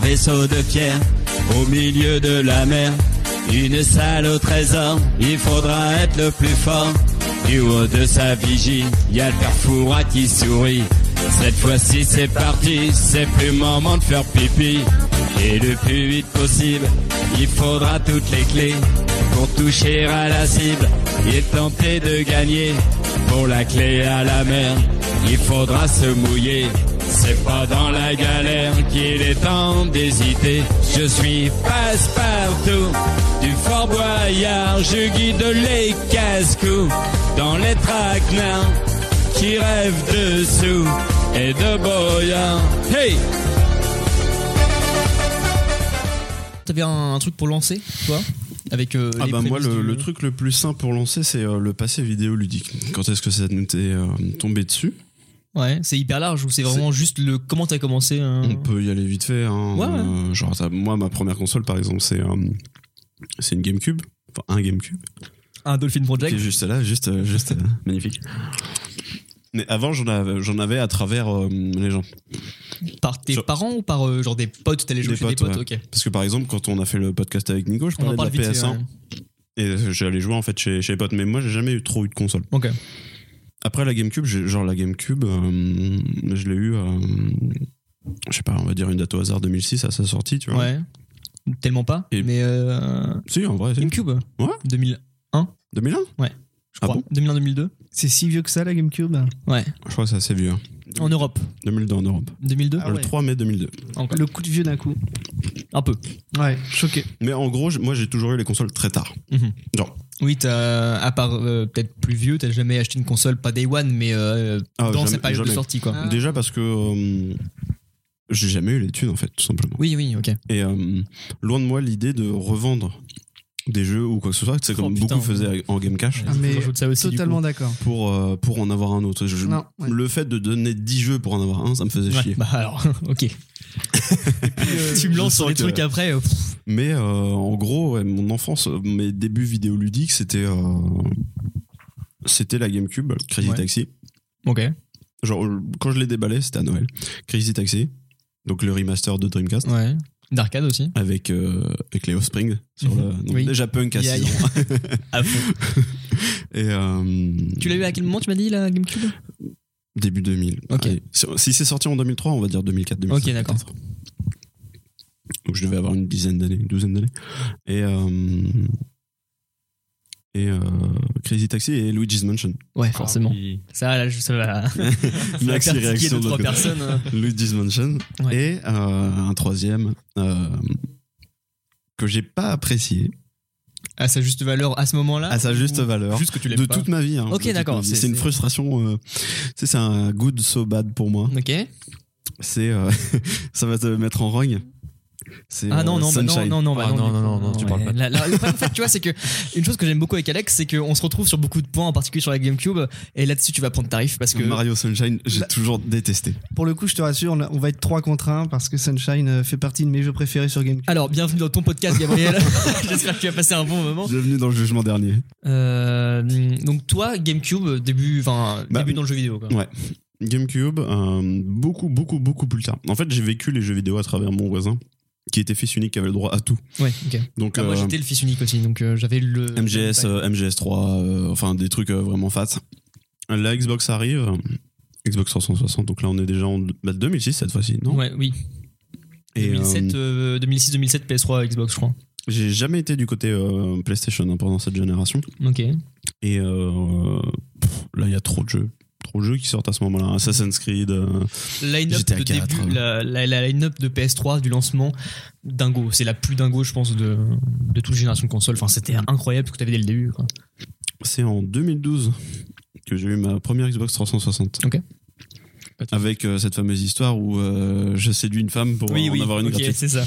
vaisseau de pierre au milieu de la mer. Une salle au trésor, il faudra être le plus fort. Du haut de sa vigie, y a le père Fourat qui sourit. Cette fois-ci c'est parti, c'est plus moment de faire pipi. Et le plus vite possible, il faudra toutes les clés pour toucher à la cible et tenter de gagner. Pour la clé à la mer, il faudra se mouiller. C'est pas dans la galère qu'il est temps d'hésiter. Je suis passe-partout du Fort Boyard. Je guide les casse-cou dans les traquenards qui rêvent de sous et de boyards. Hey! T'avais un, un truc pour lancer, toi avec euh, Ah les bah moi prémices le, du- le truc le plus simple pour lancer c'est euh, le passé vidéoludique. Quand est-ce que ça nous est euh, tombé dessus Ouais, c'est hyper large ou c'est vraiment juste le comment t'as commencé hein On peut y aller vite fait. hein. Ouais, ouais. Euh, genre ça- moi ma première console par exemple c'est euh, c'est une GameCube, enfin un GameCube Un Dolphin qui Project est juste là, juste euh, juste euh, magnifique. Mais avant j'en avais j'en avais à travers euh, les gens. par tes sur- parents ou par euh, genre des potes T'allais jouer Des chez des potes, potes, ok. Parce que par exemple quand on a fait le podcast avec Nico, je On parlais en parle de la vite. euh, PS1 ouais. et j'allais jouer en fait chez chez les potes mais moi j'ai jamais eu trop eu de console. Ok. Après la GameCube, j'ai- genre la GameCube, euh, je l'ai eu, euh, je sais pas, on va dire une date au hasard 2006 à sa sortie, tu vois. Ouais. Tellement pas. Et- Mais euh, Si, en vrai, si. GameCube. Ouais. 2000, 2001 je Ah crois. bon 2001-2002. C'est si vieux que ça la GameCube Ouais. Je crois que c'est assez vieux. hein. En Europe. 2002 en Europe. 2002. Ah le ouais. 3 mai 2002. Encore. Le coup de vieux d'un coup. Un peu. Ouais, choqué. Mais en gros, j- moi j'ai toujours eu les consoles très tard. Oui, t'as, à part euh, peut-être plus vieux, t'as jamais acheté une console, pas Day One, mais euh, Ah, dans jamais- sa période de jamais. sortie, quoi. Ah. Déjà parce que euh, j'ai jamais eu les thunes en fait, tout simplement. Oui, oui, ok. Ah, Et euh, loin de moi l'idée de revendre des jeux ou quoi que ce soit, c'est Oh, comme putain. beaucoup faisaient en Game Cash. Ah, mais Je rajoute ça aussi, du Totalement d'accord. Pour, euh, pour en avoir un autre. Je- Non, ouais. Le fait de donner 10 jeux pour en avoir un, ça me faisait coup. Ouais, chier. bah alors, ok. tu me je lances sens sur les que- trucs après. euh, pff, Mais euh, en gros, ouais, mon enfance, euh, mes débuts vidéoludiques, c'était euh, c'était la GameCube, Crazy Ouais. Taxi. ok. Genre euh, quand je l'ai déballé, c'était à Noël. Crazy Taxi, donc le remaster de Dreamcast Ouais. D'arcade aussi. avec euh, avec les Offspring sur Mhm. le donc Oui. déjà punk à Yeah, six ans. À fond. Et euh, Tu l'as eu à quel moment, tu m'as dit, la GameCube début 2000. Ok. Allez, si- si c'est sorti en 2003, on va dire 2004 2005. Ok, d'accord. peut-être. Donc je devais avoir une dizaine d'années, une douzaine d'années. Et euh, et euh, Crazy Taxi et Luigi's Mansion. Ouais, forcément. Oui. Ça, là, je- ça va. Maxi pertiquer réaction deux, trois de l'autre côté. personnes. euh. Luigi's Mansion Ouais. et euh, un troisième euh, que j'ai pas apprécié À sa juste valeur à ce moment-là. à sa juste ou valeur Ah. Juste que tu de l'aimes pas. toute ma vie. hein, Ok, de toute d'accord, ma vie. c'est- C'est une c'est- frustration. euh, c'est c'est un good so bad pour moi. Ok. C'est euh, ça va te mettre en rogne. C'est, Ah non euh, non bah non Sunshine. non non bah Ah non, du non, coup, non, non, tu parles ouais. pas. La- la- le problème, en fait, tu vois, c'est que une chose que j'aime beaucoup avec Alex, c'est qu'on se retrouve sur beaucoup de points, en particulier sur la GameCube, et là-dessus tu vas prendre tarif parce que Bah- Mario Sunshine, j'ai La- toujours détesté. Pour le coup, je te rassure, on a- on va être 3 contre 1 parce que Sunshine euh, fait partie de mes jeux préférés sur GameCube. alors bienvenue dans ton podcast Gabriel. J'espère que tu as passé un bon moment. Bienvenue dans le jugement dernier. Euh, donc toi GameCube début enfin Bah, début dans le jeu vidéo quoi. ouais. GameCube, euh, beaucoup, beaucoup, beaucoup plus tard. En fait, j'ai vécu les jeux vidéo à travers mon voisin, qui était fils unique, qui avait le droit à tout. Ouais, ok. Donc, Ah, moi euh, j'étais le fils unique aussi donc euh, j'avais le MGS, euh, MGS3, euh, enfin des trucs euh, vraiment fat. La Xbox arrive, euh, Xbox 360, donc là on est déjà en bah, 2006 cette fois-ci, non Ouais, oui. Et, 2007 euh, euh, 2006 2007 PS3 Xbox je crois. J'ai jamais été du côté euh, PlayStation hein, pendant cette génération. OK. Et euh, pff, là il y a trop de jeux. Trop de jeux qui sortent à ce moment-là. Assassin's Creed. euh, line-up GTA de IV. début, la, la, la line-up de PS3 du lancement, dingo. C'est la plus dingo, je pense, de, de toute génération de consoles. Enfin, c'était incroyable ce que t'avais dès le début. quoi. C'est en 2012 que j'ai eu ma première Xbox 360. Ok. Avec euh, cette fameuse histoire où euh, je séduis une femme pour en avoir une ok, gratuite c'est ça.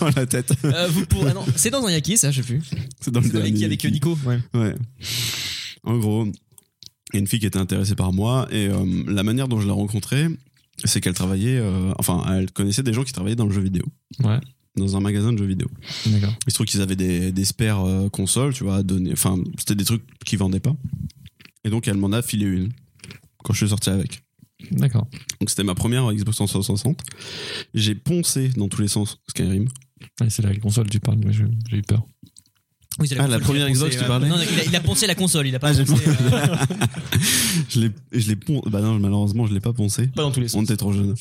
dans la tête. Euh, vous pourrez- ah non, c'est dans un Yaki, ça, je sais plus. C'est dans le C'est dans un Yaki dernier avec qui- Nico. Ouais. Ouais. En gros, il y a une fille qui était intéressée par moi et euh, la manière dont je la rencontrais, c'est qu'elle travaillait, euh, enfin, elle connaissait des gens qui travaillaient dans le jeu vidéo. Ouais. Dans un magasin de jeux vidéo. D'accord. Il se trouve qu'ils avaient des, des spares euh, consoles, tu vois, à donner. Enfin, c'était des trucs qu'ils vendaient pas. Et donc, elle m'en a filé une quand je suis sorti avec. D'accord. Donc c'était ma première Xbox 360. J'ai poncé dans tous les sens Skyrim. Ouais, c'est la console, tu parles, mais je- j'ai eu peur. Oui, c'est Ah, console qu'il a la première poncé, Xbox, tu ouais. parlais euh, Non, non, il a, il a poncé la console, il a pas Ah, j'ai poncé, euh, Je l'ai, je l'ai pon- Bah non, malheureusement, je l'ai pas poncé. pas dans tous les sens. On était trop jeunes.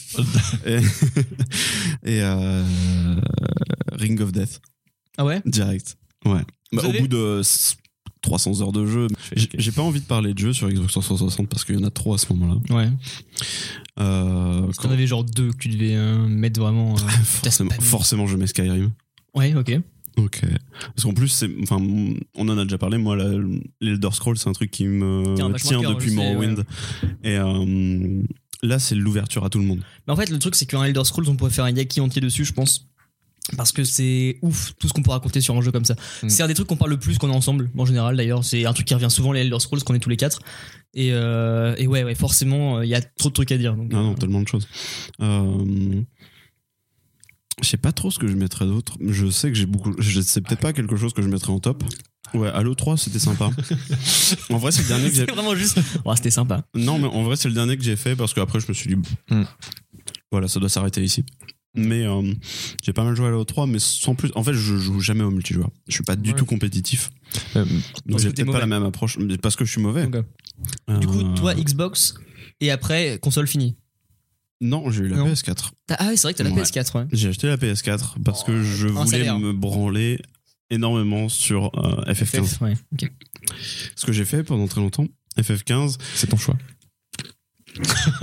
et et, euh, Ring of Death, Ah ouais direct. Ouais. Bah, Vous au avez- bout de s- 300 heures de jeu, j'ai j'ai pas envie de parler de jeux sur Xbox 360 parce qu'il y en a trop à ce moment-là. Ouais. Euh, Parce qu'on avait genre deux que tu devais euh, mettre vraiment. euh, forcément, t'as pas mis. forcément, je mets Skyrim. Ouais, ok. Ok. Parce qu'en plus, c'est, enfin, on en a déjà parlé. Moi, la- l'Elder Scrolls, c'est un truc qui me Tiens, tient, vachement à cœur, depuis hein, je sais, Morrowind. Et euh, là, c'est l'ouverture à tout le monde. Mais en fait, le truc, c'est qu'un Elder Scrolls, on pourrait faire un yaki entier dessus, je pense. Parce que c'est ouf tout ce qu'on peut raconter sur un jeu comme ça. Mm. C'est un des trucs qu'on parle le plus qu'on est ensemble, en général d'ailleurs. C'est un truc qui revient souvent, les Elder Scrolls, qu'on est tous les quatre. Et, euh, et ouais, ouais, forcément, euh, il y a trop de trucs à dire. donc, Ah Non, non, euh, tellement de choses. Euh, je sais pas trop ce que je mettrais d'autre. Je sais que j'ai beaucoup. Je sais peut-être pas quelque chose que je mettrais en top. Ouais, Halo 3, c'était sympa. en vrai, c'est le dernier que j'ai. c'est vraiment juste. Oh, C'était sympa. Non, mais en vrai, c'est le dernier que j'ai fait parce qu'après, je me suis dit. Hmm. Voilà, ça doit s'arrêter ici. Mais euh, j'ai pas mal joué à Halo 3, mais sans plus. En fait, je joue jamais au multijoueur. Je suis pas du Ouais. tout compétitif. Euh, Donc, parce j'ai que t'es peut-être pas mauvais. la même approche. mais Parce que je suis mauvais. Ok. Du coup, Euh, toi, Xbox, et après, console finie. Non, j'ai eu la Non. PS4. T'as- Ah, ouais, c'est vrai que t'as la Ouais. PS4, ouais. J'ai acheté la PS4 parce que je Oh, un voulais salaire. me branler énormément sur euh, FF15. Ouais, ok. Ce que j'ai fait pendant très longtemps, FF15, C'est ton choix.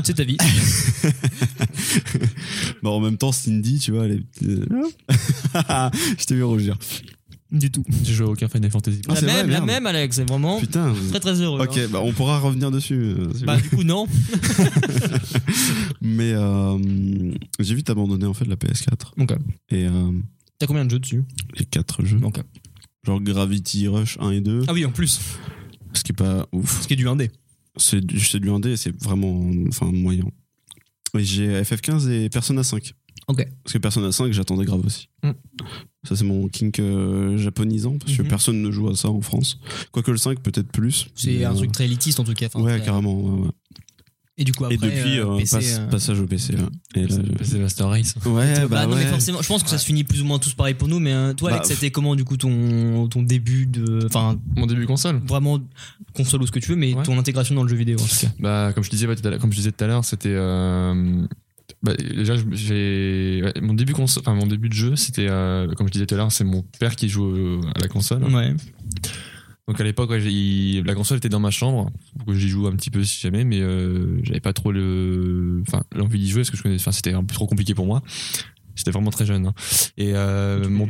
C'est ta vie. bah en même temps Cindy, tu vois, elle est... euh, je t'ai vu rougir. du tout. J'ai joué à aucun Final Fantasy. Ah, la c'est vrai, même, la merde. même, Alex, c'est vraiment Putain. très très heureux. hein. Ok, bah on pourra revenir dessus. euh, si vous Bah, du coup, non. voulez. Mais euh, j'ai vite abandonné en fait la PS4. Ok. Et euh, T'as combien de jeux dessus les quatre jeux. Ok. Genre Gravity Rush 1 et 2, Ah oui, en plus. ce qui est pas ouf. Ce qui est du 1D. C'est du, c'est du 1D et c'est vraiment enfin, moyen. Et j'ai FF15 et Persona 5. Ok. Parce que Persona 5, j'attendais grave aussi. Mm. Ça, c'est mon kink euh, japonisant, parce que Mhm. personne ne joue à ça en France. Quoique le 5, peut-être plus. C'est Mais, un euh, truc très élitiste en tout cas. Enfin, Ouais, très- carrément. ouais, ouais. Et du coup, après, et depuis, euh, euh, PC, passe- euh, passage au PC. ouais. Et là, C'est c'est Master Race. je- Ouais, bah, bah, non, ouais. mais forcément, je pense que ça se finit plus ou moins tous pareil pour nous. Mais euh, toi, Bah, Alex, pff. c'était comment du coup ton, ton début de. Enfin, Mon début console. vraiment console ou ce que tu veux, mais Ouais. ton intégration dans le jeu vidéo en tout cas. Bah, comme je disais, ouais, tout à l'heure- comme je disais tout à l'heure, c'était. euh, bah, déjà, je- j'ai ouais, mon début console, enfin mon début de jeu, c'était euh, comme je disais tout à l'heure, c'est mon père qui joue euh, à la console. Ouais. Donc à l'époque, ouais, j'ai- il- la console était dans ma chambre, pour que j'y joue un petit peu si jamais, mais euh, j'avais pas trop le, enfin l'envie d'y jouer parce que je connais, enfin c'était un peu trop compliqué pour moi. J'étais vraiment très jeune. hein. Et euh, mon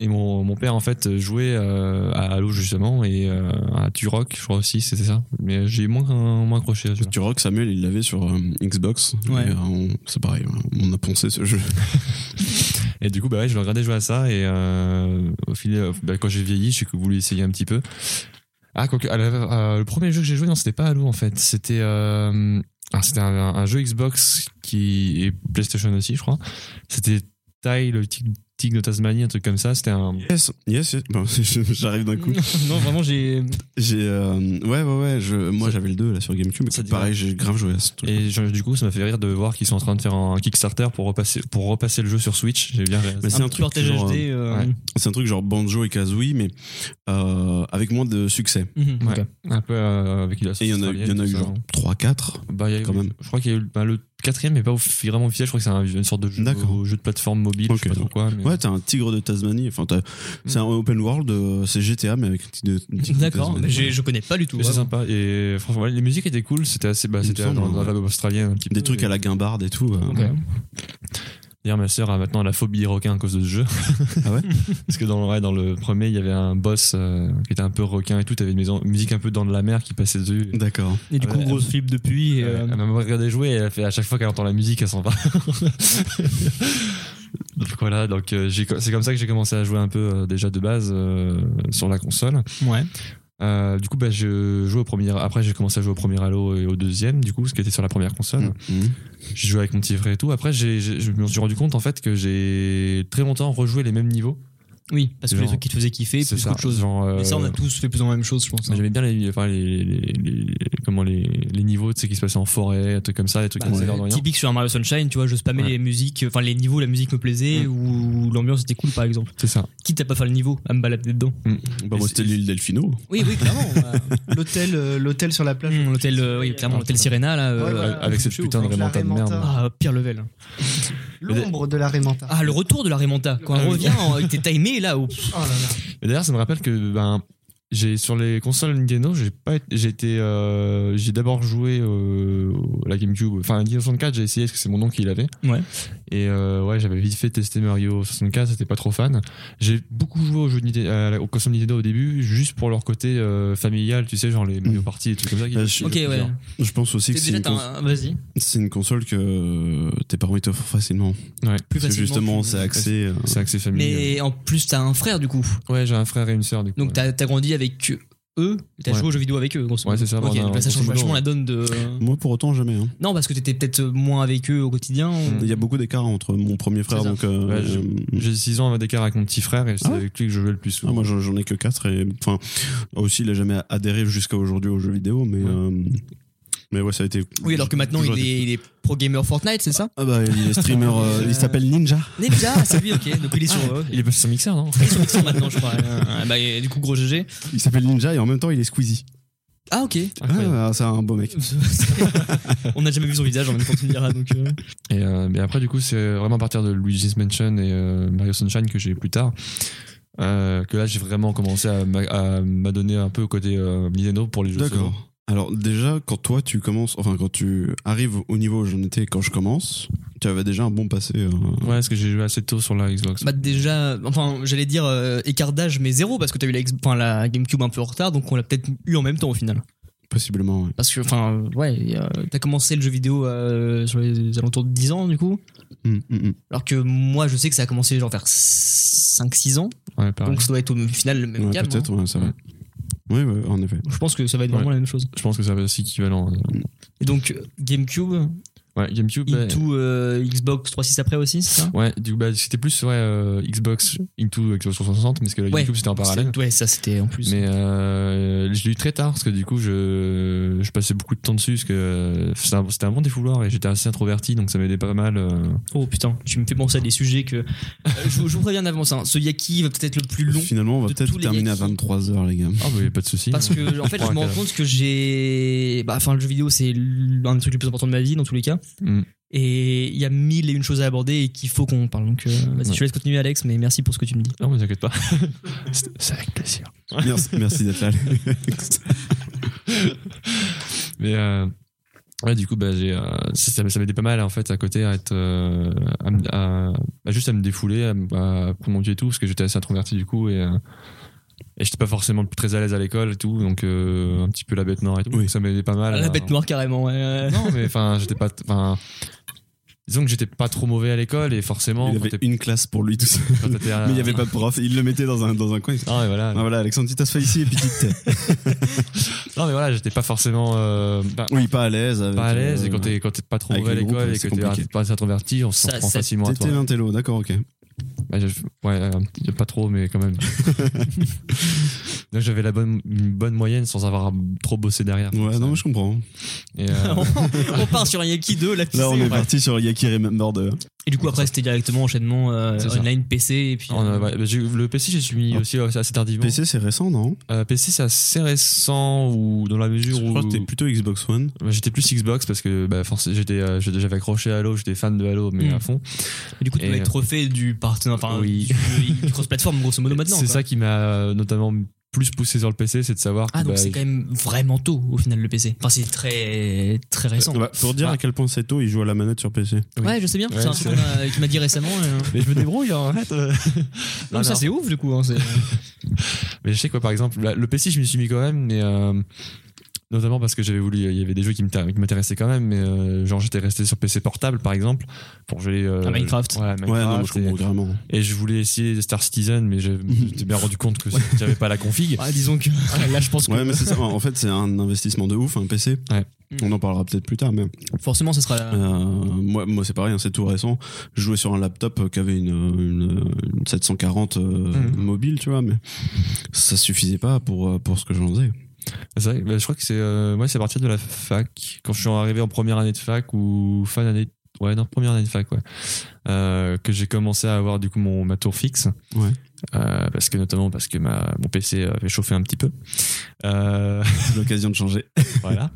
et mon, mon père en fait jouait euh, à Halo justement et euh, à Turok, je crois aussi, c'était ça. Mais j'ai moins moins accroché. à celui-là. Tu rock Samuel, il l'avait sur euh, Xbox. Ouais. Et, euh, on- c'est pareil, ouais, on a poncé ce jeu. Et du coup, bah ouais, je le regardais jouer à ça. Et euh, au fil, euh, bah, quand j'ai vieilli, j'ai voulu essayer un petit peu. Ah, quoique, à la- euh, le premier jeu que j'ai joué, non, c'était pas Halo en fait. C'était euh, ah, c'était un, un jeu Xbox qui et PlayStation aussi, je crois. C'était Tile, le tic, tic de Tasmanie, un truc comme ça. C'était un. Yes, yes, yes. Bon, J'arrive d'un coup. non, vraiment, j'ai. J'ai euh, ouais ouais ouais, je, moi j'avais le 2 là sur GameCube, Ça et dit pareil, j'ai grave joué à ce truc. Et je- du coup, ça m'a fait rire de voir qu'ils sont en train de faire un Kickstarter pour repasser, pour repasser le jeu sur Switch. J'ai bien réalisé. Mais c'est un petit truc portage genre, HD. euh, ouais. C'est un truc genre Banjo et Kazooie mais euh, avec moins de succès. mhm, Ouais. ok. Un peu euh, avec la Et il y en a, il y en a eu hein. genre 3 4. Bah, il y a eu- Quand même. Je crois qu'il y a eu bah, le quatrième, mais pas off- vraiment officiel. Je crois que c'est un- une sorte de jeu, D'accord. jeu de plateforme mobile. Ok. Je sais pas trop quoi. Mais... Ouais, t'as un tigre de Tasmanie, enfin Mm. t'as- c'est un open world, euh, c'est GTA mais avec un tigre de tigre de D'accord, Tasmanie. mais j'ai- je connais pas du tout. Mais c'est vraiment. sympa. Et franchement, ouais, les musiques étaient cool. C'était assez bah, Il me c'était semble, dans, dans ouais. la vibe australienne. Un petit Des peu, trucs et- à la guimbarde et tout. euh. Ok. D'ailleurs, ma sœur a maintenant la phobie des requins à cause de ce jeu. Ah ouais Parce que dans, ouais, dans le premier, il y avait un boss euh, qui était un peu requin et tout. T'avais une maison- une musique un peu dans de la mer qui passait dessus. D'accord. Et du coup, Ouais. grosse flip depuis. et, Et, euh, euh, Elle m'a regardé jouer et elle a fait à chaque fois qu'elle entend la musique, elle s'en va. donc voilà, donc euh, j'ai co- c'est comme ça que j'ai commencé à jouer un peu euh, déjà de base euh, sur la console. Ouais. Euh, du coup, bah, je joue au premier. Après, j'ai commencé à jouer au premier Halo et au deuxième, du coup, ce qui était sur la première Mm. console. Mhm. J'ai joué avec mon petit frère et tout. Après, j'ai- j'ai- je me suis rendu compte en fait que j'ai très longtemps rejoué les mêmes niveaux. Oui, parce que Genre, les trucs qui te faisaient kiffer, C'est plus ça. qu'autre chose. Genre, euh, Mais ça, on a tous hein. fait plus ou moins la même chose, je pense. moi, J'aimais bien les, enfin, les, les, les- comment les, les niveaux tu sais, qui se passaient en forêt, des trucs comme ça, des trucs Bah, qui c'est ne servent à rien. typique sur un Mario Sunshine, tu vois, je spammais Ouais. Mm. les musiques, enfin les niveaux, la musique me plaisait, ou l'ambiance était cool par exemple. C'est ça. Quitte à pas faire le niveau, à me balader dedans. Bah, moi, c'était l'île Delfino. Oui, oui, clairement. L'hôtel, euh, l'hôtel sur la plage. l'hôtel, euh, oui, clairement, Ah, l'hôtel putain. Sirena, là. Ouais, euh, voilà. Avec- Avec cette Chou, putain de avec la rémonta de merde. rémenta. Ah, euh, pire level. L'ombre de la Rémanta. Ah, le retour de la remonta. Quand Ah on oui. revient, on était timé là. au- Oh là là. Et d'ailleurs, ça me rappelle que ben, j'ai sur les consoles Nintendo, j'ai pas été- j'ai été, euh, j'ai d'abord joué euh, à la GameCube, enfin à la Nintendo 64, j'ai essayé parce que c'est mon nom qui l'avait. Ouais. Et euh, ouais, j'avais vite fait tester Mario 64, c'était pas trop fan. J'ai beaucoup joué aux jeux de Nintendo, à la- aux consoles Nintendo au début, juste pour leur côté euh, familial, tu sais, genre les Mario Party et tout comme ça. qui- Bah, je- Ok, ouais. Je pense aussi que C'est c'est déjà une, cons- un- Vas-y. c'est une console que euh, tes parents ils t'offrent facilement. Ouais. Plus Parce que facilement. justement, tu- c'est axé. euh, C'est axé familial. Mais en plus, t'as un frère du coup. Ouais, j'ai un frère et une sœur du coup. Donc ouais. t'as t'as grandi avec eux, t'as Ouais. joué aux jeux vidéo avec eux, grosso Ouais, modo. c'est ça, Ok, on a- donc là, ça grosso change modo, vachement ouais. la donne de. Moi, pour autant, jamais. hein. Non, parce que t'étais peut-être moins avec eux au quotidien. ou- Mm. Il y a beaucoup d'écart entre mon premier frère, C'est ça. donc. euh, Ouais, je- euh, J'ai 6 ans d'écart avec mon petit frère et c'est Ah ouais avec lui que je jouais le plus souvent. ah, moi, j'en j'en ai que 4 et enfin aussi, il a jamais adhéré jusqu'à aujourd'hui aux jeux vidéo, mais Ouais. euh, mais ouais, ça a été. Oui, alors que maintenant il toujours été- est, il est pro gamer Fortnite, c'est ça Ah bah, il est streamer, euh, il s'appelle Ninja. Ninja, c'est lui, ok. Donc il est sur euh, Il est passé sur Mixer, non il est sur Mixer maintenant, je crois. Euh, bah, et du coup, gros GG. Il s'appelle Ninja et en même temps, il est Squeezie. Ah, ok. Incroyable. Ah, c'est un beau mec. On n'a jamais vu son visage en même temps, tu me diras. Donc, euh, Et euh, mais après, du coup, c'est vraiment à partir de Luigi's Mansion et euh, Mario Sunshine que j'ai eu plus tard. euh, que là, j'ai vraiment commencé à m'a- à m'adonner un peu au côté euh, Nintendo pour les jeux. solo. D'accord. Alors déjà, quand toi tu commences, enfin quand tu arrives au niveau où j'en étais quand je commence, tu avais déjà un bon passé. euh, Ouais, parce que j'ai joué assez tôt sur la Xbox. bah, déjà, enfin, j'allais dire euh, écart d'âge, mais zéro, parce que t'as eu la, X- enfin, la Gamecube un peu en retard, donc on l'a peut-être eu en même temps au final. Possiblement. ouais. Parce que, enfin, euh, ouais, euh, t'as commencé le jeu vidéo euh, sur les alentours de 10 ans, du coup. Mm, mm, mm. Alors que moi, je sais que ça a commencé genre vers 5-6 ans. Ouais, pareil. Donc ça doit être au final le même Ouais, gamme, hein. Peut-être, ouais, ça va. Oui, ouais, en effet. Je pense que ça va être vraiment Ouais. la même chose. Je pense que ça va être aussi équivalent. euh. Et donc euh, GameCube, Ouais, GameCube. bah, Into euh, Xbox 360 après aussi, c'est ça Ouais, du coup, bah, c'était plus ouais, euh, Xbox Into Xbox 360, mais parce que la Ouais. GameCube c'était en parallèle. C'est- Ouais, ça c'était en plus. Mais euh, je l'ai eu très tard parce que du coup je, je passais beaucoup de temps dessus parce que euh, c'était un, c'était un bon défouloir et j'étais assez introverti donc ça m'aidait pas mal. euh. Oh putain, tu me fais penser à des sujets que. Euh, je, vous- je vous préviens d'avance, hein, ce Yaki va peut-être le plus long. Finalement, on va de tous peut-être les terminer à Yankees. 23h, les gars. Ah bah pas de soucis. Parce que en fait, je me rends compte que j'ai. Bah, enfin, le jeu vidéo c'est l'un des trucs les plus importants de ma vie dans tous les cas. Mm. Et il y a mille et une choses à aborder et qu'il faut qu'on parle. Donc euh, vas-y, Ouais. je te laisse continuer, Alex, mais merci pour ce que tu me dis. Non, mais t'inquiète pas. C'est c'est avec plaisir. Merci, merci d'être là. Alex. Mais euh, ouais, du coup, bah, j'ai, euh, ça, ça, m'aidait pas mal en fait à côté à être euh, à, me- à- à juste à me défouler, à, me- à prendre mon dieu et tout, parce que j'étais assez introverti du coup et. euh, et j'étais pas forcément très à l'aise à l'école et tout, donc euh, un petit peu la bête noire et tout. Oui. Donc ça m'aidait pas mal. la à- bête noire carrément. ouais, ouais. Non, mais enfin, j'étais pas. Enfin, disons que j'étais pas trop mauvais à l'école et forcément. Il quand avait t'es- une classe pour lui tout seul. quand t'étais à- Mais il n'y avait pas de prof. Il le mettait dans un, dans un coin. Il disait, Ah, ouais, voilà. Ah voilà, Alexandre, tu t'assois ici et puis tu te- Non, mais voilà, j'étais pas forcément. euh, bah, Oui, pas à l'aise. avec, pas à l'aise euh, et quand t'es quand t'es pas trop avec mauvais à les groupes, l'école et que c'est t'es compliqué. pas introverti on s'en Ça, prend ça- facilement à toi T'étais l'intello, d'accord, ok. Bah, je- ouais un petit- pas trop mais quand même donc j'avais la bonne une bonne moyenne sans avoir trop bossé derrière Ouais, non, mais je comprends. et, euh, on part sur un Yaki 2, là, tu sais, Là, on ouais. est parti sur Yaki Remember de. Et du coup, après, c'était directement enchaînement euh, C'est ça. online, PC, et puis. euh, on a- ouais, bah, j'ai- le PC j'ai suivi Oh. aussi euh, assez tardivement PC, c'est récent, non Euh, PC c'est assez récent ou dans la Je mesure où crois que t'es plutôt Xbox One. Bah, J'étais plus Xbox parce que bah, forcément j'étais euh, j'étais- j'avais accroché à Halo, j'étais fan de Halo mais Mm. à fond. Et du coup, tu Et- euh, dois être refait du partenaire, enfin, Oui. du, du cross-platform, grosso modo, maintenant. C'est quoi. ça qui m'a euh, notamment plus poussé sur le PC, c'est de savoir Ah, que donc bah, c'est quand même vraiment tôt, au final, le PC. Enfin, c'est très, très récent. Bah, pour dire Ah. à quel point c'est tôt, il joue à la manette sur PC. oui. Ouais, je sais bien, Ouais, c'est un truc c'est- qu'on a- qu'il m'a dit récemment. et, euh, mais je me débrouille hein, arrête. Non, non, mais ça, mais- c'est ouf, du coup. hein, c'est- bah, Mais je sais quoi, par exemple, la- le PC, je m'y suis mis quand même, mais euh, Notamment parce que j'avais voulu, il y avait des jeux qui m'inté- qui m'intéressaient quand même, mais euh, genre j'étais resté sur PC portable par exemple pour jouer. euh, À Minecraft. Ouais, à Ouais, non, mais Minecraft je comprends vraiment. et, et je voulais essayer Star Citizen, mais je je m'étais bien rendu compte que j'avais pas la config. Ah, disons que là, je pense que Ouais, mais c'est ça. En fait, c'est un investissement de ouf, un PC. Ouais. On en parlera peut-être plus tard, mais forcément, ce sera. euh, moi, moi c'est pareil, hein, c'est tout récent. Je jouais sur un laptop euh, qui avait une, une- une 740 euh, Mhm. mobile, tu vois, mais ça suffisait pas pour, euh, pour ce que j'en faisais. C'est vrai, bah, je crois que c'est euh, ouais, c'est à partir de la fac, quand je suis arrivé en première année de fac ou fin d'année. Ouais, non, première année de fac, ouais. Euh, que j'ai commencé à avoir du coup mon, ma tour fixe. Ouais. Euh, parce que notamment parce que ma, mon PC avait chauffé un petit peu. Euh, C'est l'occasion de changer. voilà.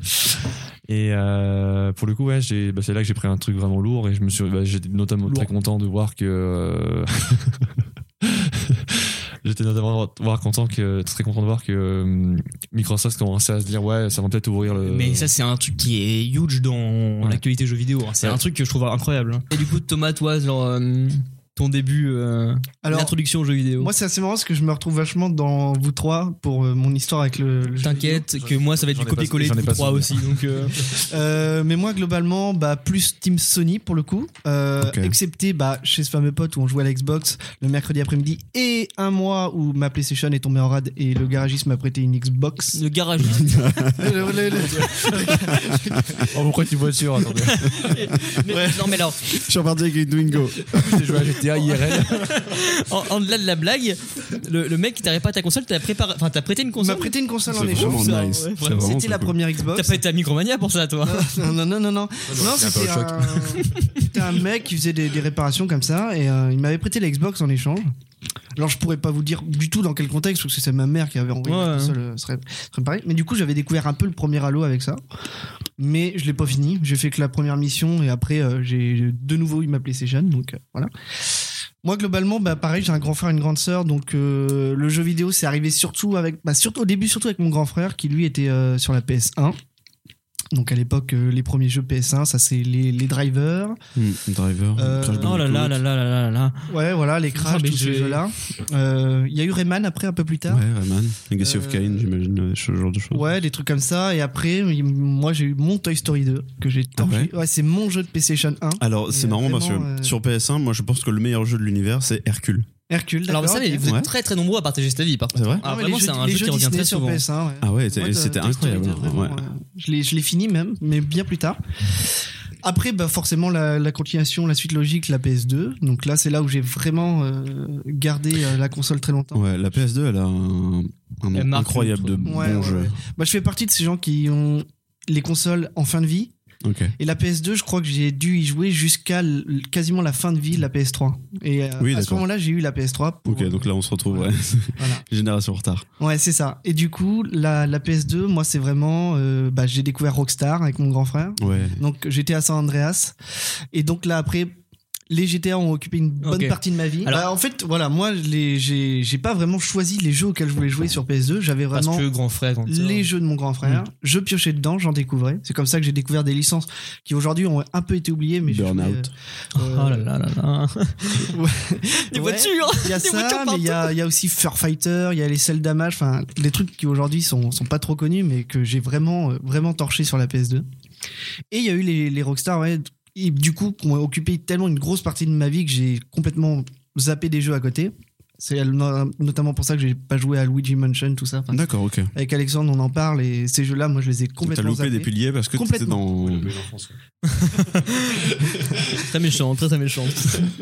Et euh, pour le coup, ouais, j'ai- bah, c'est là que j'ai pris un truc vraiment lourd et je me suis, bah, j'étais notamment Lourd. très content de voir que. euh, J'étais notamment voir content que, très content de voir que euh, Microsoft commençait à se dire ouais ça va peut-être ouvrir le Mais ça, c'est un truc qui est huge dans Euh, Ouais. l'actualité jeux vidéo. hein. C'est Ouais. un truc que je trouve incroyable. hein. Et du coup, Thomas, toi, genre, euh, ton début, euh, Alors, l'introduction aux jeux vidéo. moi, c'est assez marrant parce que je me retrouve vachement dans vous trois pour euh, mon histoire avec le, le jeu T'inquiète que moi, ça va être j'en du ai pas- copier-coller de j'en ai vous pas trois aussi. souvenir. Donc, euh, Euh, mais moi globalement bah plus team Sony pour le coup Euh, Ok. excepté bah chez ce fameux pote où on jouait à la Xbox le mercredi après-midi et un mois où ma PlayStation est tombée en rade et le garagiste m'a prêté une Xbox le garage. Le- le- le- Oh, pourquoi tu voiture Attendez, Mais- Non, mais alors, Je suis reparti avec une Twingo. j'ai joué à GTA IRL. en, en delà de la blague, le, le mec qui t'arrête pas à ta console, t'as préparé, enfin, t'as prêté une il m'a console. prêté une console en C'est échange vraiment nice. ouais, C'est vraiment vraiment c'était la très cool. première T'as Xbox pas été à Micromania pour ça, toi. non non non non non non c'était un peu au un... c'était un mec qui faisait des, des réparations comme ça et euh, il m'avait prêté la Xbox en échange alors je pourrais pas vous dire du tout dans quel contexte parce que c'est ma mère qui avait envoyé Ouais, la hein. console euh, serait, serait pareil mais du coup j'avais découvert un peu le premier Halo avec ça mais je l'ai pas fini j'ai fait que la première mission et après euh, j'ai de nouveau eu ma PlayStation donc euh, voilà moi globalement bah pareil j'ai un grand frère et une grande sœur donc euh, le jeu vidéo c'est arrivé surtout avec bah, surtout au début surtout avec mon grand frère qui lui était euh, sur la PS1 donc à l'époque euh, les premiers jeux PS1 ça c'est les, les drivers Mm, driver. Euh, Crash Oh là là là là là là là. ouais voilà les Ah, Crash mais tous ces j'ai- jeux là euh, il y a eu Rayman après un peu plus tard Ouais, Rayman. Legacy of Euh, Kain, j'imagine, euh, ce genre de choses. Ouais, des trucs comme ça. Et après, il- moi, j'ai eu mon Toy Story 2 que j'ai Ah torché. ouais, c'est mon jeu de PlayStation 1. Alors, c'est Mais marrant parce que vraiment, euh, sur PS1, moi je pense que le meilleur jeu de l'univers, c'est Hercule. Hercule. Alors, d'accord, ça, mais ok. vous êtes Ouais. très très nombreux à partager cette avis, par contre. C'est vrai Non, Ah, mais vraiment, les c'est jeux- un les jeu jeux qui revient Disney très sur souvent. PS1, ouais. Ah ouais, Moi, t'es- Toy c'était Story incroyable. 2, vraiment, ouais. euh, je l'ai je l'ai fini même, mais bien plus tard. Après, bah, forcément, la, la continuation, la suite logique, la PS2. Donc là, c'est là où j'ai vraiment euh, gardé euh, la console très longtemps. Ouais, la PS2, elle a un, un Elle nombre marque incroyable de une bons Ouais, ouais, jeux. ouais. Bah, je fais partie de ces gens qui ont les consoles en fin de vie. Ok. Et la PS2, je crois que j'ai dû y jouer jusqu'à l- quasiment la fin de vie de la PS3. Et euh, Oui, à ce d'accord. moment-là, j'ai eu la PS3. pour- Ok, donc là on se retrouve, ouais. Voilà. Génération retard. Ouais, c'est ça. Et du coup, la, la PS2, moi, c'est vraiment. euh, bah, j'ai découvert Rockstar avec mon grand frère. Ouais. Donc, j'étais à San Andreas. Et donc, là, après. Les GTA ont occupé une bonne Ok. partie de ma vie. Alors- Bah, en fait, voilà, moi, je les- j'ai j'ai pas vraiment choisi les jeux auxquels je voulais jouer sur PS2. J'avais Parce vraiment que grand frère, grande sœur. les jeux de mon grand Mm. frère. Je piochais dedans, j'en découvrais. C'est comme ça que j'ai découvert des licences qui aujourd'hui ont un peu été oubliées, mais je jouais, Burnout. euh, Oh là là là là. Ouais. Des Ouais. voitures Il y a Des ça, voitures mais il y a, il y a aussi Fur Fighter, il y a les Cell Damage, enfin, des trucs qui aujourd'hui sont, sont pas trop connus, mais que j'ai vraiment, euh, vraiment torché sur la PS2. Et il y a eu les, les Rockstar, ouais, et du coup, qui ont occupé tellement une grosse partie de ma vie que j'ai complètement zappé des jeux à côté. C'est no- notamment pour ça que j'ai pas joué à Luigi Mansion, tout ça. Enfin, D'accord, ok. avec Alexandre, on en parle, et ces jeux-là, moi, je les ai T'as complètement loupé zappés. des piliers parce que t'étais dans. Très méchant, très très méchant.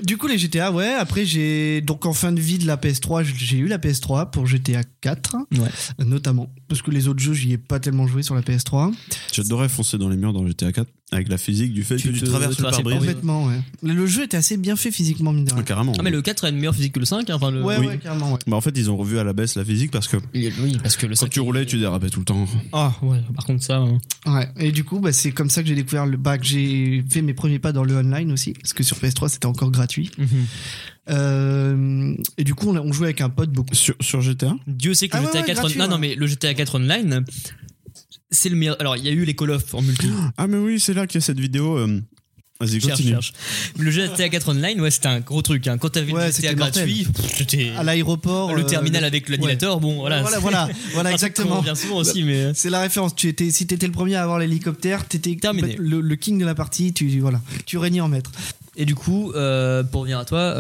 Du coup, les GTA, ouais. Après, j'ai donc en fin de vie de la PS3, j'ai eu la PS3 pour GTA 4, Ouais. notamment parce que les autres jeux, j'y ai pas tellement joué sur la PS3. J'adorais foncer dans les murs dans GTA 4 avec la physique du fait Tu que tu te- traverses le traverses les pare-brise. pare-brise. Complètement, ouais. Mais Le jeu était assez bien fait physiquement, mine de Ah, rien. carrément. Ah, mais le 4 a une meilleure physique que le 5. hein, Enfin, le... Ouais, Oui. ouais, carrément, ouais. Bah, en fait, ils ont revu à la baisse la physique parce que Il- Oui, parce que le quand 5. tu roulais, tu dérapais tout le temps. Ah, ouais, par contre, ça. hein. Ouais. Et du coup, bah, c'est comme ça que j'ai découvert le bac. J'ai fait mes premiers pas dans le online aussi, parce que sur PS3, c'était encore gratuit. Mhm. Euh, Et du coup, on, a- on jouait avec un pote beaucoup. Sur, sur GTA Dieu sait que Ah le ouais, GTA ouais, 4 gratuit, non, non, ouais. mais le GTA 4 online c'est le meilleur alors il y a eu les Call of en multi Ah, mais oui, c'est là qu'il y a cette vidéo. euh, Vas-y, Cherche, continue. cherche. Mais Le jeu GTA 4 Online, ouais, c'était un gros truc. hein. Quand t'avais Ouais, le GTA c'était mortel. gratuit, pff, c'était À l'aéroport. le euh, terminal avec l'animateur. Bon, voilà. Voilà, c'est- voilà, voilà, un truc qu'on exactement. revient souvent aussi, mais. euh, C'est la référence. Tu étais, si t'étais le premier à avoir l'hélicoptère, t'étais Terminé. Le, le king de la partie. Tu voilà, tu régnais en maître. Et du coup, euh, pour revenir à toi,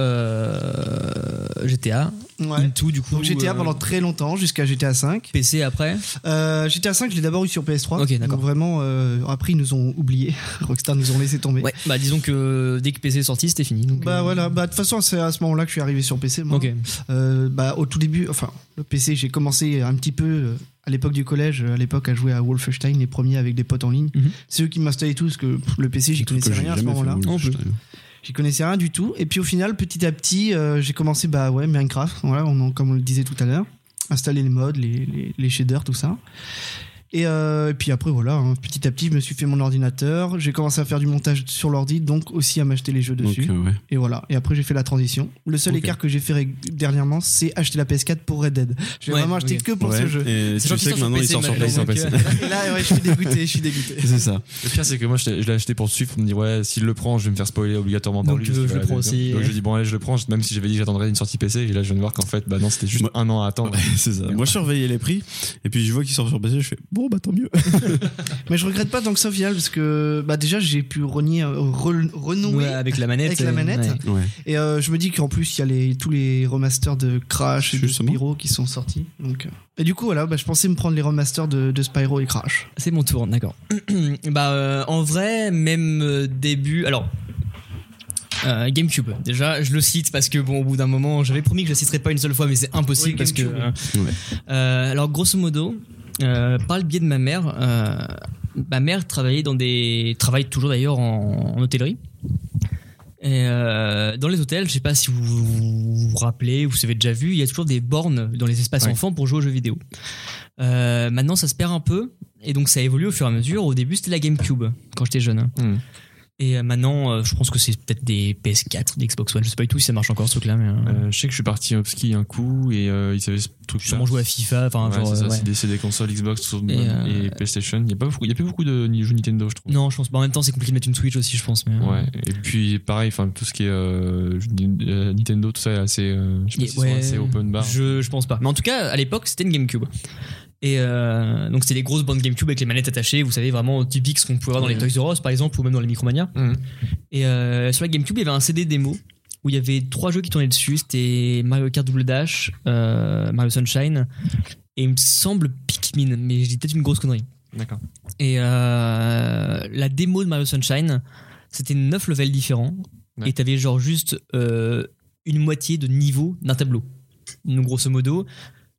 euh, GTA, Ouais. Into, du coup. Donc GTA euh, pendant très longtemps jusqu'à GTA 5. PC après. Euh, GTA 5, je l'ai d'abord eu sur PS3. Ok, d'accord. donc vraiment, euh, après ils nous ont oubliés. Rockstar nous ont laissé tomber. Ouais, bah disons que dès que PC est sorti, c'était fini. donc, Bah euh, voilà, bah de toute façon c'est à ce moment-là que je suis arrivé sur PC. Moi. Ok. Euh, bah, au tout début, enfin, le PC, j'ai commencé un petit peu euh, à l'époque du collège, euh, à l'époque à jouer à Wolfenstein, les premiers avec des potes en ligne. Mhm. C'est eux qui m'installaient tous, que pff, le PC, j'y Truc que connaissais j'ai rien à ce jamais fait, moment-là. Wolfenstein. J'y connaissais rien du tout. Et puis au final, petit à petit, euh, j'ai commencé, bah ouais, Minecraft, voilà, on en- comme on le disait tout à l'heure, installer les mods, les, les, les shaders, tout ça. Et, euh, et puis après, voilà, hein, petit à petit, je me suis fait mon ordinateur, j'ai commencé à faire du montage sur l'ordi, donc aussi à m'acheter les jeux Donc, dessus. euh, ouais. Et voilà. Et après, j'ai fait la transition. Le seul Ok. écart que j'ai fait ré- dernièrement, c'est acheter la PS4 pour Red Dead. J'ai Ouais, vraiment acheté ok. que pour Ouais, ce jeu. Et C'est tu gentil, sais que sur maintenant il PC, sort sur malgré PS. tout, sur ok. Et là, ouais, je suis dégoûté, je suis dégoûté. C'est ça. Le pire, c'est que moi, je l'ai je l'ai acheté pour le suivre. Pour me dire, ouais, s'il le prend, je vais me faire spoiler obligatoirement par Donc, lui. tu veux, parce je le que, prends voilà, aussi, Donc, ouais. je dis, bon, allez, je le prends. Même si j'avais dit que j'attendrais une sortie PC. Et là, je viens de voir qu'en fait, bah non, c'était juste un an à attendre. C'est ça. Moi, je surveillais les prix, et puis je vois qu'il sort sur PC, je fais bon, bah tant mieux. Mais je regrette pas tant que ça au final, parce que bah, déjà, j'ai pu renier, euh, re- renouer. Ouais, avec la manette. Avec la euh, manette. ouais. Ouais. Et euh, je me dis qu'en plus, il y a les, tous les remasters de Crash et de Justement. Spyro qui sont sortis. Donc, euh. Et du coup, voilà, bah, je pensais me prendre les remasters de, de Spyro et Crash. C'est mon tour, d'accord. bah, euh, en vrai, même euh, début. Alors. euh, GameCube. Déjà, je le cite parce que bon, au bout d'un moment, j'avais promis que je le citerais pas une seule fois, mais c'est impossible Oui, parce que. GameCube. euh, euh, alors, grosso modo, euh, par le biais de ma mère, euh, ma mère travaillait dans des, travaille toujours d'ailleurs en, en hôtellerie. Et euh, dans les hôtels, je sais pas si vous vous, vous rappelez ou si vous avez déjà vu, il y a toujours des bornes dans les espaces Ouais. enfants pour jouer aux jeux vidéo. Euh, maintenant, ça se perd un peu et donc ça évolue au fur et à mesure. Au début, c'était la GameCube quand j'étais jeune. Hmm. Et euh, maintenant, euh, je pense que c'est peut-être des PS4, des Xbox One. Je sais pas du tout si ça marche encore ce truc-là, mais euh, Euh, je sais que je suis parti au ski un coup et euh, ils avaient ce truc. sûrement jouer à FIFA. Enfin, Ouais, genre, c'est ça, euh, ouais. c'est des, c'est des consoles Xbox sur- Et, et, euh, PlayStation. Il n'y a, pas beaucoup- il y a plus beaucoup de jeux Nintendo, je trouve. Non, je pense pas. En même temps, c'est compliqué de mettre une Switch aussi, je pense. Mais, euh, Ouais. Et puis, pareil, enfin, tout ce qui est euh, jeux Ni- euh, Nintendo, tout ça est assez, euh, je sais pas Et s'ils sont ouais, assez open bar. Je, je pense pas. Mais en tout cas, à l'époque, c'était une GameCube. Et euh, donc, c'était des grosses bandes GameCube avec les manettes attachées, vous savez, vraiment typique ce qu'on pouvait voir dans les Toys R Us, par exemple, ou même dans les Micromania. Mhm. Et euh, sur la GameCube, il y avait un CD démo où il y avait trois jeux qui tournaient dessus. C'était Mario Kart Double Dash, euh, Mario Sunshine, et il me semble Pikmin, mais je dis peut-être une grosse connerie. D'accord. Et euh, la démo de Mario Sunshine, c'était neuf levels différents. Ouais. Et t'avais genre juste euh, une moitié de niveau d'un tableau. Donc grosso modo,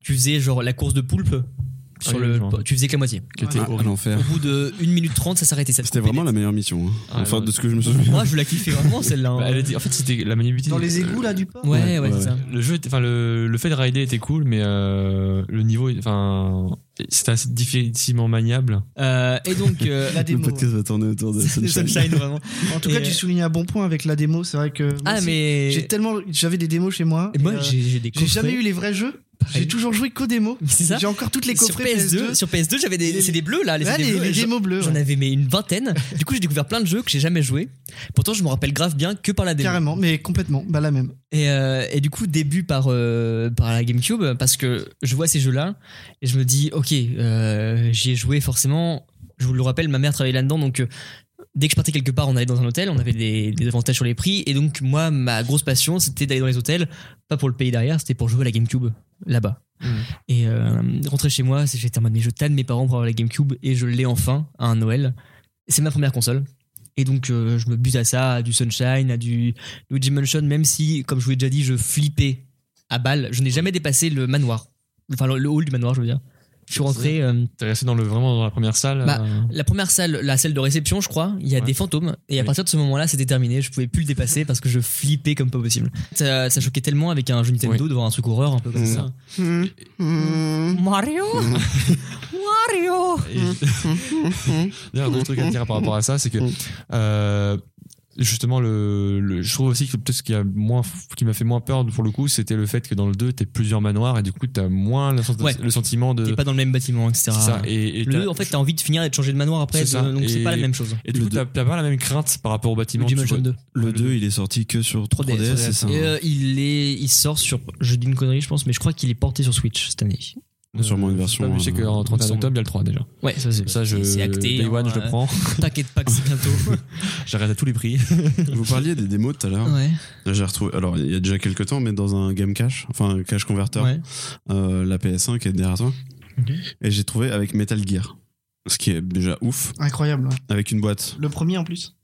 tu faisais genre la course de poulpe. Sur oui, le, je vois. tu faisais que la moitié. Qui était Ah, horrible. l'enfer. Au bout de 1 minute 30, ça s'arrêtait. ça te C'était coupait vraiment des- la meilleure mission. hein. Ah, enfin, ouais. de ce que je me souviens. Moi, je la kiffais vraiment celle-là. hein. Bah, elle était- en fait, c'était la maniabilité. Dans les égouts, là, du port Ouais, ouais, Ouais, ouais, c'est ça. Le jeu, était- enfin le, le fait de rider était cool, mais euh, le niveau, enfin, c'était assez difficilement maniable. Euh, et donc, euh, La Le démo. ouais. podcast va tourner autour de Sunshine. Sunshine. vraiment. En tout cas, Et- tu soulignes un bon point avec la démo. C'est vrai que. moi Ah, aussi, mais. J'ai tellement, j'avais des démos chez moi. Et moi, et, euh, j'ai j'ai des J'ai coffrets. jamais eu les vrais jeux. Pareil. J'ai toujours joué qu'aux démos. C'est ça J'ai encore toutes les sur coffrets PS2, PS2. sur PS2 j'avais des, Les- c'est des bleus là les, Ouais, CD les, bleus, les et j'en- démos bleues. j'en ouais. avais mais une vingtaine du coup j'ai découvert plein de jeux que j'ai jamais joué pourtant je me rappelle grave bien que par la démo Carrément, mais complètement. Bah, la même. et, euh, et du coup début par euh, par la GameCube parce que je vois ces jeux là et je me dis ok euh, j'y ai joué forcément je vous le rappelle ma mère travaillait là dedans donc euh, Dès que je partais quelque part, on allait dans un hôtel, on avait des, des avantages sur les prix. Et donc, moi, ma grosse passion, c'était d'aller dans les hôtels, pas pour le pays derrière, c'était pour jouer à la GameCube, là-bas. Mhm. Et euh, rentrer chez moi, c'est- j'étais en mode, mais je tanne mes parents pour avoir la GameCube, et je l'ai enfin à un Noël. C'est ma première console. Et donc, euh, je me bute à ça, à du Sunshine, à du Luigi Mansion, même si, comme je vous l'ai déjà dit, je flippais à balle. Je n'ai jamais dépassé le manoir. Enfin, le, le hall du manoir, je veux dire. Je suis rentré. euh, T'es resté dans le vraiment dans la première salle. Bah, euh, la première salle, la salle de réception, je crois, il y a Ouais. des fantômes. Et à Oui. partir de ce moment-là, c'était terminé. Je pouvais plus le dépasser parce que je flippais comme pas possible. Ça, ça choquait tellement avec un jeu Nintendo de voir un truc horreur un peu comme Mmh. ça. Hmm. Mmh. Mario Mario Mmh. Et- D'ailleurs, un autre truc à dire par rapport à ça, c'est que euh, justement le, le- je trouve aussi que peut-être ce qui a moins qui m'a fait moins peur pour le coup c'était le fait que dans le 2 t'es plusieurs manoirs et du coup t'as moins le, sens- Ouais. le sentiment de T'es pas dans le même bâtiment, etc. C'est ça et, et le, t'as- en fait, t'as envie de finir et de changer de manoir après, C'est ça. donc c'est Et- pas la même chose. et du le coup deux. t'as t'as pas la même crainte par rapport au bâtiment Luigi tu Mansion vois. 2. Le 2, il est sorti que sur 3DS, c'est ça hein. Et, euh, il est, il sort sur, je dis une connerie, je pense, mais je crois qu'il est porté sur Switch cette année. Euh, Sûrement une je sais version, pas, mais je sais euh, qu'en 31 ensemble. octobre il y a le 3 déjà Ouais, ça c'est ça je c'est acté. Day One hein, je le euh, prends T'inquiète pas que c'est bientôt. j'arrête à tous les prix Vous parliez des démos tout à l'heure. ouais. J'ai retrouvé, alors il y a déjà quelques temps, mais dans un game cache, enfin un cache converteur, ouais. euh, la PS1 qui est derrière toi. Ok. Et j'ai trouvé avec Metal Gear, ce qui est déjà ouf, Incroyable. ouais. avec une boîte, Le premier en plus.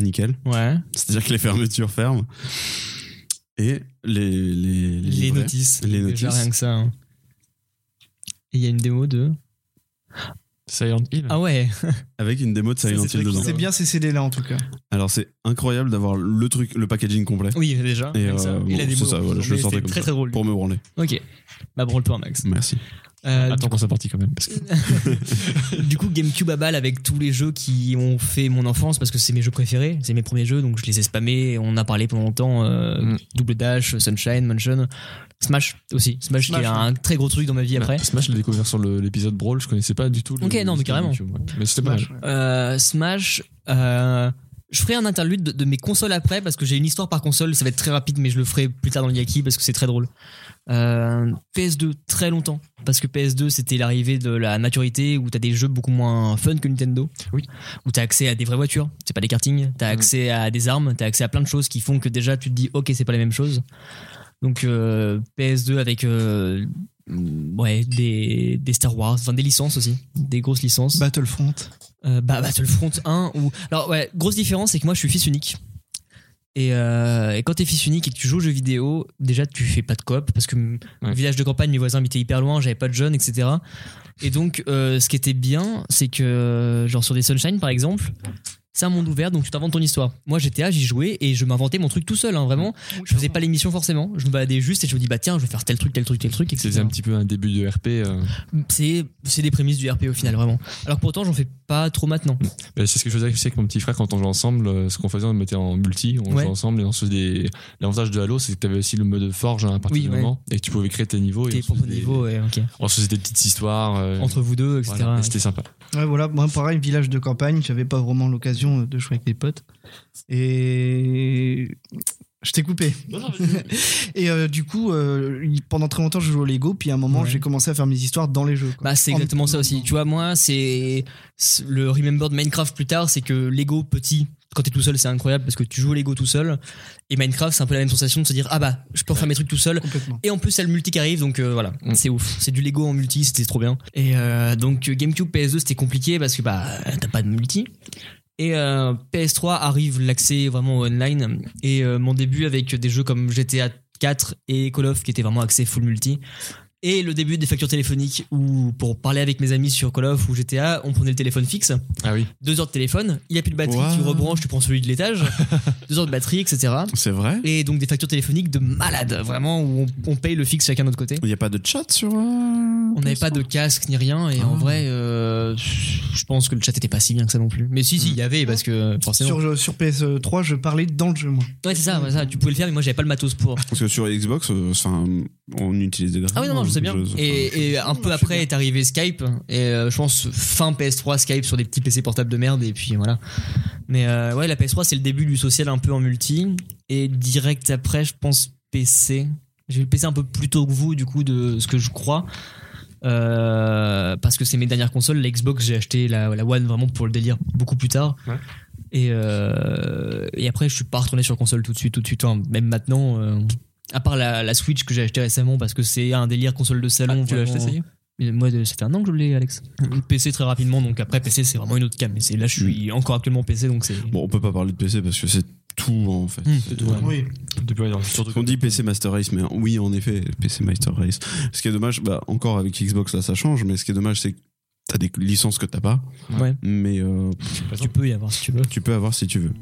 nickel. Ouais. C'est-à-dire que les fermetures ferment. Et les, les, Les les livrets. notices. Les Déjà notices. rien que ça. hein. Et il y a une démo de. Silent Hill Ah ouais. Avec une démo de Silent Hill dedans. C'est bien ces CD là en tout cas. Alors c'est incroyable d'avoir le truc, le packaging complet. Oui, déjà. Et, rien que ça. euh, Et la bon, démo. c'est ça, voilà, je le Mais sortais c'est comme très ça. très drôle. Pour me branler. Ok. Bah, branle-toi, Max. Merci. Euh, attends qu'on soit parti quand même parce que du coup, GameCube à balle avec tous les jeux qui ont fait mon enfance parce que c'est mes jeux préférés, c'est mes premiers jeux donc je les ai spammés. On a parlé pendant longtemps euh, Mm. Double Dash, Sunshine, Mansion, Smash aussi. Smash, Smash, qui est un très gros truc dans ma vie après. Bah, Smash je l'ai découvert sur le- l'épisode Brawl je connaissais pas du tout le- Ok, non, mais le- carrément. YouTube, ouais. mais c'était pas mal Vache, ouais. Euh, Smash, euh, je ferai un interlude de, de mes consoles après parce que j'ai une histoire par console. Ça va être très rapide, mais je le ferai plus tard dans le Yaki parce que c'est très drôle. Euh, PS2, très longtemps. Parce que PS2, c'était l'arrivée de la maturité où t'as des jeux beaucoup moins fun que Nintendo. Oui. Où t'as accès à des vraies voitures, c'est pas des kartings. T'as Mm. accès à des armes, t'as accès à plein de choses qui font que déjà tu te dis, ok, c'est pas la même chose. Donc euh, PS2 avec euh, ouais, des, des Star Wars, enfin des licences aussi, des grosses licences. Battlefront. Euh, bah, Battlefront 1 ou alors ouais grosse différence c'est que moi je suis fils unique et, euh, et quand t'es fils unique et que tu joues aux jeux vidéo déjà tu fais pas de coop parce que m- Ouais. village de campagne mes voisins habitaient hyper loin j'avais pas de jeunes etc et donc euh, ce qui était bien c'est que euh, genre sur des Sunshine par exemple c'est un monde ouvert donc tu t'inventes ton histoire moi GTA j'y jouais et je m'inventais mon truc tout seul hein, vraiment je faisais pas l'émission forcément je me baladais juste et je me dis bah tiens je vais faire tel truc tel truc tel truc etc c'était un petit peu un début de RP euh, c'est c'est des prémices du RP au final vraiment alors que pourtant j'en fais pas trop maintenant Ben, c'est ce que je faisais avec- je sais avec mon petit frère quand on jouait ensemble. euh, Ce qu'on faisait, on le mettait en multi, on Ouais. jouait ensemble. Et on se faisait des... L'avantage de Halo, c'est que tu avais aussi le mode forge hein, à partir Oui, du ouais. moment et que tu pouvais créer tes niveaux. et tes on se faisait propres des- niveaux ouais, ok On se faisait des petites histoires. euh, entre vous deux, etc. voilà, et C'était sympa. Ouais, voilà, moi pareil, village de campagne, j'avais pas vraiment l'occasion de jouer avec des potes. Et. Je t'ai coupé. et euh, du coup, euh, pendant très longtemps, je jouais au Lego, puis à un moment, Ouais. j'ai commencé à faire mes histoires dans les jeux. quoi. Bah, c'est En- exactement ça aussi. Tu vois, moi, c'est c'est- le Remember de Minecraft plus tard, c'est que Lego petit, quand t'es tout seul, c'est incroyable parce que tu joues au Lego tout seul. Et Minecraft, c'est un peu la même sensation de se dire, ah bah, je peux refaire mes trucs tout seul. Complètement. Et en plus, il y a le multi qui arrive, donc euh, voilà, Mm. c'est ouf. C'est du Lego en multi, c'était trop bien. Et euh, donc euh, GameCube, PS2, c'était compliqué parce que bah t'as pas de multi. Et euh, PS3 arrive l'accès vraiment online. Et euh, mon début avec des jeux comme GTA 4 et Call of qui étaient vraiment accès full multi. Et le début des factures téléphoniques où pour parler avec mes amis sur Call of ou GTA, on prenait le téléphone fixe Ah oui. deux heures de téléphone, il y a plus de batterie, Wow. tu rebranches, tu prends celui de l'étage, deux heures de batterie, etc. C'est vrai Et donc des factures téléphoniques de malade, vraiment, où on, on paye le fixe chacun de notre côté. Il n'y a pas de chat sur. euh, On n'avait pas de casque ni rien, et en vrai, euh, je pense que le chat était pas si bien que ça non plus. Mais si, si, il y avait, parce que forcément. Sur, euh, sur PS3, je parlais dans le jeu, moi. Ouais, c'est ça, ouais, ça, tu pouvais le faire, mais moi j'avais pas le matos pour. Parce que sur Xbox, euh, enfin, on utilise des Ah oui, non, non, je sais bien. Et, et un peu après est arrivé Skype, et euh, je pense fin PS3 Skype sur des petits PC portables de merde, et puis voilà. Mais euh, ouais, la PS3 c'est le début du social un peu en multi, et direct après, je pense PC. J'ai eu le PC un peu plus tôt que vous, du coup, de ce que je crois. Euh, parce que c'est mes dernières consoles. La Xbox, j'ai acheté la, la One vraiment pour le délire beaucoup plus tard. Ouais. Et, euh, et après, je suis pas retourné sur console tout de suite, tout de suite. hein. Même maintenant, euh, à part la, la Switch que j'ai acheté récemment parce que c'est un délire console de salon. vraiment. Mais Moi, de- ça fait un an que je l'ai, Alex. PC très rapidement, donc après, PC c'est vraiment une autre cam. Mais c'est- là, je suis encore actuellement PC, donc c'est. Bon, on peut pas parler de PC parce que c'est tout en fait. Mmh, C'est- tout, ouais. Oui. Depuis, non, surtout On dit PC Master Race, mais oui, en effet, PC Master Race. Ce qui est dommage, bah, encore avec Xbox, là, ça change, mais ce qui est dommage, c'est que t'as des licences que t'as pas, Ouais. mais euh, Tu peux y avoir si tu veux. tu peux avoir si tu veux.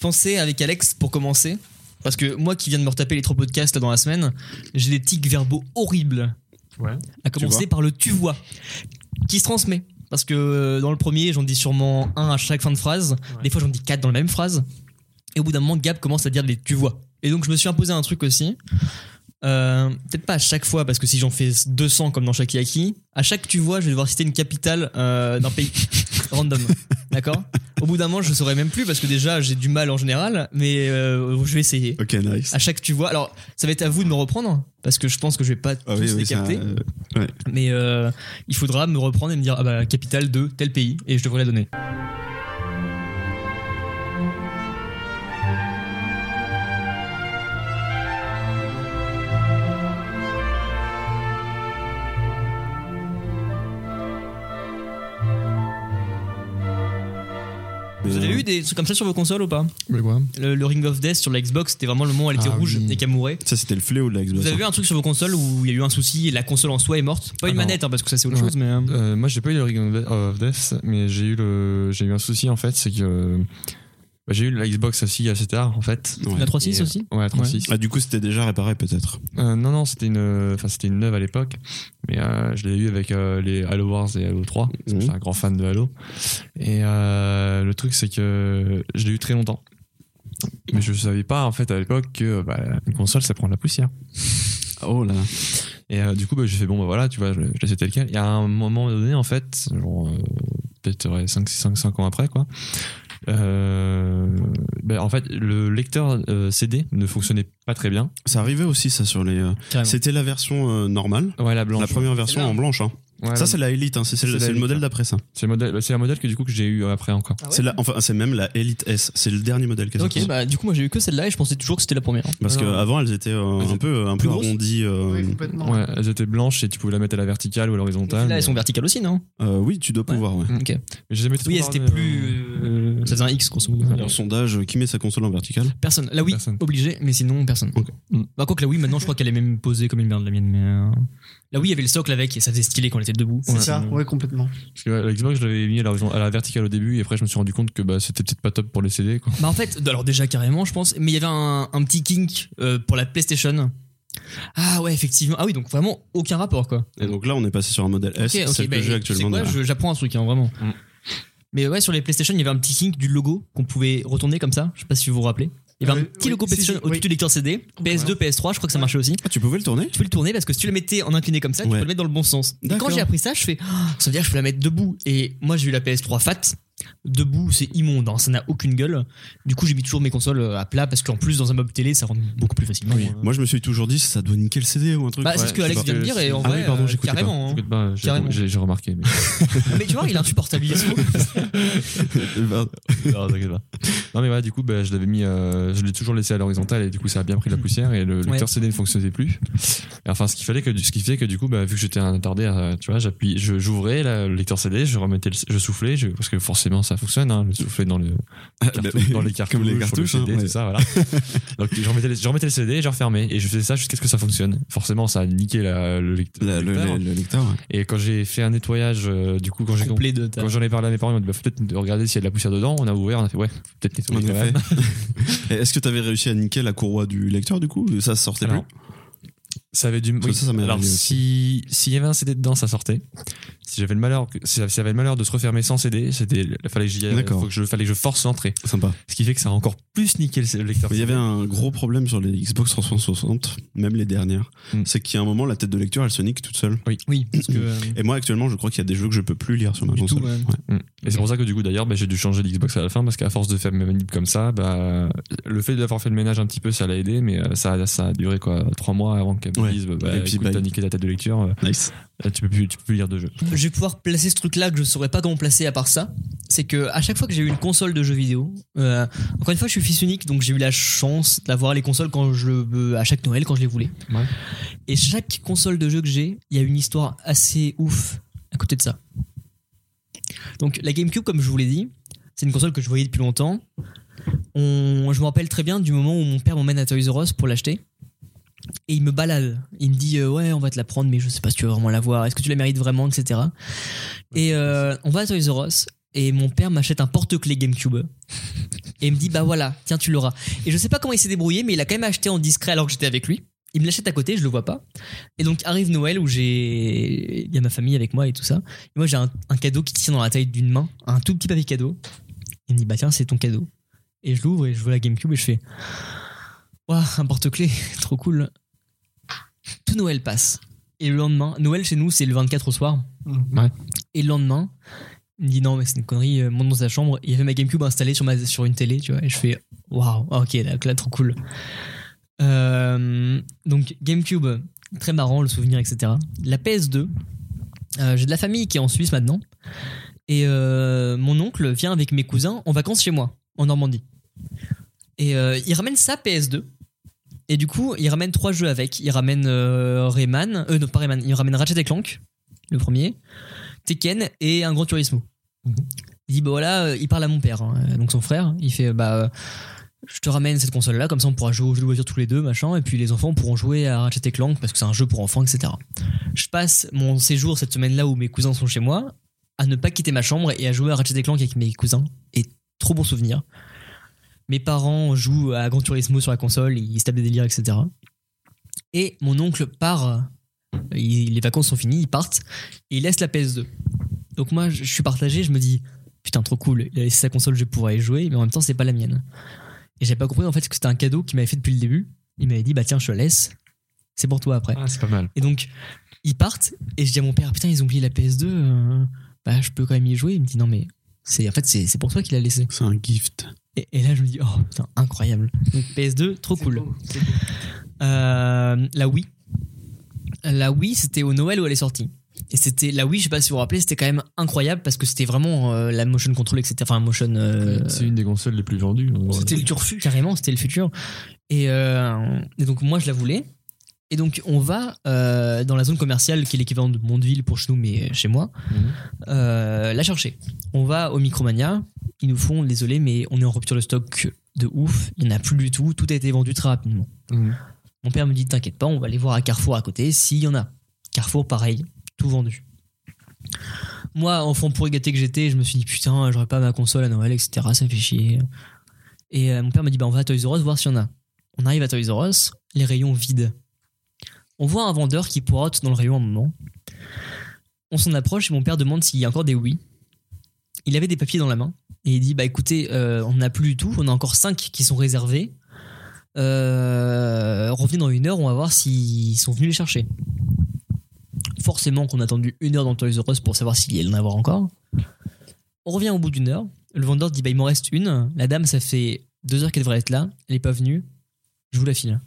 pensais avec Alex pour commencer, parce que moi qui viens de me retaper les trois podcasts là, dans la semaine, j'ai des tics verbaux horribles. Ouais. À commencer par le tu vois, qui se transmet. Parce que euh, dans le premier, j'en dis sûrement un à chaque fin de phrase. Des fois, j'en dis quatre dans la même phrase. Et au bout d'un moment, Gab commence à dire les tu vois. Et donc, je me suis imposé un truc aussi. Euh, Peut-être pas à chaque fois, parce que si j'en fais 200 comme dans Shakiaki, à chaque tu vois, je vais devoir citer une capitale euh, d'un pays random. D'accord Au bout d'un moment, je saurais même plus, parce que déjà, j'ai du mal en général, mais euh, je vais essayer. Ok, nice. À chaque tu vois, alors ça va être à vous de me reprendre, parce que je pense que je vais pas Ah tous oui, les oui, c'est un- capter. euh, Mais euh, il faudra me reprendre et me dire ah bah capitale de tel pays et je devrais la donner. Vous avez mais, euh, eu des trucs comme ça sur vos consoles ou pas Mais quoi le, le Ring of Death sur la Xbox, c'était vraiment le moment où elle était Ah rouge oui. et qu'elle mourait. Ça, c'était le fléau de la Xbox. hein. Vous avez vu un truc sur vos consoles où il y a eu un souci et la console en soi est morte Pas Ah une non. manette hein, parce que ça c'est autre Ouais. chose, mais euh, Euh, moi, j'ai pas eu le Ring of- of Death, mais j'ai eu le, j'ai eu un souci en fait, c'est que euh, bah, j'ai eu la Xbox aussi assez tard en fait. Ouais. euh, la 3.6 Et- aussi. Ouais, la 36. Ah, du coup, c'était déjà réparé, peut-être. Euh, non, non, c'était une, enfin c'était une neuve à l'époque, mais euh, je l'ai eu avec euh, les Halo Wars et Halo 3. parce que Mhm. Je suis un grand fan de Halo. Et euh, le truc, c'est que je l'ai eu très longtemps. Mais je savais pas en fait à l'époque que bah, une console ça prend de la poussière. Oh là là. Et euh, du coup, bah, j'ai fait bon, bah voilà, tu vois, je, je laissais tel quel. Il y a un moment donné, en fait, genre, euh, peut-être 5, 5, 5 ans après, quoi. euh, bah, en fait, le lecteur euh, CD ne fonctionnait pas très bien. Ça arrivait aussi, ça, sur les. euh, Carrément. C'était la version euh, normale. Ouais, la La blanche. première version Celle-là. en blanche. hein. Ouais, ça, la- c'est la Elite. hein, C'est celle- C'est la c'est le Elite, modèle hein. d'après ça. c'est le modèle, bah, c'est un modèle que du coup que j'ai eu euh, après encore. Ah ouais C'est la- enfin, c'est même la Elite S. C'est le dernier modèle qu'elle Ok, bah du coup moi j'ai eu que celle-là et je pensais toujours que c'était la première. Parce Ah non. qu'avant, elles étaient euh, Elles un peu, un peu grosses arrondies. euh, Oui, complètement. Ouais, elles étaient blanches et tu pouvais la mettre à la verticale ou à l'horizontale. Là elles sont mais- verticales aussi, non euh, oui, tu dois pouvoir, ouais. Ok. mais j'ai jamais été Oui, elles trop étaient parlé, plus. euh, Ça faisait un X grosso modo. Alors, sondage euh, qui met sa console en verticale Personne. La Wii, Personne. obligé, mais sinon personne. Ok. Mm. Bah, quoi que la Wii, maintenant, je crois qu'elle est même posée comme une merde, la mienne. Mais euh, la Wii avait le socle avec et ça faisait stylé quand elle était debout. C'est ça, ouais, complètement. Parce que ouais, la Xbox, je l'avais mis à la, horizon- à la verticale au début et après, je me suis rendu compte que bah, c'était peut-être pas top pour les CD. Quoi. Bah en fait, alors déjà carrément, je pense. Mais il y avait un, un petit kink euh, pour la PlayStation. Ah ouais, effectivement. Ah oui, donc vraiment aucun rapport quoi. Et donc là, on est passé sur un modèle S, Ok, ok, celle bah, que tu j'ai sais actuellement. quoi, derrière. je- J'apprends un truc, hein, vraiment. Mm. Mais ouais, sur les PlayStation, il y avait un petit kink du logo qu'on pouvait retourner comme ça. Je sais pas si vous vous rappelez. Il y avait Euh, un petit oui, logo si, PlayStation si, au-dessus oui. du lecteur CD. PS2, PS3, je crois que ça marchait aussi. Ah, tu pouvais le tourner Tu peux le tourner parce que si tu le mettais en incliné comme ça, tu Ouais. peux le mettre dans le bon sens. Et quand D'accord. j'ai appris ça, je fais Ah, ça veut dire que je peux la mettre debout. Et moi, j'ai eu la PS3 fat. Debout, c'est immonde, hein, ça n'a aucune gueule. Du coup, j'ai mis toujours mes consoles euh, à plat parce qu'en plus, dans un meuble télé, ça rentre beaucoup plus facilement. Oui. Moi, je me suis toujours dit, ça doit niquer le CD ou un truc. Bah, c'est Ouais, ce que je Alex sais vient de pas. dire et en Ah oui, vrai, pardon, euh, j'écoutais pas. carrément. hein. Écoute, bah, j'ai- Carrément. J'ai j'ai remarqué. Mais... Mais tu vois, il a insupportabilisé. Bah, non, t'inquiète pas. Non, mais voilà, du coup, bah, je l'avais mis, euh, je l'ai toujours laissé à l'horizontale et du coup, ça a bien pris de la poussière et le Ouais. lecteur CD ne fonctionnait plus. Et enfin, ce qui fallait que, du- ce qui fait que du coup, bah, vu que j'étais un attardé, euh, tu vois, j'appuie, je, j'ouvrais la- le lecteur CD, je remettais, le- je soufflais, je- parce que forcément, ça fonctionne, hein, le souffler dans le, cartouche- dans les cartouches, Bah, Comme les sur le cartouches. CD, hein, ouais. tout ça, voilà. Donc, je remettais, le- je remettais le CD et je refermais et je faisais ça jusqu'à ce que ça fonctionne. Forcément, ça a niqué la- le, lect- La- le le, lecteur. le- le lecteur, ouais. Et quand j'ai fait un nettoyage, euh, du coup, quand j'ai Complet de ta- quand j'en ai parlé à mes parents, ils m'ont dit bah, faut peut-être regarder s'il y a de la poussière dedans. On a ouvert, on a fait ouais, faut peut-être nettoyer En quand effet. même. Et Est-ce que tu avais réussi à niquer la courroie du lecteur du coup Ça sortait Alors, plus Ça avait du. Ça, oui. ça, ça m'est Alors arrivé si s'il y avait un CD dedans, ça sortait. Si j'avais le malheur, que- si j'avais le malheur de se refermer sans CD, c'était fallait que j'y aille- D'accord. faut que je fallait que je force l'entrée. Sympa. Ce qui fait que ça a encore plus niqué le, le lecteur. Il y avait un gros problème sur les Xbox 360, même les dernières. Mm. C'est qu'à un moment, la tête de lecture, elle se nique toute seule. Oui, parce que. euh, Et moi, actuellement, je crois qu'il y a des jeux que je peux plus lire sur ma Du tout, console. ouais. Mm. Et c'est pour ça que du coup d'ailleurs bah, j'ai dû changer d'Xbox à la fin parce qu'à force de faire mes manips comme ça, bah, le fait d'avoir fait le ménage un petit peu ça l'a aidé mais euh, ça, ça a duré quoi trois mois avant qu'elle me Ouais. dise bah, bah, Et puis, écoute, bah, t'as niqué ta tête de lecture, euh, Nice. là, tu peux plus tu peux plus lire de jeu. je vais pouvoir placer ce truc là que je saurais pas comment placer à part ça c'est que à chaque fois que j'ai eu une console de jeux vidéo euh, encore une fois je suis fils unique donc j'ai eu la chance d'avoir les consoles quand je euh, à chaque Noël quand je les voulais Ouais. et chaque console de jeu que j'ai il y a une histoire assez ouf à côté de ça donc la GameCube comme je vous l'ai dit c'est une console que je voyais depuis longtemps On- je me rappelle très bien du moment où mon père m'emmène à Toys R Us pour l'acheter et il me balade. Il me dit euh, ouais on va te la prendre mais je sais pas si tu veux vraiment la voir. Est-ce que tu la mérites vraiment etc. Et euh, on va à Toys R Us et mon père m'achète un porte-clés GameCube et il me dit bah voilà, tiens tu l'auras. Et je sais pas comment il s'est débrouillé, mais il a quand même acheté en discret alors que j'étais avec lui. Il me l'achète à côté, je le vois pas. Et donc arrive Noël où j'ai, il y a ma famille avec moi et tout ça. Et moi j'ai un, un cadeau qui tient dans la taille d'une main, un tout petit papier cadeau. Il me dit bah tiens c'est ton cadeau. Et je l'ouvre et je vois la GameCube et je fais waouh un porte-clés, trop cool. Tout Noël passe. Et le lendemain, Noël chez nous c'est le 24 au soir. Mhm. Ouais. Et le lendemain, il me dit non mais c'est une connerie, euh, monte dans sa chambre. Il y avait ma GameCube installée sur, ma, sur une télé, tu vois. Et je fais waouh, ah, ok, là, là, trop cool. Euh, donc GameCube, très marrant le souvenir, etc. La PS2, euh, j'ai de la famille qui est en Suisse maintenant. Et euh, mon oncle vient avec mes cousins en vacances chez moi, en Normandie. Et euh, il ramène sa PS2. Et du coup, il ramène trois jeux avec. Il ramène euh, Rayman, euh, non pas Rayman, il ramène Ratchet et Clank, le premier. Tekken et un Grand Turismo. Il dit bah voilà, euh, il parle à mon père, hein, euh, donc son frère. Il fait bah euh, je te ramène cette console là, comme ça on pourra jouer aux jeux de voiture tous les deux, machin, et puis les enfants pourront jouer à Ratchet et Clank parce que c'est un jeu pour enfants, etc. Je passe mon séjour cette semaine là où mes cousins sont chez moi à ne pas quitter ma chambre et à jouer à Ratchet et Clank avec mes cousins. Et trop bon souvenir. Mes parents jouent à Grand Turismo sur la console, ils se tapent des délires, etc. Et mon oncle part, euh, il- les vacances sont finies, ils partent, et il laisse la PS2. Donc moi, je je suis partagé, je me dis, putain, trop cool, il a laissé sa console, je pourrais y jouer, mais en même temps, c'est pas la mienne. Et j'avais pas compris en fait que c'était un cadeau qu'il m'avait fait depuis le début. Il m'avait dit, bah tiens, je te laisse, c'est pour toi après. Ah, c'est pas mal. Et donc, ils partent, et je dis à mon père, ah, putain, ils ont oublié la PS2, euh, bah je peux quand même y jouer. Il me dit, non mais, c'est en fait, c'est c'est pour toi qu'il l'a laissé. C'est un gift. Et, et là, je me dis, oh putain, incroyable. Donc PS2, trop C'est cool. beau, c'est beau. Euh, la Wii. La Wii, c'était au Noël où elle est sortie. Et c'était la Wii, je sais pas si vous vous rappelez, c'était quand même incroyable parce que c'était vraiment euh, la motion control, etc. Enfin, motion. euh, C'est une des consoles les plus vendues. C'était le turfu. Carrément, c'était le futur. Et, euh, et donc, moi, je la voulais. Et donc, on va euh, dans la zone commerciale qui est l'équivalent de Mondeville pour chez nous, mais chez moi, Mhm. euh, la chercher. On va au Micromania. Ils nous font, désolé, mais on est en rupture de stock de ouf. Il n'y en a plus du tout. Tout a été vendu très rapidement. Mhm. Mon père me dit T'inquiète pas, on va aller voir à Carrefour à côté s'il y en a. Carrefour, pareil, tout vendu. Moi, enfant pourri gâté que j'étais, je me suis dit Putain, j'aurais pas ma console à Noël, etc. Ça me fait chier. Et euh, mon père me dit bah, On va à Toys R Us voir s'il y en a. On arrive à Toys R Us, les rayons vides. On voit un vendeur qui poirote dans le rayon un moment. On s'en approche et mon père demande s'il y a encore des oui. Il avait des papiers dans la main et il dit Bah écoutez, euh, on n'a plus du tout, on a encore 5 qui sont réservés. Euh, revenez dans une heure, on va voir s'ils sont venus les chercher. Forcément qu'on a attendu une heure dans le Toys R Us pour savoir s'il y en avoir encore. On revient au bout d'une heure. Le vendeur dit bah, il m'en reste une. La dame, ça fait deux heures qu'elle devrait être là. Elle n'est pas venue. Je vous la file.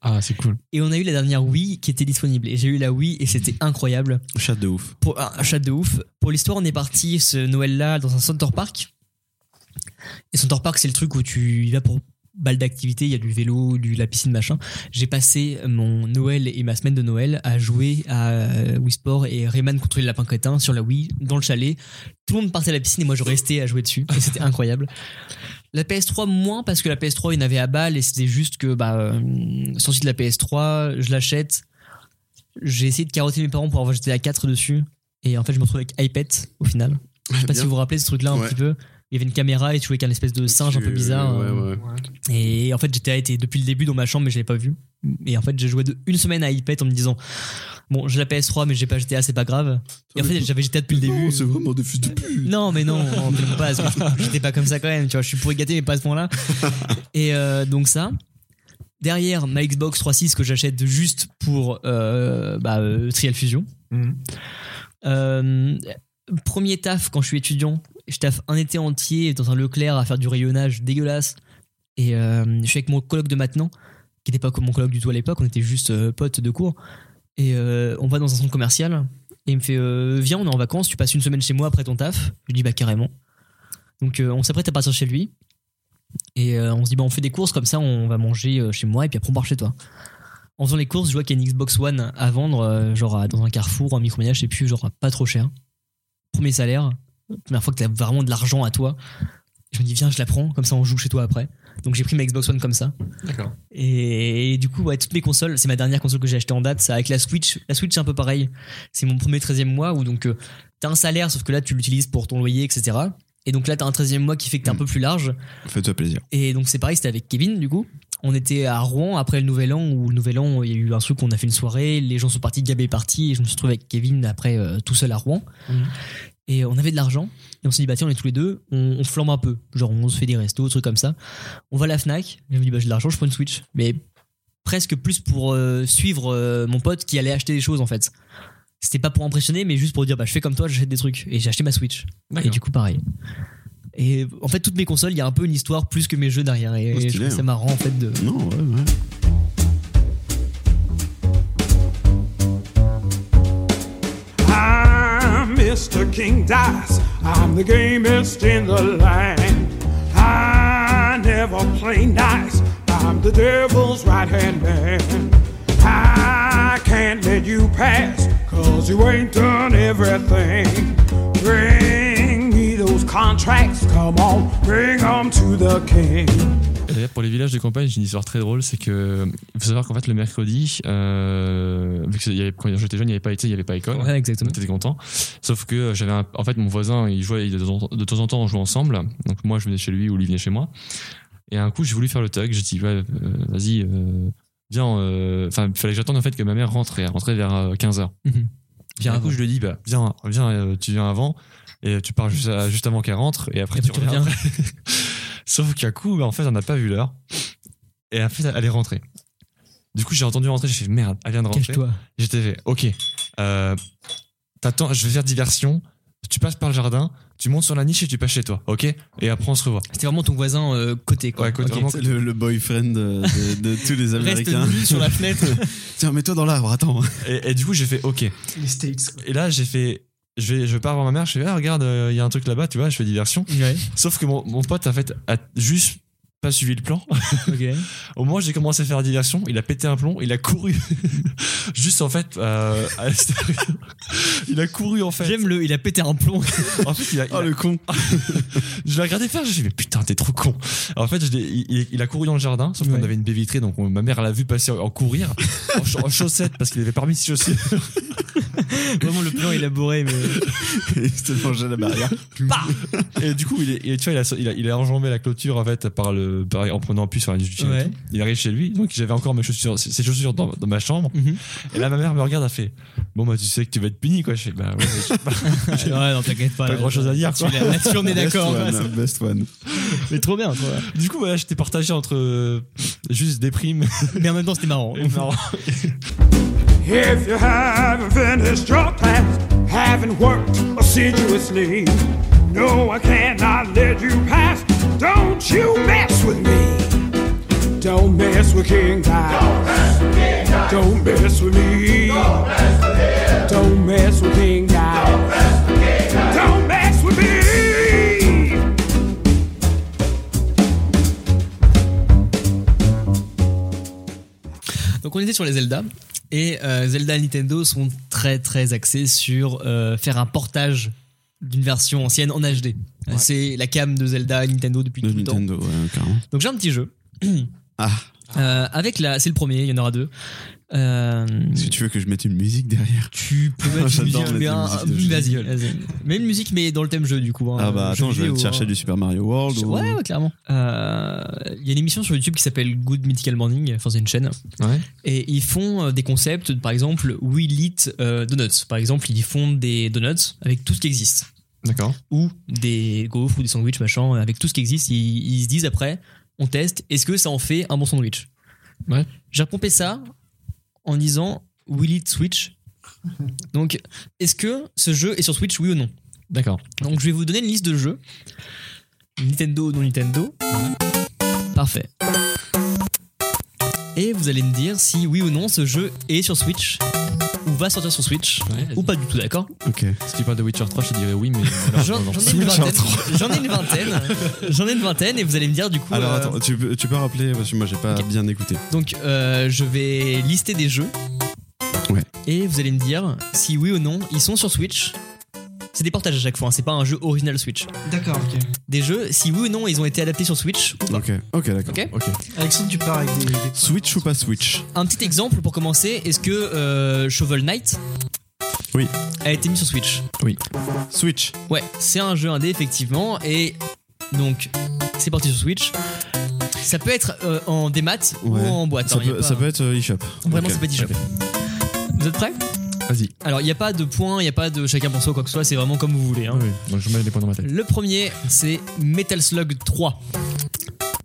Ah, c'est cool. Et on a eu la dernière Wii qui était disponible. Et j'ai eu la Wii et c'était incroyable. Chat de ouf. Pour, ah, un un chat de ouf. Pour l'histoire, on est parti ce Noël-là dans un Center Park. Et Center Park, c'est le truc où tu y vas pour balle d'activité, il y a du vélo, du la piscine, machin. J'ai passé mon Noël et ma semaine de Noël à jouer à euh, Wii Sport et Rayman contre les lapins crétins sur la Wii dans le chalet. Tout le monde partait à la piscine et moi je restais à jouer dessus. Et C'était incroyable. La PS3 moins parce que la PS3 il y en avait à balle et c'était juste que bah euh, sortie de la PS3, je l'achète. J'ai essayé de carotter mes parents pour avoir GTA 4 dessus et en fait je me retrouve avec iPad au final. Je sais pas Ah, Bien. si vous vous rappelez ce truc là un Ouais. petit peu. Il y avait une caméra et tu jouais avec un espèce de singe un peu Tu- bizarre. hein. euh, ouais, ouais. Et en fait, GTA était depuis le début dans ma chambre, mais je l'ai pas vu. Et en fait, j'ai joué de une semaine à iPad en me disant Bon, j'ai la PS3, mais j'ai pas GTA, c'est pas grave. Et en fait, j'avais GTA depuis le début. Non, c'est vraiment des fils de pute. Non, mais non, on fait pas, parce que j'étais pas comme ça quand même, tu vois, je suis pourri gâté, mais pas à ce point-là. Et euh, donc, ça. Derrière, ma Xbox 3.6 que j'achète juste pour euh, bah, euh, Trial Fusion. Mhm. Euh, premier taf quand je suis étudiant, je taffe un été entier dans un Leclerc à faire du rayonnage dégueulasse. Et euh, je suis avec mon colloque de maintenant, qui n'était pas comme mon colloque du tout à l'époque, on était juste euh, potes de cours. Et euh, on va dans un centre commercial. Et il me fait euh, Viens, on est en vacances, tu passes une semaine chez moi après ton taf. Je lui dis Bah, carrément. Donc, euh, on s'apprête à partir chez lui. Et euh, on se dit Bah, on fait des courses, comme ça, on va manger euh, chez moi, et puis après, on part chez toi. En faisant les courses, je vois qu'il y a une Xbox One à vendre, euh, genre à- dans un carrefour, un micro je sais plus, genre à pas trop cher. Premier salaire, première fois que t'as vraiment de l'argent à toi. Je me dis Viens, je la prends, comme ça, on joue chez toi après. Donc, j'ai pris ma Xbox One comme ça. D'accord. Et, du coup, ouais, toutes mes consoles, c'est ma dernière console que j'ai achetée en date, c'est avec la Switch. La Switch, c'est un peu pareil. C'est mon premier 13e mois où donc euh, t'as un salaire, sauf que là, tu l'utilises pour ton loyer, etc. Et donc là, t'as un 13e mois qui fait que t'es un Mm. peu plus large. Fais-toi plaisir. Et donc c'est pareil, c'était avec Kevin du coup. On était à Rouen après le Nouvel An où le Nouvel An, il y a eu un truc, on a fait une soirée, les gens sont partis, Gab est parti et je me suis retrouvé avec Kevin après euh, tout seul à Rouen. Mhm. Et on avait de l'argent et on s'est dit bah tiens on est tous les deux, on, on flambe un peu, genre on se fait des restos, trucs comme ça. On va à la Fnac, et je me dis bah j'ai de l'argent, je prends une Switch, mais presque plus pour euh, suivre euh, mon pote qui allait acheter des choses en fait. C'était pas pour impressionner, mais juste pour dire bah je fais comme toi, j'achète des trucs et j'ai acheté ma Switch. Et du coup pareil. Et en fait, toutes mes consoles, il y a un peu une histoire plus que mes jeux derrière. Et Oh, stylé, je trouve hein. ça marrant en fait de. Non, ouais, ouais. I'm Mr. King Dice. I'm the gamest in the land. I never play nice. I'm the devil's right hand man. I can't let you pass, cause you ain't done everything. Bring me those contracts, come on, bring 'em to the king. Et D'ailleurs, pour les villages de campagne, j'ai une histoire très drôle. C'est que, il faut savoir qu'en fait, le mercredi, euh, vu que c'est- il y avait- quand j'étais jeune, il n'y avait pas, tu sais, il y avait pas école. Ouais, exactement. T'étais content. Sauf que euh, j'avais un- en fait mon voisin, il jouait de, temps en temps- de temps en temps, on jouait ensemble. Donc moi je venais chez lui ou lui venait chez moi. Et un coup j'ai voulu faire le tag. J'ai dit ouais, euh, vas-y, euh, viens. euh, Enfin fallait que j'attende en fait que ma mère rentre. Et elle rentrait vers euh, 15h. Mhm. Puis un coup je lui dis bah viens, viens, euh, tu viens avant et tu pars juste, à- juste avant qu'elle rentre et après Et tu puis tu reviens. reviens. après. Sauf qu'un coup bah, en fait on n'a pas vu l'heure. Et en fait elle est rentrée. Du coup j'ai entendu rentrer. J'ai fait merde, elle vient de rentrer. Cache-toi. J'étais fait, ok. Euh, T'attends, je vais faire diversion. Tu passes par le jardin, tu montes sur la niche et tu passes chez toi, ok Et après on se revoit. C'était vraiment ton voisin euh, côté. Quoi. Ouais, côté, Ok. vraiment. C'est le, le boyfriend euh, de, de tous les Reste Américains. nu sur la fenêtre. Tiens, mets-toi dans l'arbre, attends. Et, et du coup j'ai fait, ok. Les States. Et là j'ai fait, je vais, je pars voir ma mère. Je fais, ah, regarde, il y a un truc là-bas, tu vois, je fais diversion. ouais. Sauf que mon, mon pote en fait a juste pas suivi le plan. Ok. Au moment où j'ai commencé à faire diversion, il a pété un plomb, il a couru. juste en fait, euh, à l'extérieur. il a couru en fait. J'aime le. Il a pété un plomb. En fait, il a- il Oh, a- le con. Je l'ai regardé faire, j'ai fait, mais putain, t'es trop con. Alors, en fait, je l'ai- il, il a couru dans le jardin, sauf qu'on Ouais. avait une baie vitrée, donc on- ma mère l'a vu passer en, en courir, en, cha- en chaussettes, parce qu'il avait parmi ses chaussettes. Vraiment le plan élaboré, mais. Il se mangeait la barrière. Et du coup, il est, il est- tu vois, il a, il, a, il a enjambé la clôture, en fait, par le, par- en prenant appui sur la du Ouais. Il arrive chez lui, donc j'avais encore mes chaussures, ses chaussures dans, dans ma chambre. Mhm. Et là, ma mère me regarde, elle fait, bon, bah, tu sais que tu vas être puni, quoi. Je fais, bah, ouais, mais je- bah, ouais, non, t'inquiète pas. Pas là, grand-chose à dire, là-dessus, là- Là-dessus, on est d'accord. Best one. Best one. Mais trop bien, trop bien. Du coup, voilà, j'étais partagé entre euh, juste déprime Mais en même temps, c'était marrant. et marrant. If you haven't finished your task, haven't worked assiduously, no, I cannot let you pass. Don't you mess with me. Don't mess with King Dice. Don't mess with me. Don't mess with King Dice. Don't mess with me. Donc on était sur les Zelda. Et euh, Zelda et Nintendo sont très très axés sur euh, faire un portage d'une version ancienne en HD. Euh, C'est la cam de Zelda et Nintendo depuis De tout le temps. Nintendo, ouais, carrément. Donc j'ai un petit jeu. Ah, Euh, avec la, c'est le premier, il y en aura deux. Euh, si tu veux que je mette une musique derrière. tu peux mettre une J'adore musique, mais mettre un- des musiques de vas-y, jeu. vas-y. Même musique, mais dans le thème jeu du coup. hein, Ah bah jeu attends, je vais vidéo, te chercher hein. du Super Mario World. ou- Ouais, ouais, clairement. Euh, Il y a une émission sur YouTube qui s'appelle Good Mythical Morning, enfin c'est une chaîne. Ouais. Et ils font euh, des concepts, par exemple, We Lit euh, Donuts. Par exemple, ils font des donuts avec tout ce qui existe. D'accord. Ou des gaufres ou des sandwichs, machin, avec tout ce qui existe. Ils, ils se disent après, on teste, est-ce que ça en fait un bon sandwich Ouais. J'ai repompé ça en disant We Lit Switch. Donc, est-ce que ce jeu est sur Switch, oui ou non D'accord. donc je vais vous donner une liste de jeux. Nintendo ou non Nintendo. Parfait. Et vous allez me dire si oui ou non ce jeu est sur Switch ou va sortir sur Switch Ouais, vas-y. ou pas du tout, d'accord Ok. Si tu parles de Witcher 3, je te dirais oui, mais. J'en j'en ai une vingtaine. J'en ai une vingtaine. J'en ai une vingtaine et vous allez me dire du coup. Alors euh, attends, tu peux, tu peux rappeler parce que moi j'ai pas bien écouté. Donc euh, je vais lister des jeux. Ouais. Et vous allez me dire si oui ou non ils sont sur Switch. C'est des portages à chaque fois, hein, c'est pas un jeu original Switch. D'accord, ok. Des jeux, si oui ou non ils ont été adaptés sur Switch ou pas. Ok, ok, d'accord. Ok. Ok. Alexandre, tu pars avec des. des- Switch ou pas Switch Un petit exemple pour commencer, est-ce que euh, Shovel Knight Oui. a été mis sur Switch. Switch. Ouais, c'est un jeu indé effectivement et donc c'est parti sur Switch. Ça peut être euh, en démat Ouais. ou en boîte. ça, hein, y a peut, pas- ça peut être euh, eShop. Vraiment, Ok. Ah, c'est pas dit shop. Vous êtes prêts Vas-y. Alors, il n'y a pas de points, il n'y a pas de chacun pour soi, quoi que ce soit, c'est vraiment comme vous voulez. hein. oui. Donc, je mets les points dans ma tête. Le premier, c'est Metal Slug 3.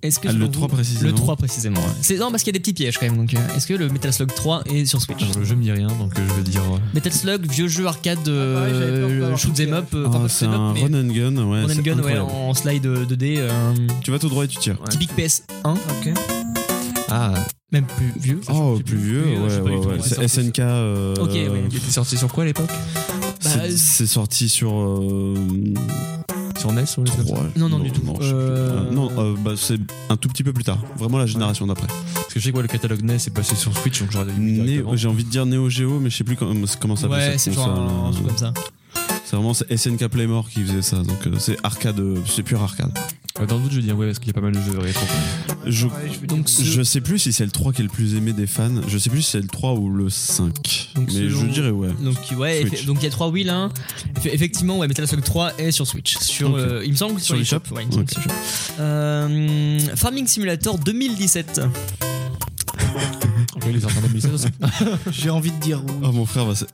Est-ce que Ah, je le vous- 3 précisément. Le 3 précisément. ouais. C'est non parce qu'il y a des petits pièges quand même. Donc, euh, est-ce que le Metal Slug 3 est sur Switch Alors, le jeu me dit rien, donc euh, je vais dire. euh, Metal Slug, vieux jeu arcade, Ah, pareil, j'avais peur de pas euh, avoir shoot tout 'em fait. up, euh, Ah, enfin pas c'est shoot 'em un up, mais run and gun, ouais. run and c'est gun, ouais, incroyable. en slide euh, 2D, euh, Tu vas tout droit et tu tires. typique PS1, Ah, même plus vieux. Oh, plus plus euh, vieux, vieux, je ouais, sais pas ouais, du tout, ouais. ouais, C'est sorti sur- SNK. euh, Ok, ouais. il était sorti sur quoi à l'époque c'est- Bah, C'est sorti sur. euh, Sur NES ou les trucs comme ça trois, Non, non, du tout. je sais plus. Euh, Ah, Non, euh, bah, c'est un tout petit peu plus tard. Vraiment la génération d'après. Parce que je sais que ouais, le catalogue NES est passé sur Switch, donc j'aurais dû le dire Néo- directement. J'ai envie de dire Neo Geo, mais je sais plus comment, comment ça s'appelle ouais, c'est cette genre console, un, un euh, truc comme ça. C'est vraiment c'est SNK Playmore qui faisait ça. Donc euh, c'est arcade, euh, c'est pur arcade. Ouais, Dans le doute, je veux dire, ouais, parce qu'il y a pas mal de jeux rétro. quand même. Je, Ouais, je veux Donc, dire, ce- je sais plus si c'est le 3 qui est le plus aimé des fans. Je sais plus si c'est le 3 ou le 5. Donc, mais selon- je dirais Mm. ouais. Donc ouais, Switch. effe- donc il y a 3 wheels. Hein. Eff- Effectivement, ouais, Metal Slug 3 est sur Switch. Sur, Ok. euh, il me semble que Sur sur, l'eShop eShop, ouais, il me semble que Ok. sur eShop. Euh, Farming Simulator 2017. Ouais, les enfants de 2016, J'ai envie de dire euh, oui. Oh, mon frère va s-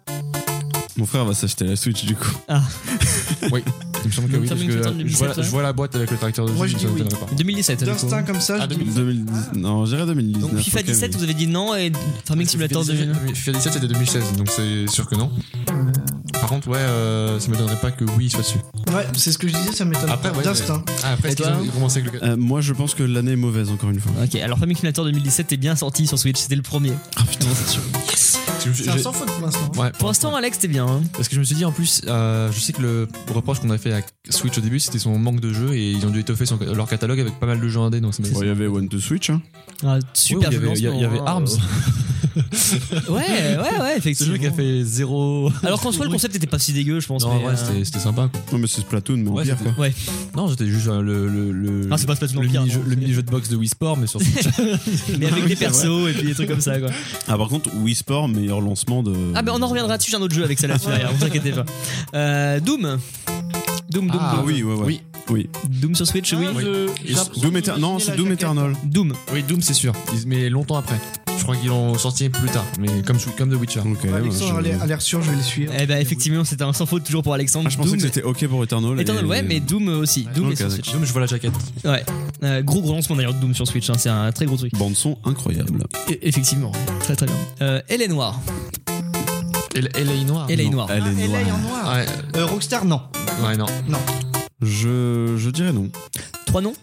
mon frère va s'acheter la Switch du coup. Il me semble que Donc, oui, parce Terminator que euh, je, vois, 2017, la- je vois la boîte avec le tracteur dessus, Moi, je mais dis ça oui. Ah, m'étonnerait pas. 2017. hein, du coup. D'instinct comme ça, je dis- 2010 Non, j'irais 2019. Donc FIFA ok, 17, mais- vous avez dit non et Farming Simulator 2017. FIFA 17, c'était 2016, donc c'est sûr que non. Par contre, ouais, euh, ça m'étonnerait pas que oui, il soit dessus. Ouais, c'est ce que je disais, ça m'étonne. Après, ouais, D'instinct. Ah, après, Et est-ce qu'ils toi ont commencé avec le. Euh, moi je pense que l'année est mauvaise encore une fois. Ok, alors Farming Simulator 2017 est bien sorti sur Switch, c'était le premier. Parce que je- C'est un j'ai- sans faute pour l'instant. Ouais, Pour l'instant, Alex, t'es bien. hein. Parce que je me suis dit en plus, euh, je sais que le reproche qu'on a fait à Switch au début, c'était son manque de jeux et ils ont dû étoffer son- leur catalogue avec pas mal de jeux indés. Donc ça m'a- Bon, il y avait One to Switch. Hein. Ah, Oui, super il y avait, il y a- il y avait lancement, hein. Arms, Ouais, ouais, ouais, ce effectivement. jeu qui a fait zéro. Alors qu'en soi, le concept était pas si dégueu, je pense. Non, en mais, vrai, euh, c'était- c'était sympa. Quoi. Non mais c'est Splatoon mais en Ouais, pire c'était- quoi. Non, j'étais juste euh, le le le, Non, c'est pas Splatoon le en pire, mini-jeu- non. le mini-jeu de boxe de Wii Sport, mais sur Switch. mais avec des persos et puis des trucs comme ça, quoi. Ah par contre Wii Sport meilleur lancement de. Ah ben on en reviendra dessus, j'ai un autre jeu avec ça là-dessus derrière, vous inquiétez pas. Euh, Doom. Doom, Doom, Ah, Ah Doom. oui ouais, ouais. Oui. oui. Doom sur Switch, oui. Ah, je- j'ai Et l'impression Doom de Eter- non deviner c'est la Doom jaquette. Eternal. Doom. oui, Doom, c'est sûr. Ils- Mais longtemps après. Je crois qu'ils l'ont sorti plus tard, mais comme comme The Witcher. Ok. ouais, Alexandre je- a l'air- a l'air sûr, je vais le suivre. Eh ben effectivement, c'était un sans faute toujours pour Alexandre. Ah, je pensais Doom. que c'était ok pour Eternal. Eternal, et- ouais, mais Doom aussi. Ah, Doom Ok, est sur d'accord. Switch. Doom, je vois la jaquette. Ouais. Euh, gros gros lancement d'ailleurs de Doom sur Switch, hein, c'est un très gros truc. Bande son incroyable. E- effectivement, très très bien. Euh, LA Noir. Et l- LA Noir. LA Non, Noir. Elle est Ah, LA en noire. noir. Ouais, Euh, Rockstar, non. ouais, non. Je, je dirais non. Trois noms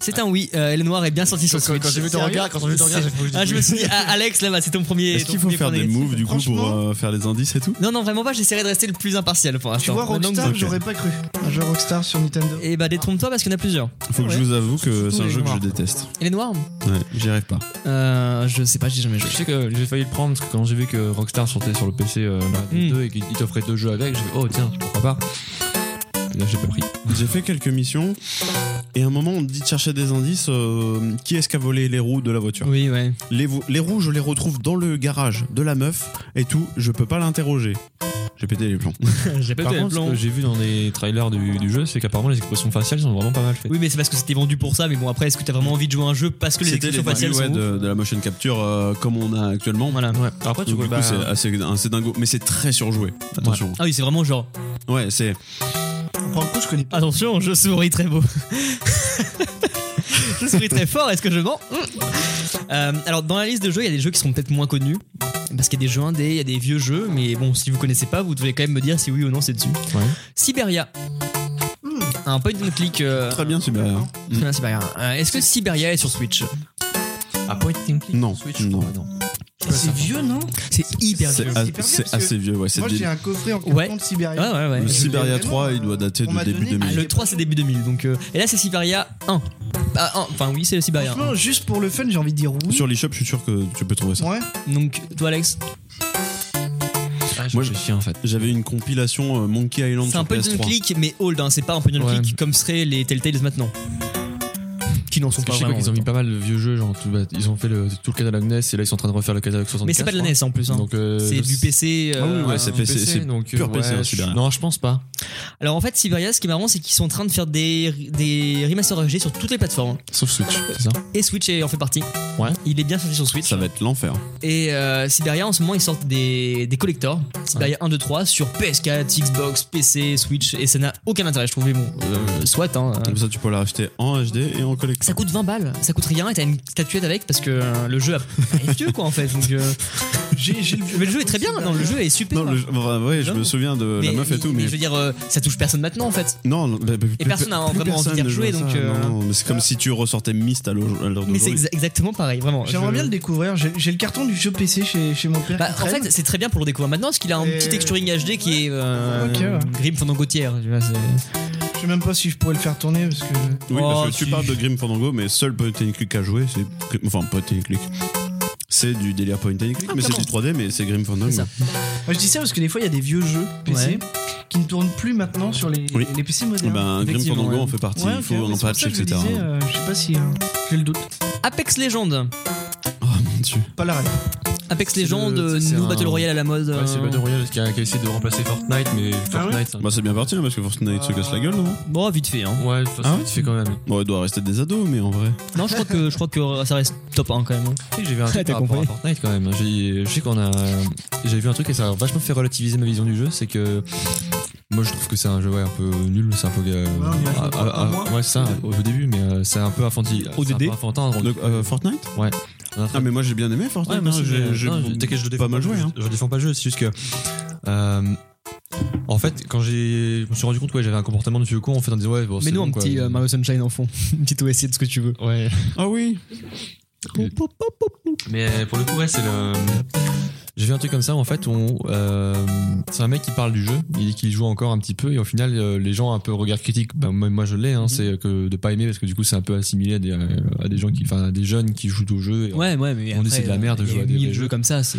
C'est un oui, euh, LA Noir est bien sorti sur Quand, Switch. quand j'ai vu ton Sérieux regard, quand j'ai vu ton regard, j'ai fait- Ah, je me suis dit, ah, Alex, là-bas, c'est ton premier. Est-ce ton qu'il faut premier faire point des négatif. moves du coup pour Franchement- euh, faire les indices et tout Non, non, vraiment pas, j'essaierai de rester le plus impartial pour Tu l'instant. vois, Maintenant que Rockstar, ok. j'aurais pas cru. Un jeu Rockstar sur Nintendo. Eh bah détrompe-toi parce qu'il y en a plusieurs. Faut que je vous avoue que c'est un les jeu que je noirs. déteste. Et les noirs Ouais, j'y arrive pas. euh, Je sais pas, j'ai jamais Je joué. sais que j'ai failli le prendre parce que quand j'ai vu que Rockstar sortait sur le PC euh, Mario Mm. 2 et qu'il t'offrait deux jeux avec, j'ai fait oh tiens, pourquoi pas Et Là j'ai pas pris. J'ai fait quelques missions et à un moment on me dit de chercher des indices. euh, qui est-ce qui a volé les roues de la voiture Oui, ouais. les, vo- les roues, je les retrouve dans le garage de la meuf et tout. Je peux pas l'interroger. J'ai pété les plombs. j'ai pas Par contre, ce que j'ai vu dans les trailers du, du jeu, c'est qu'apparemment les expressions faciales sont vraiment pas mal faites. Oui, mais c'est parce que c'était vendu pour ça. Mais bon, après, est-ce que t'as vraiment envie de jouer à un jeu parce que les C'était expressions faciales les débuts, ouais, sont ouf de, de la motion capture euh, comme on a actuellement. Voilà. Alors Après tu Donc, vois du coup, bah, c'est assez, assez dingo, mais c'est très surjoué. Attention. Ah oui, c'est vraiment genre. Ouais, c'est. Pour le coup, je connais pas. Attention, je souris très beau. je souris très fort, est-ce que je mens Euh, Alors, dans la liste de jeux, il y a des jeux qui sont peut-être moins connus. Parce qu'il y a des jeux indés, il y a des vieux jeux. Mais bon, si vous connaissez pas, vous devez quand même me dire si oui ou non c'est dessus. Ouais. Siberia. Un point and click. euh, Très bien, super. Très bien, Siberia. Euh, Est-ce que Siberia est sur Switch à Ah, point and click Non, Switch, je non. crois, non. C'est vieux, non C'est hyper C'est vieux. as- hyper bien, c'est parce assez vieux, ouais. C'est Moi, des- j'ai un coffret en carton Ouais. Ah, de Sibérie. Ouais, ouais, ouais. Le Siberia vraiment, 3, il euh, doit dater on du m'a début donné- 2000. Ah, le 3 c'est début 2000 donc euh, et là c'est Siberia 1. Bah, un, enfin oui c'est le Siberia. Franchement, juste pour le fun, j'ai envie de dire oui. Sur l'eShop, je suis sûr que tu peux trouver ça. Ouais. Donc toi Alex, Ah, Moi, Moi je- je suis en fait. J'avais une compilation euh, Monkey Island c'est un sur point and PS3. click mais old hein, c'est pas un point and Ouais. click comme seraient les Telltales maintenant. qui n'en sont Parce que pas je sais quoi, vraiment. qu'ils ont mis pas mal de vieux jeux, genre tout, bah, ils ont fait le, tout le catalogue NES E et là ils sont en train de refaire le catalogue 64. mais c'est pas de la je NES crois. en plus. hein. Donc, euh, C'est du PC. Ah oui, euh, ouais, c'est du PC, c'est donc, pur euh, PC, hein, ouais, celui-là. je- Non, je pense pas. Alors en fait, Siberia, ce qui est marrant, c'est qu'ils sont en train de faire des, des remasters HD sur toutes les plateformes. hein. Sauf Switch, c'est ça Et Switch est- en fait partie. Ouais. Il est bien sorti sur Switch. Ça va être l'enfer. Et euh, Siberia, en ce moment, ils sortent des, des collectors. Siberia 1, 2, 3 sur PS4, Xbox, PC, Switch. Et ça n'a aucun intérêt, je trouve. Mais bon, euh, soit. Hein, euh. Comme ça, tu peux la racheter en HD et en collecte. Ça coûte 20 balles, ça coûte rien et t'as une statuette avec parce que euh, le jeu a... est vieux quoi en fait. Donc, euh, Mais le jeu est très bien, non, le jeu est super. Non, le jeu- bah, ouais, je Non. me souviens de la meuf et tout, mais. je veux dire, euh, ça touche personne maintenant en fait. Non, non, bah, plus- Et personne n'a plus vraiment envie personne d'y ne joue à rejouer, donc, ça. euh, Non, non, mais c'est comme si tu ressortais Myst à l'heure à l'heure Mais c'est d'aujourd'hui. exa- exactement pareil, vraiment. J'aimerais Je- bien le découvrir. J'ai j'ai le carton du jeu PC chez, chez mon père. Bah, qui en traîne. fait, c'est très bien pour le découvrir maintenant parce qu'il a un Et- petit texturing HD qui est euh, Ok, ouais. Grim Fandangotière. tu vois, c'est- je sais même pas si je pourrais le faire tourner parce que. Oh, Oui, parce que tu- tu parles de Grim Fandango, mais seul point and click à jouer, c'est. Enfin, point and click. C'est du délire point and click, Ah, mais c'est du 3D, mais c'est Grim Fandango. C'est ça. Moi, je dis ça parce que des fois, il y a des vieux jeux PC Ouais. qui ne tournent plus maintenant sur les, Oui. les PC modernes. Ben, Grim Effectivement, Fandango ouais. en fait partie, Ouais, il ok, faut mais un c'est pour patch, ça que je etc. disais, euh, je sais pas si euh, j'ai le doute. Apex Legends. Oh mon dieu. Pas la règle. Apex C'est Legends, le- euh, c'est nouveau un- Battle Royale à la mode. Ouais, c'est euh, Battle Royale qui a, qui a essayé de remplacer Fortnite, mais Ah ouais Fortnite. Bah, c'est bien parti, hein, parce que Fortnite se casse la gueule, non Bon, vite fait. hein. Ouais, de toute façon, Ah ouais tu fais quand même. Bon, il doit rester des ados, mais en vrai. Non, je crois que je crois que ça reste top 1 quand même. hein. Tu sais que J'ai vu un truc t'as par rapport à compris. Fortnite quand même. J'ai- Je sais qu'on a. J'ai vu un truc et ça a vachement fait relativiser ma vision du jeu. C'est que. Moi je trouve que c'est un jeu ouais, un peu nul, c'est un peu. euh, on y a joué à- pendant à- un à- mois. ouais, c'est ça, au au début, mais euh, c'est un peu infantil. c'est un DD. peu enfantin. on- Donc, euh, Fortnite Ouais. Ah, mais moi j'ai bien aimé Fortnite, Ouais, moi hein, aussi, j'ai- mais- euh, j'ai non, je- t'inquiète, je le défends pas mal joué. je- Hein. Je, défends pas le jeu, c'est juste que. euh, en fait, quand j'ai, je me suis rendu compte que ouais, j'avais un comportement de vieux con en fait en disant ouais, bon, Oh, c'est Mais nous, bon, un quoi. petit euh, Mario Sunshine en fond. Une petite OSC de ce que tu veux. Ouais. Ah oui Mais euh, pour le coup, ouais, c'est le. J'ai vu un truc comme ça en fait où euh, c'est un mec qui parle du jeu, il dit qu'il joue encore un petit peu et au final euh, les gens un peu regard critique, bah, moi, moi je l'ai, hein, c'est que de pas aimer parce que du coup c'est un peu assimilé à des, euh, à des gens qui, enfin à des jeunes qui jouent au jeu. Et, Ouais, ouais, mais On dit après, c'est de la merde de il y a jouer à des mille vrais jeux jeux. comme ça. C'est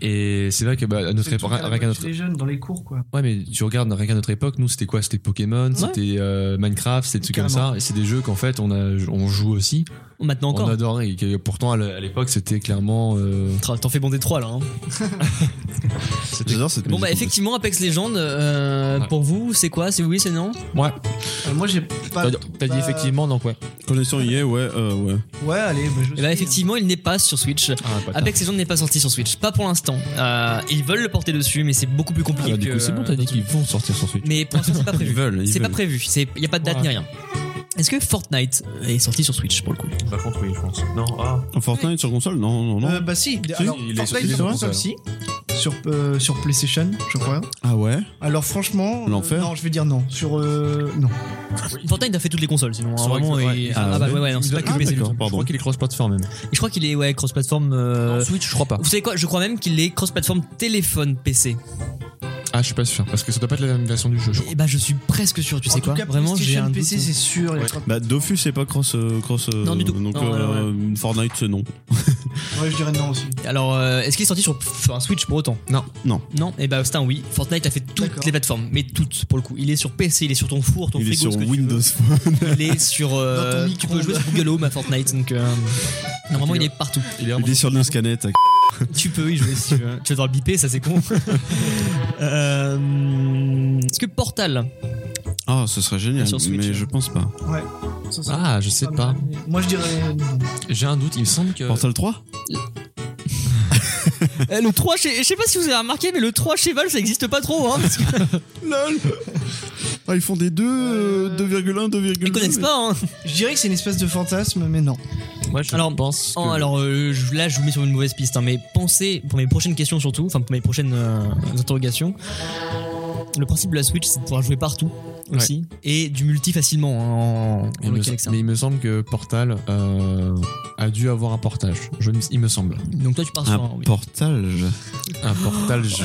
et c'est vrai que bah, à notre C'est le époque, truc à la avec un mode autre chez les jeunes dans les cours quoi. Ouais, mais tu regardes, rien qu'à notre époque, nous, c'était quoi C'était Pokémon, c'était euh, Minecraft, c'était des trucs comme ça. Et c'est des jeux qu'en fait, on, a, on joue aussi. maintenant encore. On adorait. Et que pourtant, à l'- à l'époque, c'était clairement. euh, Tra- T'en fais bonder trois là. hein. c'était- J'adore cette Bon bah musique. effectivement Apex Legends euh, Ouais. pour vous c'est quoi c'est oui c'est non Ouais, Euh, moi j'ai pas. t'as t'as dit pas- effectivement, donc ouais. Connaissant EA, ouais, euh, ouais. Ouais, allez, bah, je Et bah effectivement il n'est pas sur Switch. Ah, pas Apex Legends n'est pas sorti sur Switch pas pour l'instant. Euh, ils veulent le porter dessus mais c'est beaucoup plus compliqué. Ah, bah, du que, coup, c'est bon, euh, t'as dit qu'ils vont sortir sur Switch. Mais pour l'instant c'est pas prévu. Ils veulent, ils C'est pas veulent. prévu. C'est y a pas de date Ouais. ni rien. Est-ce que Fortnite est sorti sur Switch pour le coup Par contre, oui, je pense. Non, ah. Fortnite sur console Non, non, non. Euh, bah si, alors, il est Fortnite sorti sur sur console, si. Sur, euh, sur PlayStation, je crois. ah ouais Alors franchement. euh, L'enfer. non, je vais dire non. Sur. euh, non. Fortnite a fait toutes les consoles sinon. hein, C'est vrai vraiment. que- et- ouais. Ah, Ah, bah ouais. ouais ouais non c'est pas que Ah, PC. d'accord. Je crois qu'il est cross-platform même. Et Je crois qu'il est ouais cross platform. Switch, je crois pas. Vous savez quoi Je crois même qu'il est cross platform téléphone PC. Ah, je suis pas sûr, parce que ça doit pas être la même version du jeu, je crois. Et bah je suis presque sûr tu en sais tout quoi cas, vraiment j'ai PlayStation un PC, doute. c'est sûr. il y a Ouais. trop- Bah, Dofus, c'est pas cross. euh, cross euh, Non, du tout. Donc, Non, ouais, euh, Fortnite, c'est non. Ouais, je dirais non aussi. Alors, euh, est-ce qu'il est sorti sur enfin, Switch pour autant Non. Non. Non, et bah c'est un oui. Fortnite a fait toutes D'accord. les plateformes, mais toutes pour le coup. Il est sur PC, il est sur ton four, ton Il est frigo, sur ce que tu Windows Phone. veux. Il est sur. euh, Dans ton tu peux micro-ondes. jouer sur Google Home à Fortnite, donc. euh, Normalement, il est partout. Il est sur Nuscanet. Tu peux y jouer si tu veux. Tu vas devoir le biper, ça c'est con. Euh, Est-ce que Portal Ah, ce serait génial, Sur Switch, mais ouais. Euh, je pense pas. Ouais. Ça, ça- Ah, je sais pas. Moi je dirais non. J'ai un doute, il me semble que. Portal 3 Euh, Le 3, je sais- je sais pas si vous avez remarqué, mais le 3 chez Valve ça existe pas trop. Hein, parce que- LOL Ah, ils font des 2, euh, 2,1, 2,2. ils connaissent pas. Hein. Je dirais que c'est une espèce de fantasme, mais non. Moi, je Alors, pense. que- Oh, alors euh, je- là, je vous mets sur une mauvaise piste, hein, mais pensez pour mes prochaines questions surtout, enfin pour mes prochaines euh, interrogations. Le principe de la Switch, c'est de pouvoir jouer partout aussi et du multi facilement hein. en, en Il me local sem- externe. mais il me semble que Portal euh, a dû avoir un portage. Je, me- il me semble. Donc toi, tu Ah, pars sur un, Un hein, oui. portage. Un portage.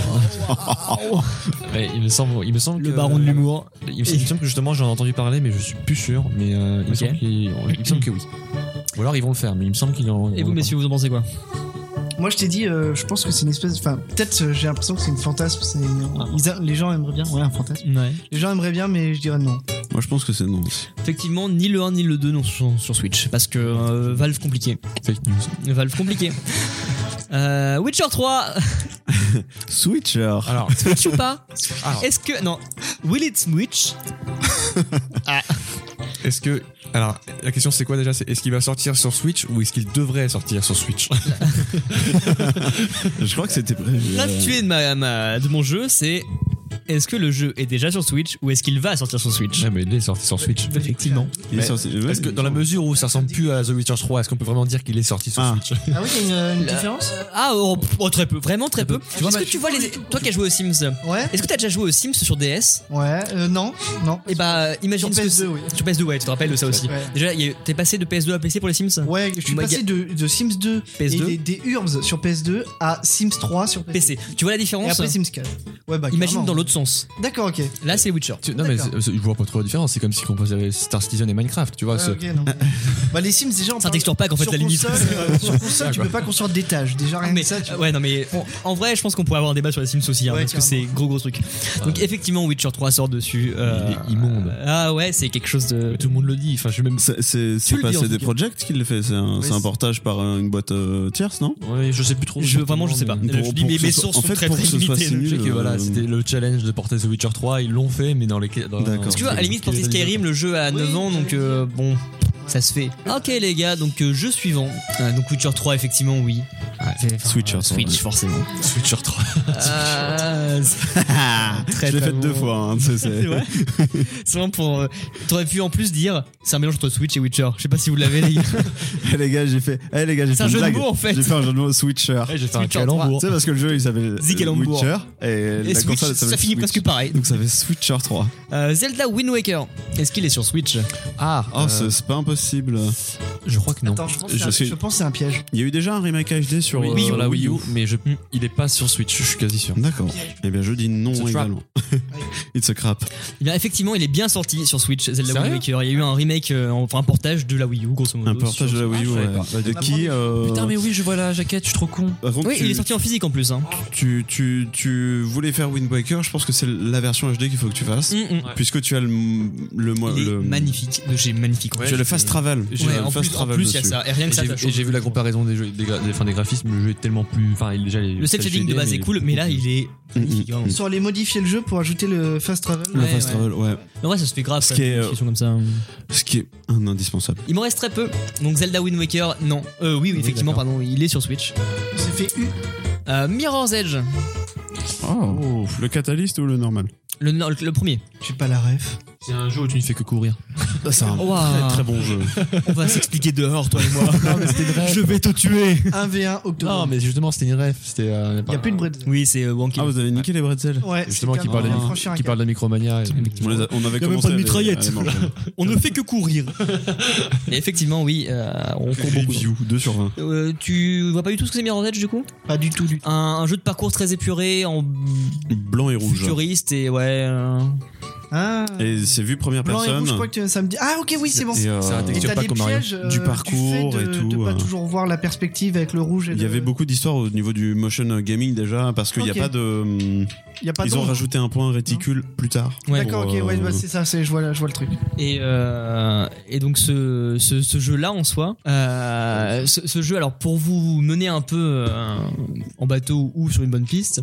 Ouais, il me semble, il me semble Oh. le que- baron de l'humour. Il me semble, il me semble que justement j'en ai entendu parler, mais je suis plus sûr. Mais euh, il, me Ok. semble qu'il- il me semble que oui. Ou alors ils vont le faire, mais il me semble qu'ils en. Et vous, messieurs, vous en pensez quoi Moi, je t'ai dit, euh, je pense que c'est une espèce. Enfin, peut-être euh, Ah. j'ai l'impression que c'est une fantasme. c'est- ils a- les gens aimeraient bien. Ouais, un fantasme. Ouais. Les gens aimeraient bien, mais je dirais non. Moi, je pense que c'est non. Effectivement, ni le 1 ni le 2 non sur, sur Switch, parce que euh, Valve compliqué. Fake news. Valve compliqué. Euh, Witcher 3, Switcher. Alors, Switch ou pas Alors. Est-ce que. Non, will it switch est-ce que. Alors, la question c'est quoi déjà C'est est-ce qu'il va sortir sur Switch ou est-ce qu'il devrait sortir sur Switch Je crois que c'était prévu. L'intitulé de, ma, ma- euh, de mon jeu, c'est est-ce que le jeu est déjà sur Switch ou est-ce qu'il va sortir sur Switch Euh, mais il est sorti sur Switch. Effectivement. Il est sorti- ouais, Est-ce que dans la mesure où ça ressemble plus à The Witcher 3, est-ce qu'on peut vraiment dire qu'il est sorti sur Ah. Switch Ah oui, il y a une, différence Ah, oh, oh, très peu, vraiment très peu. vois, Est-ce bah, que tu vois les. Toi qui as joué aux Sims, Ouais. est-ce que t'as déjà joué aux Sims sur DS Ouais, euh, non, non. Et bah, imagine Sur ce que PS2, c'est- oui. Sur PS2, ouais, tu te rappelles de ça aussi. Ouais. Déjà, il y a- t'es passé de PS2 à PC pour les Sims Ouais, je suis Moi, passé de, de Sims 2 PS2. et des, des Urbs sur PS2 à Sims 3 sur PC. PC. Tu vois la Et différence après Sims 4. Ouais, bah, Imagine clairement. dans l'autre sens. D'accord, ok. Là, c'est Witcher. Tu- Non, mais D'accord. c'est- c'est- je vois pas trop la différence. C'est comme si on comparait Star Citizen et Minecraft, tu vois. Ah, Ouais, c'est- ok, non. bah, les Sims, déjà, on C'est un parle- texture pack en fait, sur la limite. console, euh, sur console, Ah, tu quoi. peux pas construire d'étage. Déjà, rien mais, que ça, tu euh, ouais, non, mais on- en vrai, je pense qu'on pourrait avoir un débat sur les Sims aussi, hein, Ouais, parce que c'est carrément. gros gros truc. Donc, effectivement, Witcher 3 sort dessus. euh, Il est immonde. Ah ouais, c'est quelque chose de. Mais Tout le monde le dit. Enfin, je suis même. C'est- C'est c'est le pas dis, en CD tout cas. Projekt qui le fait, c'est un, c'est un c'est- portage par euh, une boîte euh, tierce, non Ouais, je sais plus trop. Je, vraiment, je sais pas. Pour- Je dis, pour mais que mes ce soit- sources en sont fait, très pour très que ce soit limitées. si donc- Je sais nul, que voilà, euh, c'était le challenge de porter The Witcher 3, ils l'ont fait, mais dans les. D'accord. Parce que tu vois, à la limite, porter Skyrim, le jeu à 9 ans, donc euh, bon, ça se fait. Ok, les gars, donc euh, jeu suivant. Euh, donc Witcher 3, effectivement, oui. Enfin, Switcher, euh, Switch, forcément. Witcher 3. Ah, c'est- très, Je l'ai très fait deux bon. fois. hein, c'est- c'est- C'est vrai. C'est vraiment pour. euh, T'aurais pu en plus dire, c'est un mélange entre Switch et Witcher. Je sais pas si vous l'avez, les gars. Eh, les gars, j'ai fait. Eh les gars, j'ai C'est fait un une jeu de blague. mots, en fait. J'ai fait un jeu de mots Switcher. Ouais, j'ai fait un Witcher calembour. C'est parce que le jeu il s'appelle Zik et euh, Lambourg. Witcher et Et la Switch, console elle ça s'appelle finit Switch. presque pareil. Donc ça fait Switcher 3. Euh, Zelda Wind Waker, est-ce qu'il est sur Switch Ah, Oh, euh, c'est- c'est pas impossible. je crois que non. Attends, je pense, que Je c'est un- suis- je pense que c'est un piège. Il y a eu déjà un remake HD sur, Oui, euh, sur la Wii U, U. mais je- il est pas sur Switch, je suis quasi sûr. Ah, D'accord. Eh bien, je dis non It's a trap. également. It's a crap. Eh bien, Effectivement, il est bien sorti sur Switch, Zelda Wind Sérieux Waker. Il y a eu un remake, euh, enfin un portage de la Wii U, grosso modo. Un portage de sur- la Wii U. savais ouais. pas. Bah, De qui euh, oui, je vois la jaquette, je suis trop con. par contre, Oui, tu- il est sorti en physique en plus. Hein. tu, tu, tu voulais faire Wind Waker, je pense que c'est la version HD qu'il faut que tu fasses. Mm, mm. Puisque tu as le. le, Il est le- magnifique, de chez magnifique. Tu as le fast travel. Tu as Ouais, le en, fast plus, en travel plus, il y a dessus. ça. Et rien Et que ça, j'ai- ça et change j'ai vu la tout. comparaison des, jeux, des, gra- des- enfin, des graphismes, le jeu est tellement plus. Enfin, il déjà. Le cel shading de base est cool, mais là, il est magnifique. Mm, vraiment. Sur les modifier le jeu pour ajouter le fast travel. Le Ouais, fast ouais. travel, ouais. En vrai, ça se fait grave. mm. Ce ça, qui est, des euh, modifications comme ça. Ce qui est un indispensable. Il m'en reste très peu. Donc Zelda Wind Waker, non. Euh, oui, oui, effectivement, d'accord. pardon, il est sur Switch. C'est fait U. Euh, Mirror's Edge, Oh, le catalyste ou le normal le, no- le premier. J'ai pas la ref. C'est un jeu où tu ne fais que courir. C'est un Ouah. très très bon jeu. On va s'expliquer dehors, toi et moi. Je vais te tuer. 1v1 octobre. Non, mais justement, c'était une rêve. C'était. euh, Il y a plus de bread. Oui, c'est euh, Wonky. Ah, vous avez niqué les bretzels Ouais, Justement, c'est qui carrément parle, de- franchir un qui cap. parle de Micromania. et- on, les a- on avait Y a même commencé pas de à les- mitraillette. à les manger. On ne fait que courir. Mais effectivement, oui, euh, on court beaucoup. Review, 2 sur 20. Euh, tu vois pas du tout ce que c'est Mirror's Edge du coup Pas du tout, du tout. un, un jeu de parcours très épuré, en Blanc et rouge. futuriste et ouais. euh, Ah. Et c'est vu première Blanc et personne. rouge, je crois que tu- ça me dit. Ah, ok, oui, c'est bon. Et, euh, C'est un Et texture t'as pas des comme Mario. pièges euh, Du fait parcours de- et tout, De pas euh. toujours voir la perspective avec le rouge. Et il y le- avait beaucoup d'histoires au niveau du motion gaming déjà parce qu'il n'y a Ok. pas de. hum, Il y a pas ils ont d'ombre. rajouté un point réticule plus tard. ouais. D'accord, pour, ok, ouais, euh, bah, c'est ça, c'est- je vois, la- je vois le truc. Et, euh, et donc ce, ce, ce jeu-là en soi, euh, ce, ce jeu, alors pour vous mener un peu euh, en bateau ou sur une bonne piste,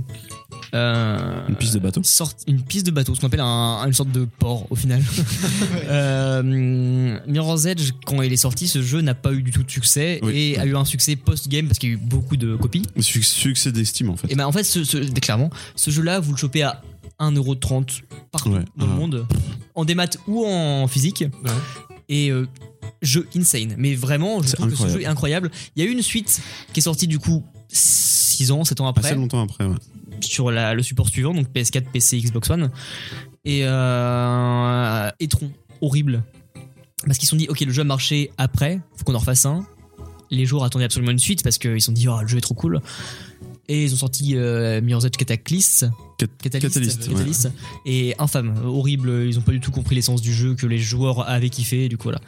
euh, Une piste de bateau. sort- une piste de bateau, ce qu'on appelle un- une sorte de port au final. Euh, Mirror's Edge, quand il est sorti, ce jeu n'a pas eu du tout de succès Oui. et a eu un succès post-game parce qu'il y a eu beaucoup de copies. Euh, Suc- Succès d'estime en fait. Et ben en fait, ce, ce- clairement, ce jeu-là, vous le chopez à 1,30€ partout Ouais, dans le ouais. monde, en démat ou en physique. Ouais. Et euh, jeu insane. Mais vraiment, je C'est trouve que ce incroyable. jeu est incroyable. Il y a eu une suite qui est sortie du coup 6 ans, 7 ans après, Assez longtemps après, ouais. sur la- le support suivant, donc PS4, PC, Xbox One. Et euh, étron, horrible. Parce qu'ils se sont dit, ok, le jeu a marché après, faut qu'on en refasse un. Les joueurs attendaient absolument une suite parce qu'ils se sont dit, oh, le jeu est trop cool. Et ils ont sorti euh, Mirror's Edge Cataclysm, Cat- Catalyst, Catalyst, ouais. Catalyst. et infâme, horrible. Ils ont pas du tout compris l'essence du jeu que les joueurs avaient kiffé, du coup voilà.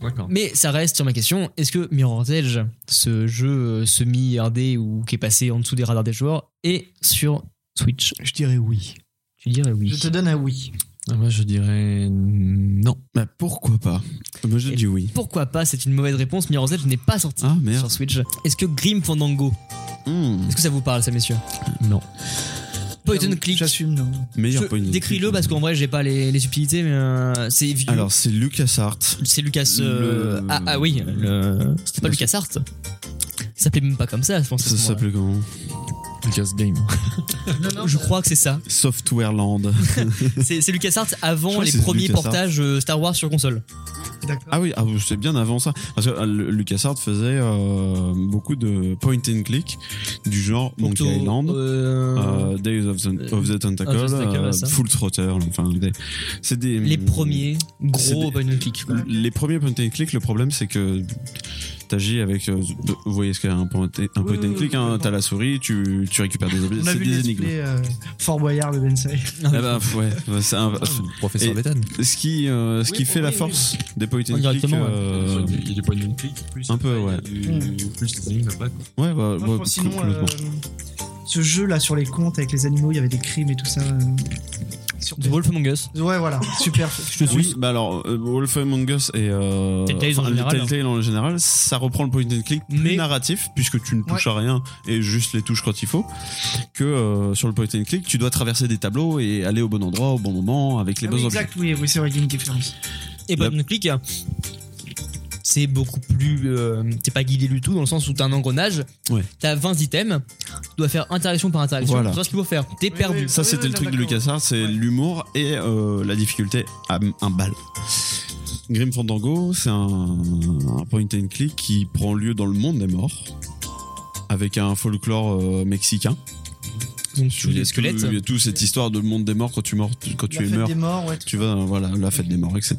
D'accord. Mais ça reste sur ma question est-ce que Mirror's Edge, ce jeu semi indé ou qui est passé en dessous des radars des joueurs, est sur Switch Je dirais oui. Tu dirais oui. Je te donne un oui. Ah, Moi, je dirais non. Bah pourquoi pas Moi je Et- dis oui. Pourquoi pas C'est une mauvaise réponse. Mirror's Edge n'est pas sorti Ah merde. sur Switch. Est-ce que Grim Fandango, Hmm. est-ce que ça vous parle, ça, messieurs Non. Point and click. J'assume, non. Meilleur Je- point. de- Décris-le parce qu'en vrai, j'ai pas les, les subtilités, mais euh, c'est vieux. Alors c'est LucasArts. c'est Lucas. euh, le- Ah, ah oui, le... c'était pas Lucas Art. Ça s'appelait même pas comme ça, je pense. à ce Ça moment-là. s'appelait comment Lucas Game. Je crois que c'est ça. Softwareland. C'est c'est LucasArts Je avant crois que les c'est premiers LucasArts. portages euh, Star Wars sur console. D'accord. Ah oui, ah, c'est bien avant ça. Parce que euh, le- LucasArts faisait euh, beaucoup de point and click du genre Monkey Octo- Island. euh, euh, Days of the, of the Tentacle, of the Tentacle, euh, ouais, ça. Full Throttle, enfin, des- c'est des les premiers c'est gros des- point and click. quoi. Les premiers point and click, le problème c'est que t'agis avec. euh, vous voyez ce qu'est un point, un point Oui, and oui, click, oui, hein, oui. t'as la souris, tu, tu récupères des objets, On a c'est vu le des let's énigmes. play, euh, Fort Boyard Ben de Bensai. Ah bah, pff, ouais, bah, c'est un- Oh. Professeur Et- Vétan. ce qui, euh, ce Oui, qui oui, fait la oui. force des point and click. Indirectement, ouais. euh, Il y a des points de clic, plus Un peu, ouais. Plus les énigmes après. ouais, bah, bah, Moi, je pense sinon, complètement. euh, ce jeu là sur les comptes avec les animaux, il y avait des crimes et tout ça. euh, sur The Wolf Among Us. Ouais, voilà, super. Je te Oui, bah alors, euh, Wolf Among Us et euh, Telltale en enfin, le général. hein. Telltale en général, ça reprend le point and click plus Mais- narratif, puisque tu ne touches à rien et juste les touches quand il faut, que euh, sur le point and click, tu dois traverser des tableaux et aller au bon endroit, au bon moment, avec les Ah bons oui, objets. exact, oui, oui, c'est vrai qu'il y a une différence. Et La- point and click, c'est beaucoup plus. euh, T'es pas guidé du tout dans le sens où t'as un engrenage, Ouais. t'as 20 items, tu dois faire interaction par interaction Voilà. pour savoir ce qu'il faut faire. T'es Oui, perdu. oui. Ça, c'était le truc de d'accord. LucasArts, c'est Ouais. l'humour et euh, la difficulté à m- un bal. Grim Fandango, c'est un, un point and click qui prend lieu dans le monde des morts, avec un folklore euh, mexicain. Donc tu Il y a les squelettes. tout- Il y a toute cette histoire de monde des morts quand tu, morts, tu- quand La tu es fête meurs. des morts, ouais. Tu vas, voilà, la fête des morts, etc.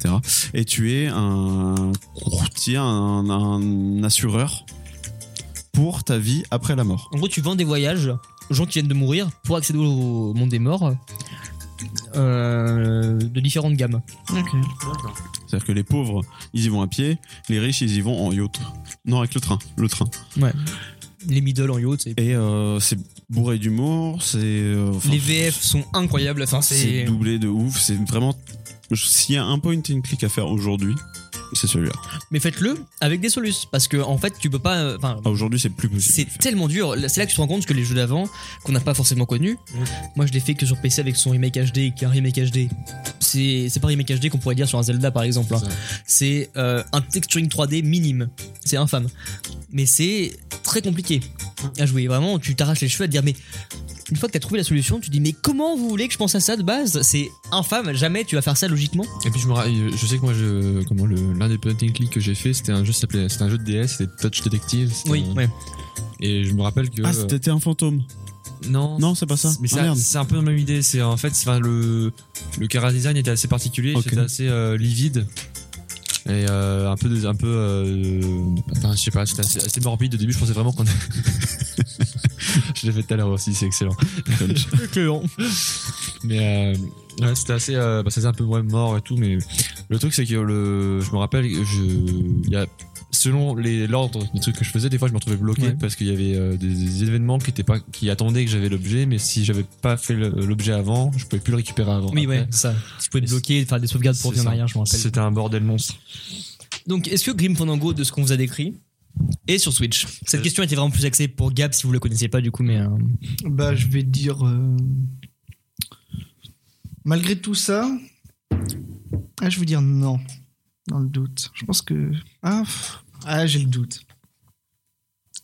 Et tu es un courtier, un, un assureur pour ta vie après la mort. En gros, tu vends des voyages aux gens qui viennent de mourir pour accéder au monde des morts euh, de différentes gammes. Ok. C'est-à-dire que les pauvres, ils y vont à pied, les riches, ils y vont en yacht. Non, avec le train, le train. Les middle en yacht. c'est- Et euh, c'est bourré d'humour, c'est... euh, enfin, Les VF sont incroyables. Enfin, C'est c'est. doublé de ouf, c'est vraiment... S'il y a un point and click à faire aujourd'hui, c'est celui-là. Mais faites-le avec des solus parce que en fait, tu peux pas. euh, Enfin, Ah, Aujourd'hui, c'est plus possible. c'est tellement dur. Là, C'est là que tu te rends compte que les jeux d'avant, qu'on n'a pas forcément connus, moi je l'ai fait que sur PC avec son remake HD, qui est un remake HD. C'est c'est pas un remake HD qu'on pourrait dire sur un Zelda par exemple. hein. C'est euh, un texturing 3D minime. C'est infâme. Mais c'est très compliqué à jouer. Vraiment, tu t'arraches les cheveux à te dire, mais une fois que t'as trouvé la solution, tu dis, mais comment vous voulez que je pense à ça de base C'est infâme. Jamais tu vas faire ça logiquement. Et puis je me rappelle, je sais que moi, je, comment le, l'un des point and click que j'ai fait, c'était un jeu, ça s'appelait, c'était un jeu de DS, c'était Touch Detective. c'était Oui, un- ouais. Et je me rappelle que. euh, Ah, c'était un fantôme. Non. Non, c'est pas ça. Mais Ah, c'est un- merde. c'est un peu la même idée. C'est en fait, c'est- enfin, le le cara design était assez particulier, Ok. c'était assez euh, livide et euh, un peu dés- un peu euh, enfin, je sais pas, c'était assez, assez morbide au début. Je pensais vraiment qu'on. je l'ai fait tout à l'heure aussi, c'est excellent. Mais euh, ouais, c'était assez, euh, bah, ça faisait un peu ouais, mort et tout. Mais le truc c'est que le, je me rappelle, je, il y a selon les l'ordre des trucs que je faisais, des fois je me retrouvais bloqué Ouais. parce qu'il y avait euh, des, des événements qui étaient pas, qui attendaient que j'avais l'objet, mais si j'avais pas fait le- l'objet avant, je pouvais plus le récupérer avant. Oui, Après, ouais, ça. Tu pouvais te bloquer, faire des sauvegardes pour C'est revenir en ça. arrière, je me rappelle. C'était un bordel monstre. Donc, est-ce que Grim Fandango, de ce qu'on vous a décrit, est sur Switch Cette Euh, question était vraiment plus axée pour Gab si vous le connaissiez pas du coup, mais. euh, Bah, je vais dire. euh, Malgré tout ça. Ah, je vais dire non. Dans le doute. Je pense que. Ah, pff. Ah, j'ai le doute.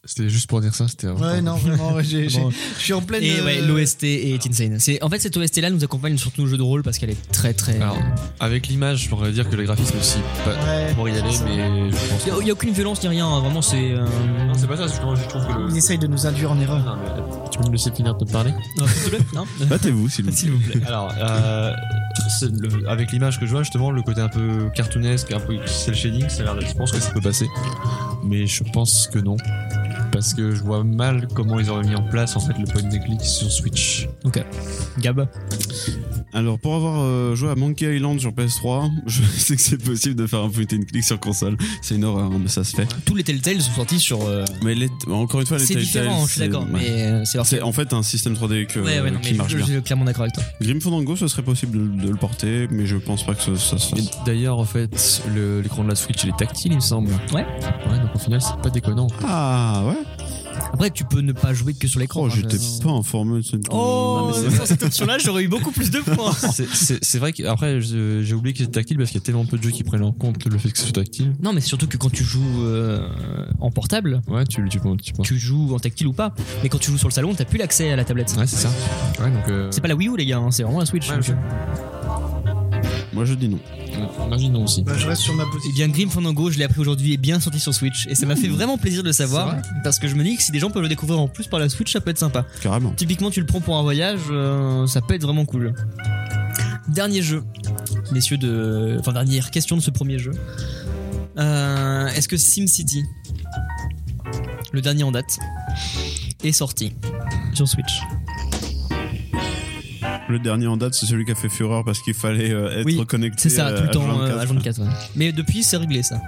C'était juste pour dire ça. C'était. Ouais, non, vraiment, ouais, j'ai- j'ai- Bon. je suis en pleine. Et ouais, euh, l'OST est insane. C'est, en fait, cette OST là nous accompagne surtout au jeu de rôle parce qu'elle est très très. Alors, avec l'image, je pourrais dire que les graphismes aussi pas Ouais. pour y aller, mais je pense. Il n'y a, aucune violence ni rien, hein, vraiment, c'est. euh, Non, c'est pas ça. Je trouve je trouve que le. Ils essayent de nous induire en erreur. Non, mais Tu peux me laisser finir de te parler non Battez-vous, s'il vous plaît. S'il vous plaît. Alors, euh, c'est le- avec l'image que je vois, justement, le côté un peu cartoonesque, un peu cel shading, ça a l'air d'être- je pense que ça peut passer. Mais je pense que non. Parce que je vois mal comment ils auraient mis en place en fait le point de click sur Switch. Gab. Alors, pour avoir euh, joué à Monkey Island sur PS3, je sais que c'est possible de faire un point and click sur console. C'est une horreur, hein, mais ça se fait. Tous les Telltales sont sortis sur. euh, Mais les- encore une fois, les c'est Telltale, différent, je suis c'est- d'accord, ouais. mais euh, c'est leur. C'est en fait un système 3D que- Ouais, ouais, non, mais qui marche je, je bien. suis clairement d'accord avec toi. Grim Fandango, ce serait possible de, de le porter, mais je pense pas que ce- ça se Et fasse. D'ailleurs, en fait, le- l'écran de la Switch, il est tactile, il me semble. Ouais. Ouais, donc au final, c'est pas déconnant. Ah ouais Après, tu peux ne pas jouer que sur l'écran. Oh, enfin, j'étais hein, je- pas informé de cette. Oh, Non, mais c'est- sur cette option-là, j'aurais eu beaucoup plus de points. C'est- C'est c'est vrai qu'après, je- j'ai oublié que c'était tactile parce qu'il y a tellement peu de jeux qui prennent en compte le fait que ce soit tactile. Non, mais surtout que quand tu joues euh, en portable, Ouais, tu, tu, tu, tu tu joues en tactile ou pas, mais quand tu joues sur le salon, t'as plus l'accès à la tablette. Ouais, c'est ça. Ouais, donc. euh, C'est pas la Wii U, les gars, hein, c'est vraiment la Switch. Ouais, ok. Moi je dis non. Imagine non aussi. Bah, je reste sur ma Et position. Eh bien Grim Fandango, je l'ai appris aujourd'hui, est bien sorti sur Switch. Et ça m'a fait vraiment plaisir de le savoir. C'est Parce que je me dis que si des gens peuvent le découvrir en plus par la Switch, ça peut être sympa. Carrément. Typiquement, tu le prends pour un voyage, euh, ça peut être vraiment cool. Dernier jeu, messieurs de. Enfin, dernière question de ce premier jeu. Euh, Est-ce que SimCity, le dernier en date, est sorti sur Switch Le dernier en date, c'est celui qui a fait fureur parce qu'il fallait euh, être Oui, connecté. C'est ça, euh, tout le temps, H24. euh, à 24. ouais. Mais depuis, c'est réglé ça.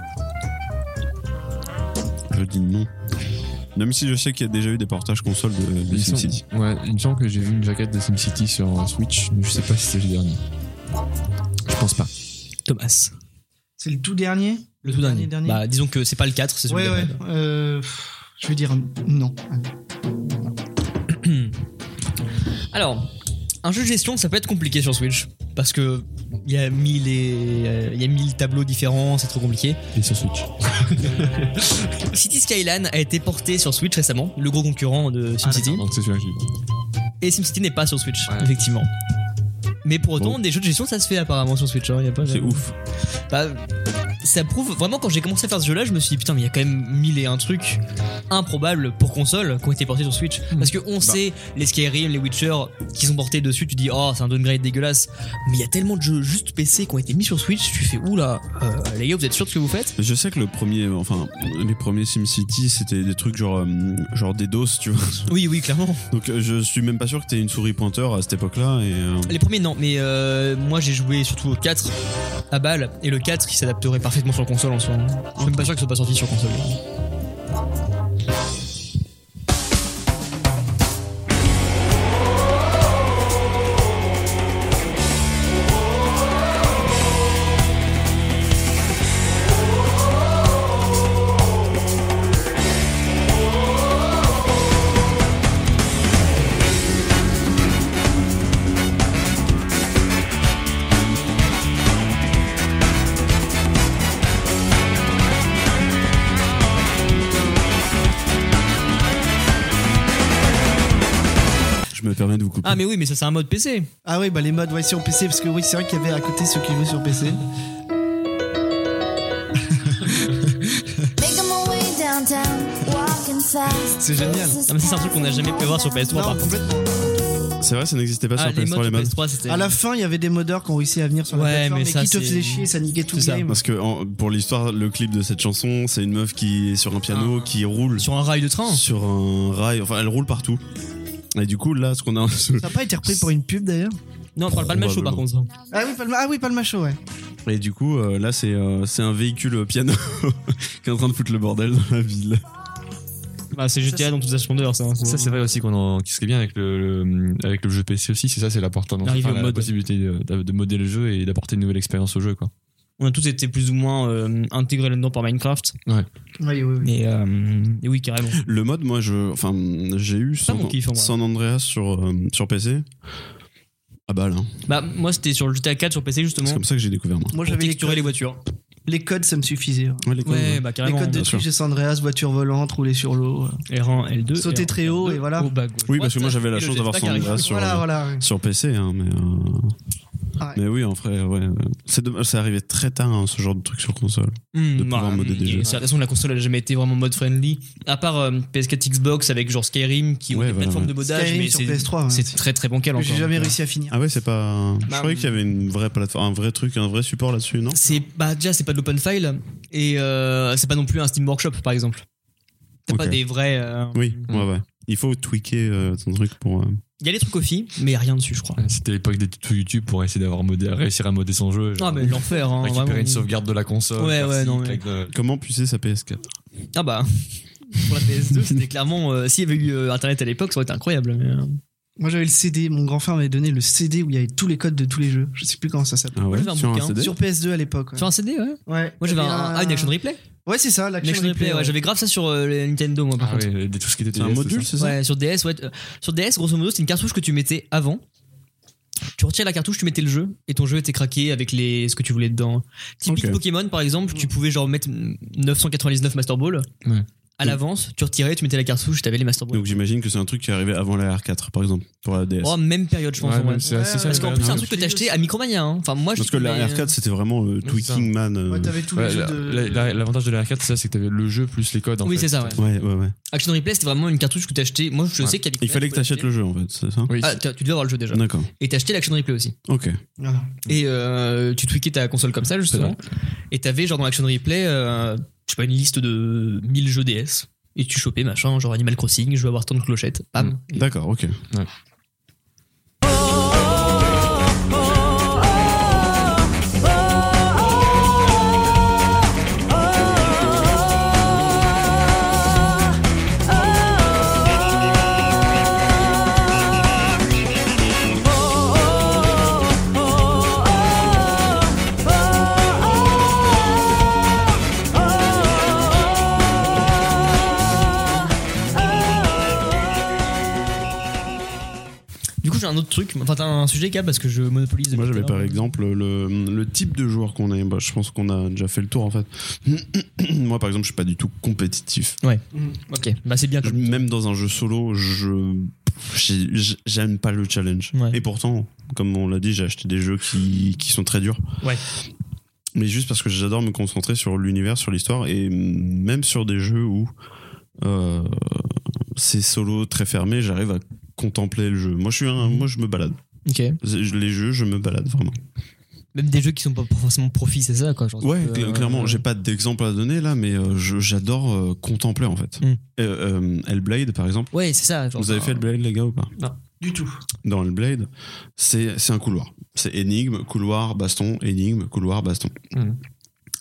Je dis non. Même si je sais qu'il y a déjà eu des portages console de, de Ils sont- SimCity. Ouais, il me semble que j'ai vu une jaquette de SimCity sur euh, Switch, mais je sais pas si c'est le dernier. Je pense pas. Thomas, C'est le tout dernier le tout dernier. Dernier, dernier. Bah, disons que c'est pas le 4, c'est celui Ouais, ouais. d'après. euh, pff, je vais dire non. Alors, un jeu de gestion, ça peut être compliqué sur Switch. Parce que il y a mille et, euh, il y a mille tableaux différents, c'est trop compliqué. Et sur Switch. City Skyline a été porté sur Switch récemment, le gros concurrent de SimCity. Donc c'est celui-là que j'ai vu. et SimCity n'est pas sur Switch, Ouais. effectivement. Mais pour autant, Bon. des jeux de gestion, ça se fait apparemment sur Switch. hein, y a pas, C'est ouf. Bah, ça prouve vraiment quand j'ai commencé à faire ce jeu-là, je me suis dit putain, mais il y a quand même mille et un trucs improbables pour console qui ont été portés sur Switch. Parce que on sait les Skyrim, les Witcher qui sont portés dessus, tu dis oh c'est un downgrade dégueulasse. Mais il y a tellement de jeux juste PC qui ont été mis sur Switch, tu fais oula, euh, les gars vous êtes sûr de ce que vous faites Je sais que le premier, enfin, les premiers SimCity, c'était des trucs genre, euh, genre des doses, tu vois. Oui oui clairement. Donc euh, je suis même pas sûr que t'aies une souris pointeur à cette époque-là. Et euh, Les premiers non, mais euh, moi j'ai joué surtout au 4 à balle et le 4 qui s'adapterait parfaitement sur console en soi. Je suis même pas sûr qu'ils soient pas sortis sur console. je me permets de vous couper. Ah mais oui mais ça c'est un mode PC. Ah oui, bah les modes, ouais, sur PC, parce que oui, c'est vrai qu'il y avait à côté ceux qui jouaient sur PC. Making my way downtown, walking fast. C'est génial. Ah, mais ça, c'est un truc qu'on n'a jamais pu voir sur PS3 par Non, contre. complètement. C'est vrai, ça n'existait pas Ah, sur PS3 les sur modes. PS3 c'était. À la fin, il y avait des modeurs qui ont réussi à venir sur la Ouais, plateforme mais et ça, qui te c'est- faisaient chier, ça niquait tout C'est le ça. game. Parce que en- pour l'histoire, le clip de cette chanson, c'est une meuf qui est sur un piano, qui roule Sur un rail de train sur un rail. Enfin, elle roule partout. Et du coup, là, ce qu'on a. Ça n'a pas été repris pour une pub d'ailleurs Non, on parle pas de macho par contre. Ah oui, Palma, ah oui, Palma Show, ouais. Et du coup, euh, là, c'est euh, c'est un véhicule piano qui est en train de foutre le bordel dans la ville. Bah, c'est GTA dans toute sa splendeur, ça. Ça, c'est vrai aussi qu'on en... qui serait bien avec le, le- avec le jeu PC aussi, c'est ça, c'est l'apportant. L'arrivée au la mode. possibilité de, de moder le jeu et d'apporter une nouvelle expérience au jeu, quoi. On a tous été plus ou moins euh, intégrés là-dedans par Minecraft. Oui, oui, oui. Et, euh, et oui, carrément. Le mode, moi, je, enfin, j'ai eu San, mon kiff, en vrai. San Andreas sur euh, sur PC. Ah bah là, Bah, moi, c'était sur le GTA 4 sur PC justement. c'est comme ça que j'ai découvert moi. Pour Moi j'avais les texturer codes, les voitures. les codes, ça me suffisait. hein. Ouais, les codes, Ouais, ouais. bah Les carrément. codes de bien sûr. trucs chez Sandreas, voiture volante, rouler sur l'eau. euh. R1, L2. Sauter R1, très haut, L2, et voilà. au bas gauche, Oui, parce que droite, moi, j'avais la et le chance d'avoir jetpack San arrive. Andreas sur Voilà, voilà. ouais. sur PC, hein, mais euh, Ah ouais. mais oui, en vrai, ouais, ouais. c'est dommage, c'est arrivé très tard hein, ce genre de truc sur console. Hmm, de pouvoir bah, modder des et jeux. c'est- De toute façon, la console n'a jamais été vraiment mode friendly. À part euh, PS4 Xbox avec genre Skyrim qui ont Ouais, des voilà, plateformes ouais. de modage. Skyrim mais sur c'est- PS3, ouais. C'est très très bancal Que encore. J'ai jamais Donc, réussi à finir. Ah ouais, c'est pas. Je Bah, croyais qu'il y avait une vraie plateforme, un vrai truc, un vrai support là-dessus, non c'est bah déjà c'est pas de l'open file et euh, c'est pas non plus un Steam Workshop par exemple t'as Ok. pas des vrais euh, Oui, ouais, ouais. Il faut tweaker euh, ton truc pour. euh, Il y a les trucs aux filles, mais il y a rien dessus, je crois. C'était l'époque des tutos YouTube pour essayer d'avoir modé- réussir à modder son jeu. genre, Ah, mais l'enfer, hein. récupérer vraiment. une sauvegarde de la console. Ouais, faire ouais, ci, euh, non, mais- claque de- Comment pucer sa PS4 Ah bah. Pour la PS2, c'était clairement. euh, S'il y avait eu euh, Internet à l'époque, ça aurait été incroyable. mais, euh, Moi j'avais le CD, mon grand frère m'avait donné le CD où il y avait tous les codes de tous les jeux. Je sais plus comment ça s'appelle. Ah ouais, j'avais un sur un bouquin. CD Sur PS2 à l'époque. ouais. Sur un CD, ouais. Ouais. Moi, j'avais un. Ah, une action replay Ouais, c'est ça, Une l'action action replay, ouais. J'avais grave ça sur euh, les Nintendo, moi, par Ah contre. ouais, des- tout ce qui était C'est un DS, module, ça. c'est ça Ouais, sur DS, ouais. euh, Sur DS, grosso modo, c'était une cartouche que tu mettais avant. Tu retirais la cartouche, tu mettais le jeu et ton jeu était craqué avec les ce que tu voulais dedans. Typique Ok. Pokémon par exemple, tu pouvais genre mettre 999 Master Ball Ouais. à l'avance, tu retirais, tu mettais la cartouche, t'avais les Master Ball. Donc j'imagine que c'est un truc qui est arrivé avant la R4, par exemple, pour la DS. Oh, même période je pense. Ouais, en vrai. mais c'est assez Ouais, Parce ça, la qu'en période. plus c'est un truc que t'as acheté à Micromania. hein. Enfin moi je. Parce que la mais- R4, c'était vraiment euh, c'est ça. Tweaking Man. euh, Ouais, t'avais tous les Ouais, jeux la- de. la- la- L'avantage de la R4, c'est ça, c'est que t'avais le jeu plus les codes. en Oui fait. c'est ça. Ouais. Ouais, ouais, ouais. euh, Action Replay c'était vraiment une cartouche que t'achetais. Moi je Ouais. sais qu'il y avait- Il fallait que t'achètes le jeu, en fait, c'est ça Oui. Ah, t'as- tu devais avoir le jeu déjà. D'accord. Et t'achetais l'action replay aussi. Ok. Voilà. Et euh, tu tweakais ta console comme ça, justement. Et t'avais, genre, dans l'Action Replay, euh, je sais pas, une liste de 1000 jeux DS. Et tu chopais, machin, genre Animal Crossing, je veux avoir tant de clochettes. Bam. Et- D'accord, ok. Du coup, j'ai un autre truc. Enfin, t'as un sujet, Cap, parce que je monopolise. Moi, depuis tout j'avais à par l'heure. exemple le, le type de joueur qu'on est. Bah, je pense qu'on a déjà fait le tour en fait. Moi, par exemple, je suis pas du tout compétitif. Ok, bah c'est bien. Je- comme- même dans un jeu solo, je j'ai- j'aime pas le challenge. Ouais. Et pourtant, comme on l'a dit, j'ai acheté des jeux qui, qui sont très durs. Ouais. Mais juste parce que j'adore me concentrer sur l'univers, sur l'histoire, et même sur des jeux où euh, c'est solo très fermé, j'arrive à contempler le jeu. Moi, je suis un, Mhm. moi, je me balade. Ok. Je- Les jeux, je me balade vraiment. Même des jeux qui sont pas forcément profits, c'est ça, quoi. Genre, Ouais, tu peux, cl- euh, clairement, j'ai pas d'exemple à donner là, mais euh, je- j'adore euh, contempler en fait. Mm. Euh, euh, Hellblade, par exemple. Ouais, c'est ça. genre, Vous avez euh, fait Hellblade, les gars, ou pas Du tout. Dans Hellblade, c'est c'est un couloir. C'est énigme, couloir, baston, énigme, couloir, baston. Mhm. Mm.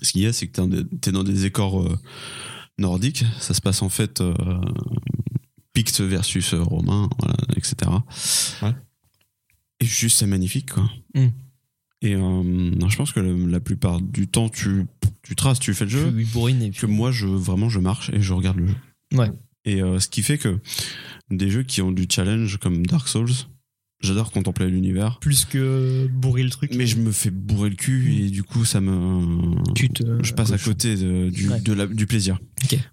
Ce qu'il y a, c'est que t'es un des- t'es dans des décors euh, nordiques. Ça se passe en fait euh, Picte versus euh, Romain, voilà, etc. Ouais. Et juste, c'est magnifique, quoi. Mm. Et euh, non, je pense que le- la plupart du temps, tu, tu traces, tu fais le jeu puis bourrine et puis- que moi je vraiment je marche et je regarde le jeu. Ouais. Et euh, ce qui fait que des jeux qui ont du challenge comme Dark Souls, j'adore contempler l'univers, Plus que bourrer le truc. mais je me fais bourrer le cul et du coup ça me Tu te. je passe à côté de- du, Ouais. de la- du plaisir.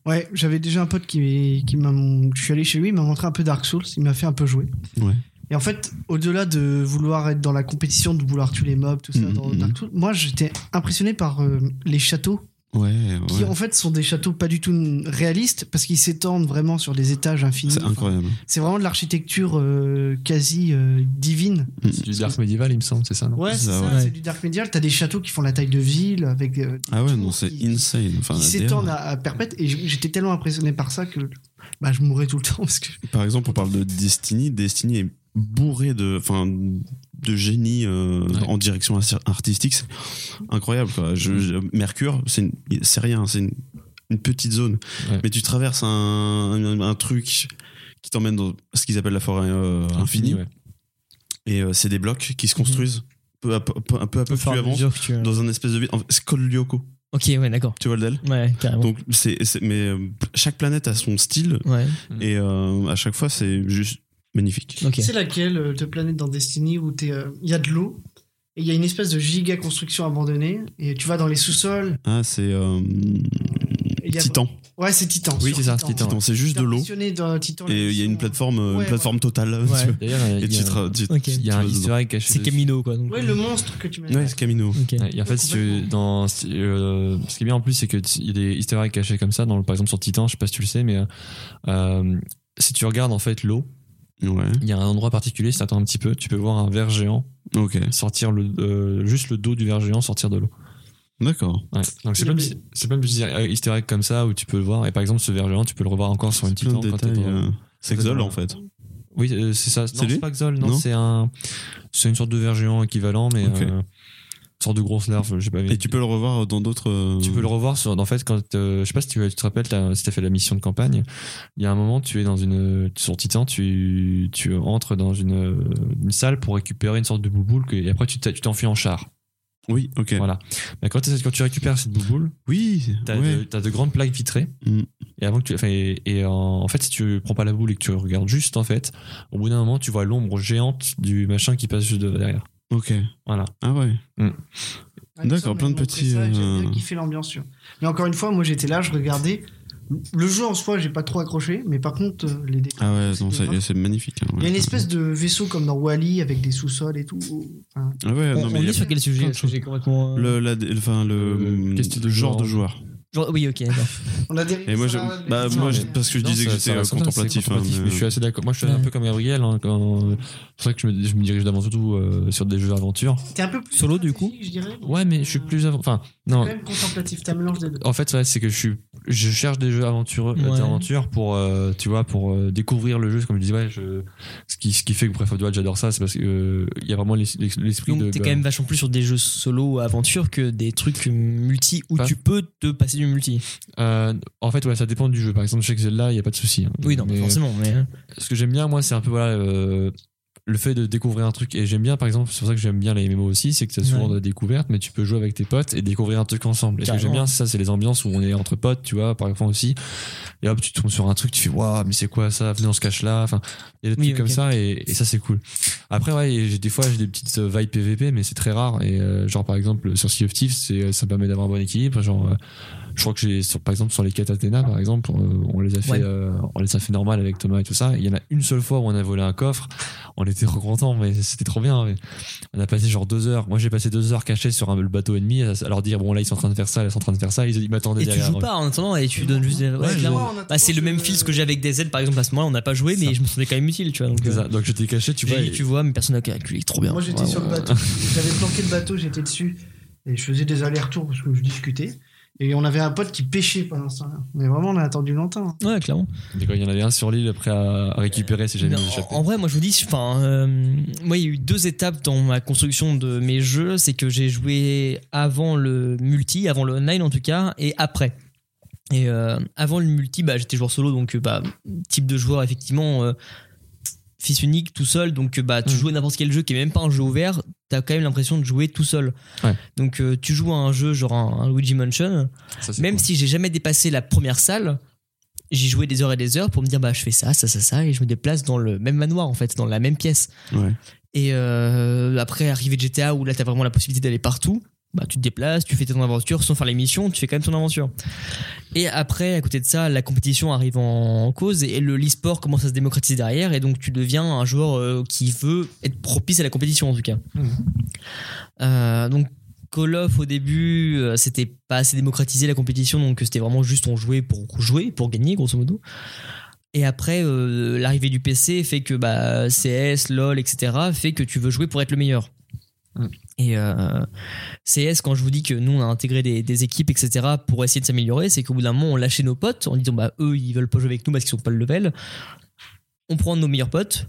Ouais, j'avais déjà un pote qui, qui m'a. Je suis allé chez lui, il m'a montré un peu Dark Souls, il m'a fait un peu jouer. Ouais. Et en fait, au-delà de vouloir être dans la compétition, de vouloir tuer les mobs, tout ça, Mhm, dans mhm. Dark Souls, moi j'étais impressionné par euh, les châteaux, Ouais, qui en fait sont des châteaux pas du tout réalistes, parce qu'ils s'étendent vraiment sur des étages infinis. C'est incroyable. Enfin, C'est vraiment de l'architecture euh, quasi euh, divine. Mm. C'est du dark médiéval, il me semble, c'est ça, non Ouais, c'est c'est ça, ça, ouais. c'est du dark médial. T'as des châteaux qui font la taille de ville, avec euh, Ah ouais, non, tours c'est qui- insane. Enfin, qui la s'étendent DR. à, à perpète. Et j- j'étais tellement impressionné par ça que bah, je mourais tout le temps parce que Par exemple, on parle de Destiny. Destiny est bourré de, enfin, de génie euh, Ouais. en direction ar- artistique. C'est incroyable. quoi. Je- je- Mercure, c'est une- c'est rien. C'est une, une petite zone. Ouais. Mais tu traverses un, un- un truc qui t'emmène dans ce qu'ils appellent la forêt euh, infinie. ouais. Et euh, c'est des blocs qui se construisent peu à peu, peu- un peu à peu plus avant avant. dans un espèce de vide. En fait, c'est Col Lyoko. euh, Ok, ouais, d'accord. Tu vois le DEL Ouais, carrément. Donc, c'est, c'est- mais euh, chaque planète a son style Ouais, et euh, à chaque fois, c'est juste magnifique. ok. C'est laquelle euh, de planète dans Destiny où euh, il y a de l'eau et il y a une espèce de giga construction abandonnée et tu vas dans les sous-sols. Ah, c'est euh, et il y a- Titan. Ouais, c'est Titan. Oui, sur c'est ça, Titan. Titan, c'est juste J'étais de l'eau. impressionné dans Titan, la Et il y a mission. une plateforme, euh, Ouais, une plateforme totale. Ouais. tu vois. D'ailleurs, il y a- Et il y tu a- tra- tu- Ok. tu il y a vas un dedans. easter egg caché. C'est Camino, quoi. donc. euh, Ouais, le monstre que tu m'as Ouais, c'est Camino. Ok. Ouais, et en fait, si tu- Complètement. dans, si- euh, ce qui est bien en plus, c'est qu'il y a des easter eggs cachés comme ça. Dans, le- par exemple, sur Titan, je sais pas si tu le sais, mais euh, euh, si tu regardes en fait l'eau, Ouais. il y a un endroit particulier, si t'attends un petit peu, tu peux voir un ver géant Ok. sortir, le, euh, juste le dos du ver géant sortir de l'eau. D'accord. Ouais. Donc c'est plein, de- c'est plein de petits euh, easter eggs comme ça où tu peux le voir. Et par exemple, ce ver géant, tu peux le revoir encore sur une Plein Titan de quand t'es détails. dans- euh, C'est quand t'es Xol dans- en fait. Oui, euh, c'est ça. C'est Non, lui c'est pas Xol, non, Non. c'est un. C'est une sorte de ver géant équivalent, mais. Ok. euh, une sorte de grosse larve, j'ai pas vu. Et tu peux le revoir dans d'autres. euh, Tu peux le revoir sur. En fait, quand euh, je sais pas si tu, tu te rappelles, t'as- si t'as fait la mission de campagne, il y a un moment, tu es dans une sur Titan, tu tu entres dans une, une salle pour récupérer une sorte de bouboule que- et après tu t'as- tu t'enfuis en char. Oui, ok. Voilà. Mais quand, t'essaies- quand tu récupères cette bouboule, Oui, t'as ouais. de, t'as de grandes plaques vitrées. Mm. Et avant que tu, enfin, et, et en, en fait, si tu prends pas la boule et que tu regardes juste, en fait, au bout d'un moment, tu vois l'ombre géante du machin qui passe juste de- derrière. Ok. Voilà. Ah ouais. D'accord, plein de petits, Ça, euh, J'aime bien kiffer l'ambiance. tu vois. Mais encore une fois, moi j'étais là, je regardais. Le jeu en soi, j'ai pas trop accroché, mais par contre, euh, les détails. Ah ouais, non, C'était c'est c'est magnifique. hein, ouais. Il y a une espèce de vaisseau comme dans Wally avec des sous-sols et tout. Enfin, Ah ouais, On, non, mais on il y est a sur quel plein sujet de choses. J'ai complètement. euh, le, la- enfin, le, hum, Euh, quel style de genre joueur de joueur. genre- oui, ok. d'accord. on a des. Et moi, je- bah, Non, moi, je- mais- parce que je Non, disais ça- que ça j'étais euh, reste comme ça, c'est contemplatif. contemplatif, hein, mais je suis assez d'accord. Moi, je suis un Ouais. peu comme Gabriel. hein, quand... C'est vrai que je me, je me dirige d'avant surtout euh, sur des jeux d'aventure. T'es un peu plus Solo, du stratégique, je dirais. Ouais, mais je suis plus avant. Enfin, non. Quand même contemplatif, t'as un mélange des deux. En fait, ouais, c'est que je suis, je cherche des jeux aventureux, euh, Ouais. d'aventure pour, euh, tu vois, pour euh, découvrir le jeu. Comme je disais, ouais, je, ce qui, ce qui fait que Breath of the Wild, j'adore ça, c'est parce que euh, il y a vraiment l'es- l'es- l'esprit de. Donc t'es quand même vachement plus sur des jeux solo ou aventure que des trucs multi où Pas- tu peux te passer du multi. Euh, en fait, ouais, ça dépend du jeu. Par exemple, chez Zelda, il y a pas de souci. hein. Oui, non, mais Mais forcément. Mais... euh, hein. Ce que j'aime bien, moi, c'est un peu voilà. euh, le fait de découvrir un truc et j'aime bien par exemple c'est pour ça que j'aime bien les MMO aussi c'est que c'est souvent Ouais. de la découverte mais tu peux jouer avec tes potes et découvrir un truc ensemble et ce que j'aime Carrément. bien c'est ça c'est les ambiances où on est entre potes tu vois parfois aussi et hop tu tombes sur un truc tu fais waouh mais c'est quoi ça venez on se cache là enfin il y a des Oui, trucs comme ok. ça et, et ça c'est cool après ouais et j'ai des fois j'ai des petites euh, vibes PVP mais c'est très rare et euh, genre par exemple sur Sea of Thieves c'est ça me permet d'avoir un bon équilibre genre euh, je crois que j'ai sur- par exemple sur les quêtes Athéna par exemple euh, on les a fait Ouais. euh, on les a fait normal avec Thomas et tout ça Et il y en a une seule fois où on a volé un coffre on était trop contents mais c'était trop bien mais on a passé genre deux heures moi j'ai passé deux heures caché sur un, le bateau ennemi à, à leur dire bon là ils sont en train de faire ça là, ils sont en train de faire ça ils, ils m'attendaient Et tu derrière euh, joues pas en attendant et tu donnes juste des. Ouais, je- clairement. Moi, en attendant, Bah, c'est le même je- fils que j'ai avec des aides par exemple à ce moment-là on n'a pas joué mais je me sentais quand même utile tu vois donc C'est euh, ça. donc j'étais caché tu tu vois vois, et- tu vois mais personne n'a calculé trop bien Moi j'étais Ouais, sur le ouais. bateau. J'avais planqué le bateau, j'étais dessus. Et je faisais des allers-retours parce que je discutais. Et on avait un pote qui pêchait pendant ce temps-là. Mais vraiment, on a attendu longtemps. hein. ouais clairement Et quand il y en avait un sur l'île prêt à à récupérer si jamais Non, il échappait. en vrai, moi je vous dis, enfin, euh, moi il y a eu deux étapes dans ma construction de mes jeux, c'est que j'ai joué avant le multi, avant le online en tout cas, et après. Et euh, avant le multi, bah, j'étais joueur solo, donc euh, bah, type de joueur effectivement euh, fils unique, tout seul, donc euh, bah tu Mm. joues à n'importe quel jeu qui est même pas un jeu ouvert, t'as quand même l'impression de jouer tout seul. Ouais. Donc euh, tu joues à un jeu genre un, un Luigi Mansion, Ça, c'est même cool. si j'ai jamais dépassé la première salle, j'ai joué des heures et des heures pour me dire bah je fais ça, ça, ça, ça, et je me déplace dans le même manoir en fait, dans la même pièce. Ouais. Et euh, après arrivé de GTA où là t'as vraiment la possibilité d'aller partout, bah tu te déplaces, tu fais ton aventure sans faire les missions, tu fais quand même ton aventure. Et après à côté de ça, la compétition arrive en, en cause et, le e-sport commence à se démocratiser derrière et donc tu deviens un joueur euh, qui veut être propice à la compétition en tout cas. Mhm. Euh, donc Call of au début, euh, c'était pas assez démocratisé la compétition, donc euh, c'était vraiment juste on jouait pour jouer, pour gagner grosso modo. Et après, euh, l'arrivée du PC fait que bah, CS, LoL, etc., fait que tu veux jouer pour être le meilleur. Mm. Et euh, CS, quand je vous dis que nous, on a intégré des, des équipes, etc., pour essayer de s'améliorer, c'est qu'au bout d'un moment, on lâchait nos potes en disant bah, eux, ils veulent pas jouer avec nous parce qu'ils sont pas le level. On prend nos meilleurs potes,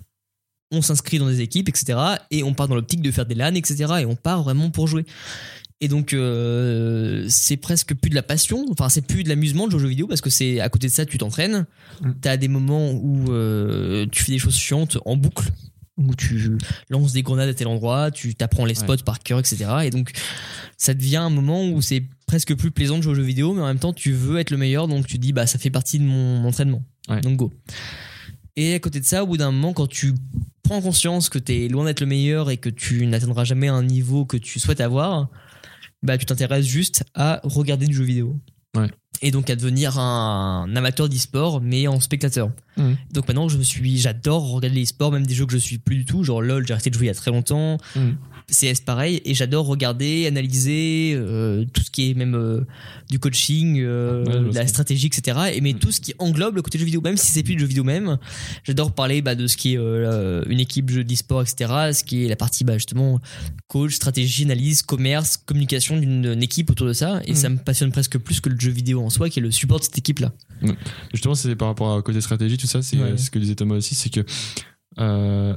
on s'inscrit dans des équipes, etc., et on part dans l'optique de faire des LAN, etc., et on part vraiment pour jouer. Et donc, euh, c'est presque plus de la passion, enfin, c'est plus de l'amusement de jouer aux jeux vidéo parce que c'est à côté de ça, tu t'entraînes. Mm. T'as des moments où euh, tu fais des choses chiantes en boucle, où tu lances des grenades à tel endroit, tu t'apprends les spots Ouais. par cœur, etc. Et donc, ça devient un moment où c'est presque plus plaisant de jouer aux jeux vidéo, mais en même temps, tu veux être le meilleur, donc tu dis, bah, ça fait partie de mon, mon entraînement. Ouais. Donc, go. Et à côté de ça, au bout d'un moment, quand tu prends conscience que t'es loin d'être le meilleur et que tu n'atteindras jamais un niveau que tu souhaites avoir, bah, tu t'intéresses juste à regarder du jeu vidéo et donc à devenir un amateur d'e-sport mais en spectateur. Mhm. Donc maintenant je me suis j'adore regarder l'e-sport même des jeux que je suis plus du tout genre LoL j'ai arrêté de jouer il y a très longtemps. Mhm. CS pareil et j'adore regarder, analyser euh, tout ce qui est même euh, du coaching, euh, Ouais, je vois de ce la que- stratégie etc. Et mais Mhm. tout ce qui englobe le côté jeu vidéo même si c'est plus le jeu vidéo même. J'adore parler bah, de ce qui est euh, une équipe jeu d'e-sport etc. Ce qui est la partie bah, justement coach, stratégie, analyse, commerce, communication d'une d'une équipe autour de ça. Et Mhm. ça me passionne presque plus que le jeu vidéo en soi, qui est le support de cette équipe-là. Justement, c'est par rapport au côté stratégie, tout ça, c'est Ouais. euh, ce que disait Thomas aussi, c'est que Euh,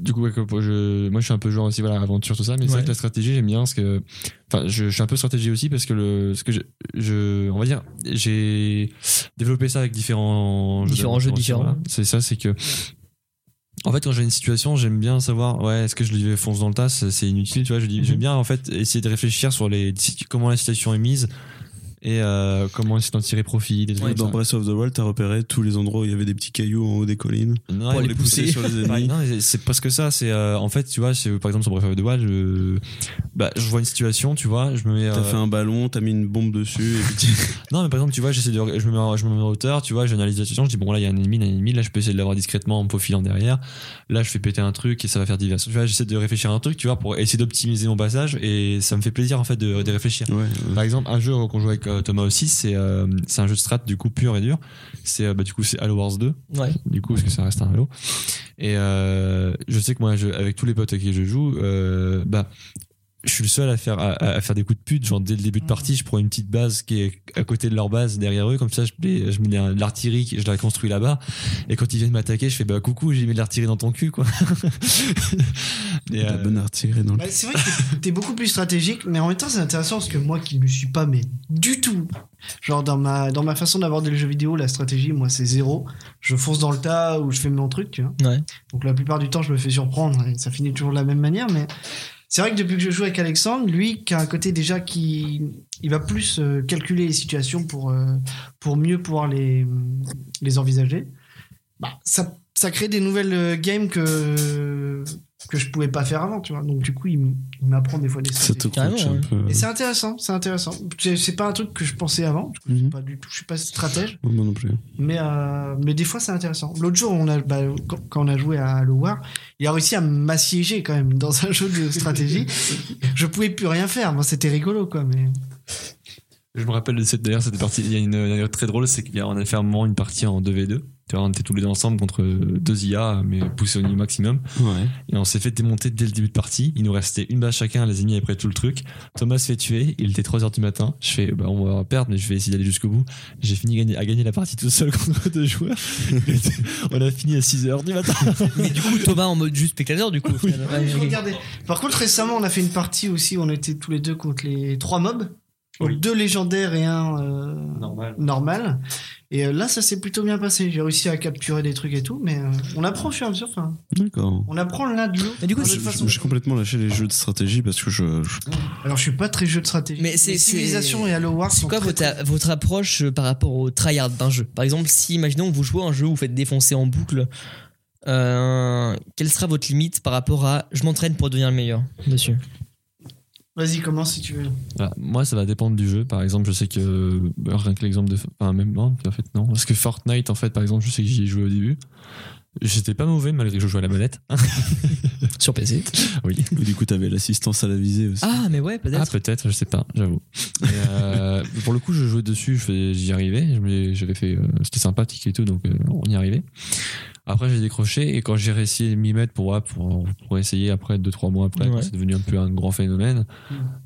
du coup, ouais, comme je, moi je suis un peu joueur aussi, voilà, aventure, tout ça, mais c'est Ouais. vrai que la stratégie, j'aime bien parce que. Enfin, je, je suis un peu stratégie aussi parce que le, ce que je, je- On va dire, j'ai développé ça avec différents Différents jeux d'aventure aussi, différents. voilà. C'est ça, c'est que. En fait, quand j'ai une situation, j'aime bien savoir, ouais, est-ce que je lui fonce dans le tas, c'est c'est inutile, tu vois, je dis, Mhm. j'aime bien, en fait, essayer de réfléchir sur les, situ- comment la situation est mise et euh, comment essayer d'en tirer profit, des trucs comme Dans bah, ça. Breath of the Wild, t'as repéré tous les endroits où il y avait des petits cailloux en haut des collines. Non, Pour et les le pousser sur les ennemis. Pareil, non, mais c'est parce que ça, c'est euh, en fait, tu vois, c'est, par exemple sur Breath of the Wild, je, bah, je vois une situation, tu vois, je me mets. T'as euh, fait un ballon, t'as mis une bombe dessus. Et puis tu- Non, mais par exemple, tu vois, j'essaie de, je me mets, en- je me mets en hauteur, tu vois, j'analyse la situation, je dis bon là, il y a un ennemi, il y a un ennemi, là, je peux essayer de l'avoir discrètement en me faufilant derrière. Là, je fais péter un truc et ça va faire diversion. Tu vois, j'essaie de réfléchir à un truc, tu vois, pour essayer d'optimiser mon passage et ça me fait plaisir en fait de, de réfléchir. Ouais, Par exemple, un jeu qu'on joue avec euh, Thomas aussi, c'est euh, c'est un jeu de strat du coup pur et dur. C'est euh, bah, du coup c'est Halo Wars 2 Ouais. du coup parce que ça reste un Halo et euh, je sais que moi je- avec tous les potes avec qui je joue euh, bah je suis le seul à faire à, à faire des coups de pute genre dès le début de partie je prends une petite base qui est à côté de leur base derrière eux comme ça je, les- je mets de l'artillerie je la construis là-bas et quand ils viennent m'attaquer je fais bah coucou j'ai mis de l'artillerie dans ton cul quoi Et, la euh, bonne artillerie dans le. Bah, c'est vrai que t'es- t'es beaucoup plus stratégique, mais en même temps, c'est intéressant parce que moi qui ne suis pas, mais du tout. Genre, dans ma, dans ma façon d'aborder le jeu vidéo, la stratégie, moi, c'est zéro. Je fonce dans le tas ou je fais mon truc, tu vois. Ouais. Donc, la plupart du temps, je me fais surprendre et ça finit toujours de la même manière, mais c'est vrai que depuis que je joue avec Alexandre, lui, qui a un côté déjà qui. Il va plus euh, calculer les situations pour, euh, pour mieux pouvoir les, les envisager. Bah, ça, ça crée des nouvelles euh, games que que je pouvais pas faire avant, tu vois. Donc du coup, il m- il m'apprend des fois des Ça te stratégies. Carrément, coach un ouais. peu. euh, Et c'est intéressant, c'est intéressant. C'est c'est pas un truc que je pensais avant, du coup, Mhm. pas du tout. Je suis pas stratège, Ouais, Moi non plus. mais euh, mais des fois c'est intéressant. L'autre jour, on a bah, quand quand on a joué à Halo War, il a réussi à m'assiéger quand même dans un jeu de stratégie. je pouvais plus rien faire. Moi, c'était rigolo, quoi. Mais Je me rappelle de cette d'ailleurs cette partie. Il y a une une anecdote très drôle, c'est qu'il y a on a fait un moment une partie en 2v2. Tu vois, on était tous les deux ensemble contre deux IA, mais poussés au niveau maximum. Ouais. Et on s'est fait démonter dès le début de partie. Il nous restait une base chacun, les ennemis après tout le truc. Thomas se fait tuer, il était 3h du matin. Je fais, bah, on va perdre, mais je vais essayer d'aller jusqu'au bout. J'ai fini gagner- à gagner la partie tout seul contre deux joueurs. Il était- on a fini à 6h du matin. Mais du coup, Thomas en mode juste spectateur, du coup. au final. Ouais, je Ouais, ok. regardais. Par contre, récemment, on a fait une partie aussi. où On était tous les deux contre les trois mobs, Donc, Oui. deux légendaires et un. euh, Normal. normal. Et euh, là, ça s'est plutôt bien passé. J'ai réussi à capturer des trucs et tout, mais euh, on apprend au fur et à mesure. Enfin, D'accord. on apprend l'un de l'autre. Mais du coup, de c'est- toute façon. J'ai j'ai complètement lâché les jeux de stratégie parce que je. je- Alors, je suis pas très jeu de stratégie. Mais c'est- Les c'est- Civilization et Halo War C'est sont quoi très- votre, votre approche euh, par rapport au tryhard d'un jeu Par exemple, si imaginons que vous jouez à un jeu où vous faites défoncer en boucle, euh, quelle sera votre limite par rapport à je m'entraîne pour devenir le meilleur dessus Vas-y, commence si tu veux. Voilà. Moi, ça va dépendre du jeu. Par exemple, je sais que euh, rien que l'exemple de, enfin même non, en fait non, parce que Fortnite, en fait, par exemple, je sais que j'y ai joué au début. J'étais pas mauvais malgré que je jouais à la manette. Sur PC Oui. Et du coup, t'avais l'assistance à la visée aussi. Ah, mais ouais, Ah peut-être. peut-être, je sais pas, j'avoue. Mais, euh, pour le coup, je jouais dessus, je faisais- j'y arrivais. je me- J'avais fait, euh, c'était sympathique et tout, donc euh, on y arrivait. Après, j'ai décroché et quand j'ai réussi à m'y mettre pour, ouais, pour pour essayer après deux trois mois après, quand Ouais. Mm. c'est devenu un peu un grand phénomène.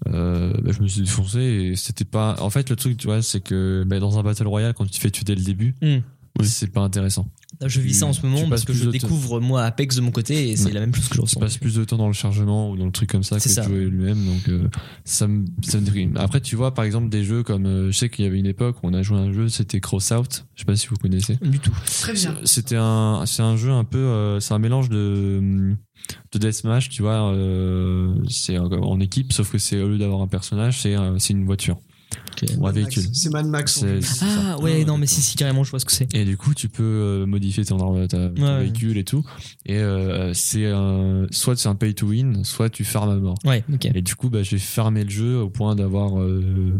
euh, bah, je me suis défoncé et c'était pas. En fait, le truc, tu vois, c'est que bah, dans un battle royale, quand tu te fais tuer dès le début, Hmm. Oui. c'est pas intéressant. Je vis ça en ce Ah, Tu moment parce passes que plus je de temps. découvre moi Apex de mon côté et c'est Ouais. la même chose que je tu ressens. passes plus de temps dans le chargement ou dans le truc comme ça que C'est ça. de jouer lui-même donc euh, ça me, ça me déprime. après tu vois par exemple des jeux comme euh, je sais qu'il y avait une époque où on a joué à un jeu c'était Crossout je sais pas si vous connaissez Du tout. Très bien. c'était un c'est un jeu un peu euh, c'est un mélange de de deathmatch tu vois euh, c'est en, en équipe sauf que c'est au lieu d'avoir un personnage c'est euh, c'est une voiture Ok. ou un Mad Max. véhicule C'est Mad Max. en C'est- fait. c'est ça. Ah ouais, non, mais d'accord. si, si, carrément, je vois ce que c'est. Et du coup, tu peux euh, modifier ton, arme- ta- ton Ouais. véhicule et tout. Et euh, c'est un- soit c'est un pay to win, soit tu farmes à mort. Ouais, ok. Et du coup, bah, j'ai fermé le jeu au point d'avoir euh,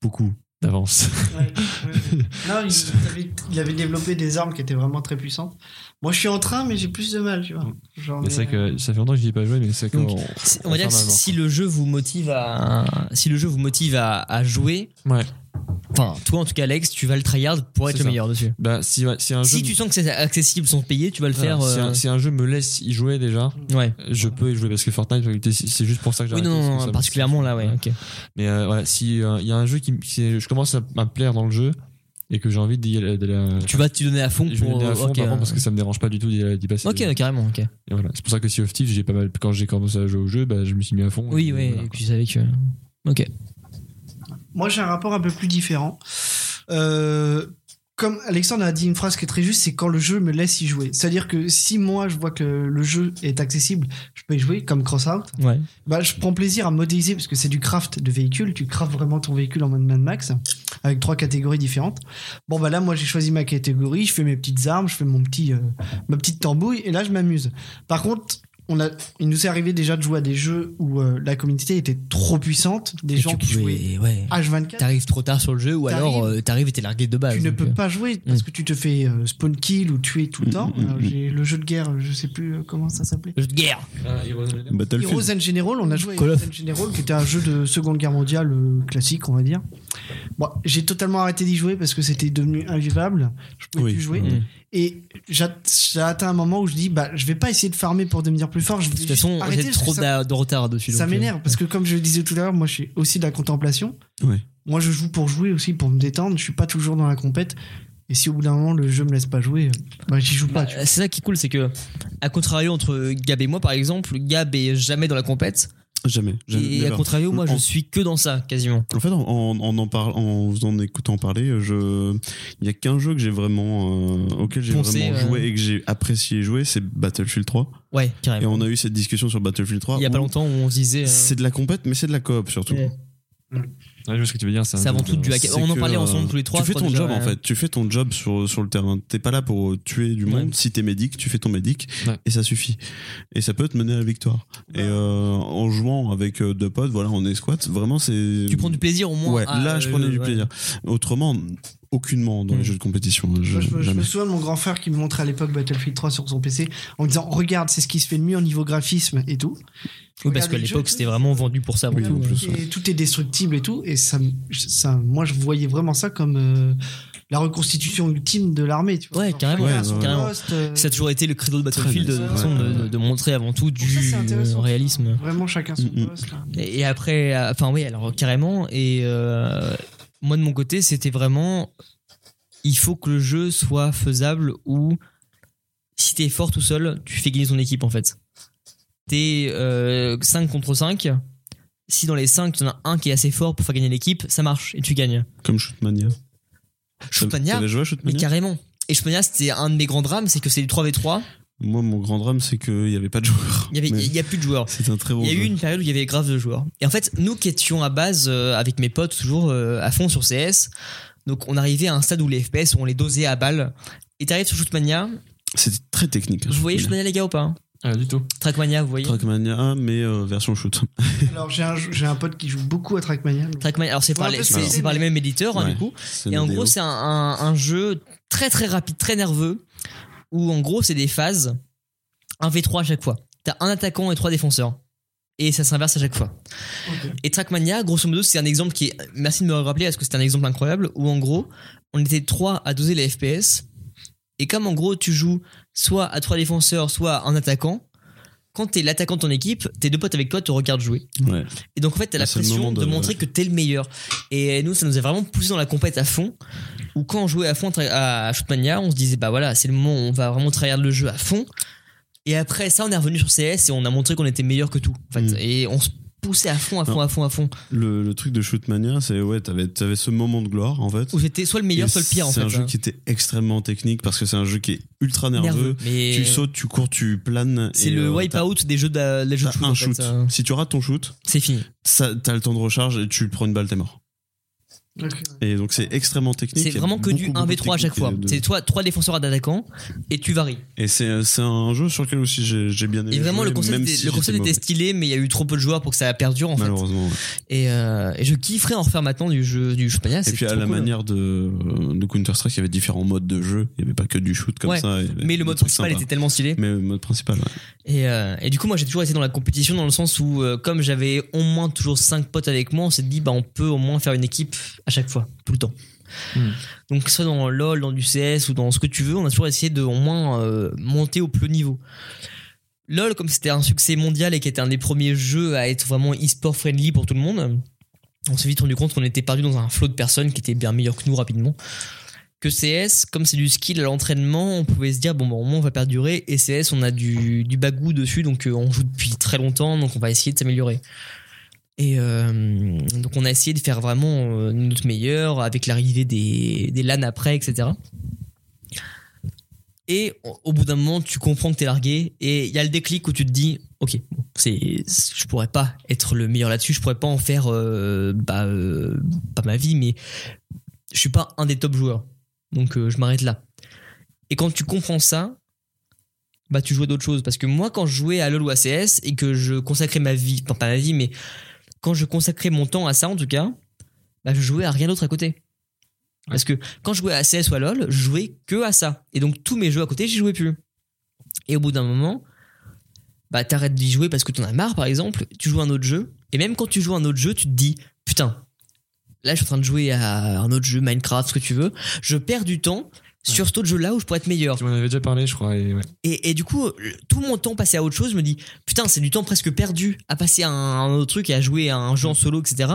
beaucoup d'avance. Ouais, ouais. Non, il, avait, il avait développé des armes qui étaient vraiment très puissantes. Moi, je suis en train, mais j'ai plus de mal, tu vois. Genre, Mais c'est mais, euh, vrai que ça fait longtemps que j'y ai pas joué, mais c'est Donc, quand. Si- On va dire que Enfin, si le jeu vous motive à, si le jeu vous motive à, à jouer, Ouais. enfin, toi en tout cas, Alex, tu vas le tryhard pour être C'est le ça. meilleur dessus. Bah, si, si un Si jeu. tu sens que c'est accessible sans payer, tu vas le Voilà, faire. si, un, euh, si un jeu me laisse y jouer déjà, Ouais. je peux y jouer parce que Fortnite, euh, c'est juste pour ça que j'ai Oui, arrêté, non, parce non, que ça non, me- particulièrement là, ouais. ok. Mais euh, voilà, si euh, il y a un jeu qui, me- qui- je commence à, à me plaire dans le jeu et que j'ai envie d'y aller. de la- Tu vas t'y donner à fond je vais pour. donner à fond ok, par contre, euh, parce que ça me dérange pas du tout d'y d'y passer. ok, Et carrément, ok. voilà. C'est pour ça que Sea of Thieves, j'ai pas mal. Quand j'ai commencé à jouer au jeu, bah, je me suis mis à fond. Oui, Et oui, voilà. et puis tu savais que. Ok. Moi, j'ai un rapport un peu plus différent. Euh, comme Alexandre a dit une phrase qui est très juste, c'est quand le jeu me laisse y jouer. C'est-à-dire que si moi, je vois que le jeu est accessible, je peux y jouer, comme Crossout. Ouais. Bah, je prends plaisir à modéliser parce que c'est du craft de véhicule. Tu craftes vraiment ton véhicule en mode Mad Max avec trois catégories différentes. Bon, bah là, moi, j'ai choisi ma catégorie. Je fais mes petites armes, je fais mon petit, euh, ma petite tambouille et là, je m'amuse. Par contre, on a, il nous est arrivé déjà de jouer à des jeux où euh, la communauté était trop puissante. Des Et gens tu qui pouvais- jouaient Ouais. H24. T'arrives trop tard sur le jeu ou T'arrives- alors euh, t'arrives et t'es largué de base. tu ne donc, peux euh, pas jouer parce que tu te fais euh, spawn kill ou tuer tout le Mm, temps. mm, Euh, mm. J'ai le jeu de guerre, je sais plus euh, comment ça s'appelait. Jeu de guerre. Ah, Battlefield. Heroes and General, on a joué à Call Heroes of. and General, qui était un jeu de Seconde Guerre mondiale euh, classique, on va dire. Bon, j'ai totalement arrêté d'y jouer parce que c'était devenu invivable. Je pouvais Oui. plus jouer. Mm. Et j'at- j'ai atteint un moment où je dis, bah, je vais pas essayer de farmer pour devenir plus fort. Je vais De toute juste façon, arrêter j'ai parce que trop ça- d'a- de retard dessus. ça donc, euh, m'énerve parce que comme je le disais tout à l'heure, moi je suis aussi de la contemplation. Ouais. Moi je joue pour jouer aussi, pour me détendre. Je suis pas toujours dans la compète. Et si au bout d'un moment le jeu me laisse pas jouer, euh, bah j'y joue pas. Bah, tu vois. c'est ça qui est cool, c'est que, à contrario entre Gab et moi, par exemple, Gab est jamais dans la compète. Jamais. jamais, Et à never. contrario, moi, je En- suis que dans ça, quasiment. En fait, en, en, en, en parle- en vous en écoutant parler, je... il y a qu'un jeu que j'ai vraiment, euh, auquel j'ai Poncé, vraiment euh. joué et que j'ai apprécié jouer, c'est Battlefield 3. Ouais, Et carrément. on a eu cette discussion sur Battlefield 3. Ah Il y a pas où longtemps, on se disait. euh, C'est de la compète, mais c'est de la coop surtout. Ouais. Ouais, je vois ce que tu veux dire. C'est un avant peu tout de- du hack. C'est On en que, parlait euh, ensemble tous les trois. Tu fais je crois, ton déjà, job en ouais. fait. Tu fais ton job sur, sur le terrain. T'es pas là pour euh, tuer du monde. Ouais. Si t'es médic, tu fais ton médic Ouais. et ça suffit. Et ça peut te mener à la victoire. Et euh, en jouant avec euh, deux potes, voilà, en escouade, vraiment c'est. Tu prends du plaisir au moins. Ouais, à- là je euh, prenais du ouais. plaisir. Autrement, aucunement dans Mm. les jeux de compétition. hein, Je, Moi, je, me- je Mm, jamais. me souviens de mon grand frère qui me montrait à l'époque Battlefield 3 sur son PC en me disant regarde c'est ce qui se fait de mieux au niveau graphisme et tout. Oui, parce qu'à l'époque, c'était vraiment vendu pour ça. avant Oui, tout, en ouais. plus. Et tout est destructible et tout et ça, me- ça moi je voyais vraiment ça comme euh, la reconstitution ultime de l'armée. tu vois. Ouais, Genre, carrément, chacun à ouais, son ouais. carrément. poste, euh, Ça a toujours été le credo de Battlefield, de, bien, toute ouais. façon, de, de- de montrer avant tout pour ça, du c'est intéressant, euh, réalisme. Vraiment chacun son Mm, mm. poste. là. Et et après, euh, enfin oui, alors carrément. Et euh, moi de mon côté, c'était vraiment, il faut que le jeu soit faisable ou si t'es fort tout seul, tu fais gagner ton équipe en fait. T'es euh, 5 contre 5. Si dans les 5, t'en as un qui est assez fort pour faire gagner l'équipe, ça marche et tu gagnes. Comme Shootmania. Shootmania, T'avais joué à mais Shootmania carrément. Et Shootmania, c'était un de mes grands drames, c'est que c'est du 3v3, Moi, mon grand drame, c'est qu'il n'y avait pas de joueurs. il y avait- Mais il y a plus de joueurs. C'est un très bon Il y a jeu. eu une période où il y avait grave de joueurs. Et en fait, nous qui étions à base euh, avec mes potes toujours euh, à fond sur CS, donc on arrivait à un stade où les FPS, on les dosait à balles. Et t'arrives sur Shootmania, C'était très technique. hein, vous voyez Shootmania Shootmania. les gars ou pas hein Ah, du tout. Trackmania, vous voyez Trackmania, mais euh, version shoot. Alors j'ai un, j'ai un pote qui joue beaucoup à Trackmania. donc- Trackmania, alors c'est par, Ouais, les- un peu c'est- ce que c'est c'est, par les mais- mêmes éditeurs hein, Ouais. du coup. C'est Et en Nadeo. gros, c'est un, un- un jeu très très rapide, très nerveux, où en gros, c'est des phases 1v3 à chaque fois. T'as un attaquant et trois défenseurs. Et ça s'inverse à chaque fois. Et Trackmania, grosso modo, c'est un exemple qui est. Merci de me le rappeler parce que c'est un exemple incroyable où en gros, on était trois à doser les FPS. Et comme en gros, tu joues soit à trois défenseurs, soit à un attaquant, quand t'es l'attaquant de ton équipe, tes deux potes avec toi te regardent jouer. Ouais. Et donc en fait, t'as la Ah, c'est le pression moment de, de- montrer ouais. que t'es le meilleur. Et nous, ça nous a vraiment poussé dans la compète à fond. Ou quand on jouait à fond à à Shootmania, on se disait bah voilà, c'est le moment où on va vraiment travailler le jeu à fond. Et après ça, on est revenu sur CS et on a montré qu'on était meilleur que tout. En fait. Mm. Et on se poussait à fond, à fond, Non. à fond, à fond. Le, le truc de Shootmania, c'est ouais, t'avais, t'avais ce moment de gloire en fait. Où j'étais soit le meilleur, Et soit le pire en C'est fait. un jeu hein. qui était extrêmement technique parce que c'est un jeu qui est ultra nerveux. Mais Tu sautes, tu cours, tu planes. euh, c'est et, le euh, wipeout des jeux de, des jeux T'as, de t'as shoot. un en fait, shoot. euh, Si tu rates ton shoot, C'est fini. ça, t'as le temps de recharge et tu prends une balle, t'es mort. Ok. Et donc c'est extrêmement technique. C'est il y a vraiment que du beaucoup, beaucoup de 1v3 à chaque techniques fois. et de- C'est toi, trois défenseurs à d'attaquants et tu varies. Et c'est, c'est un jeu sur lequel aussi j'ai, j'ai bien aimé. Et vraiment, jouer, le concept, même était, si le j'étais concept était mauvais. stylé, mais il y a eu trop peu de joueurs pour que ça perdure en fait. Malheureusement. ouais. Et, euh, et je kifferais en refaire maintenant du jeu du Shootmania. Et c'est puis à trop la cool. hein. manière de, euh, de Counter-Strike, il y avait différents modes de jeu. Il n'y avait pas que du shoot comme Ouais, ça. il y avait Mais le des mode trucs principal sympas. était tellement stylé. Mais le mode principal, ouais. Et, euh, et du coup, moi, j'ai toujours été dans la compétition dans le sens où, euh, comme j'avais au moins toujours 5 potes avec moi, on s'est dit, bah, on peut au moins faire une équipe à chaque fois, tout le temps. Hmm. Donc, que ce soit dans LoL, dans du CS ou dans ce que tu veux, on a toujours essayé de au moins euh, monter au plus haut niveau. LoL, comme c'était un succès mondial et qui était un des premiers jeux à être vraiment e-sport friendly pour tout le monde, on s'est vite rendu compte qu'on était perdu dans un flot de personnes qui étaient bien meilleures que nous rapidement. que CS, comme c'est du skill à l'entraînement, on pouvait se dire bon, bon, au moins on va perdurer. Et CS, on a du, du bagou dessus, donc euh, on joue depuis très longtemps, donc on va essayer de s'améliorer. Et euh, donc on a essayé de faire vraiment euh, notre meilleur avec l'arrivée des, des LAN après, etc. Et au- au bout d'un moment, tu comprends que t'es largué et il y a le déclic où tu te dis ok, bon, c'est, c'est- je pourrais pas être le meilleur là-dessus, je pourrais pas en faire euh, bah, euh, pas ma vie, mais je suis pas un des top joueurs. Donc euh, je m'arrête là. Et quand tu comprends ça, bah tu joues à d'autres choses. Parce que moi, quand je jouais à LoL ou à CS et que je consacrais ma vie, enfin pas ma vie, mais quand je consacrais mon temps à ça en tout cas, bah je jouais à rien d'autre à côté. Parce que quand je jouais à CS ou à LoL, je jouais que à ça. Et donc tous mes jeux à côté, j'y jouais plus. Et au bout d'un moment, bah t'arrêtes d'y jouer parce que t'en as marre par exemple, tu joues à un autre jeu. Et même quand tu joues à un autre jeu, tu te dis, putain, là je suis en train de jouer à un autre jeu, Minecraft, ce que tu veux, je perds du temps sur cet autre jeu-là où je pourrais être meilleur. Tu m'en avais déjà parlé, je crois. Et ouais. Et, et du coup, le- tout mon temps passé à autre chose, je me dis, putain, c'est du temps presque perdu à passer à un, un autre truc et à jouer à un jeu en solo, etc.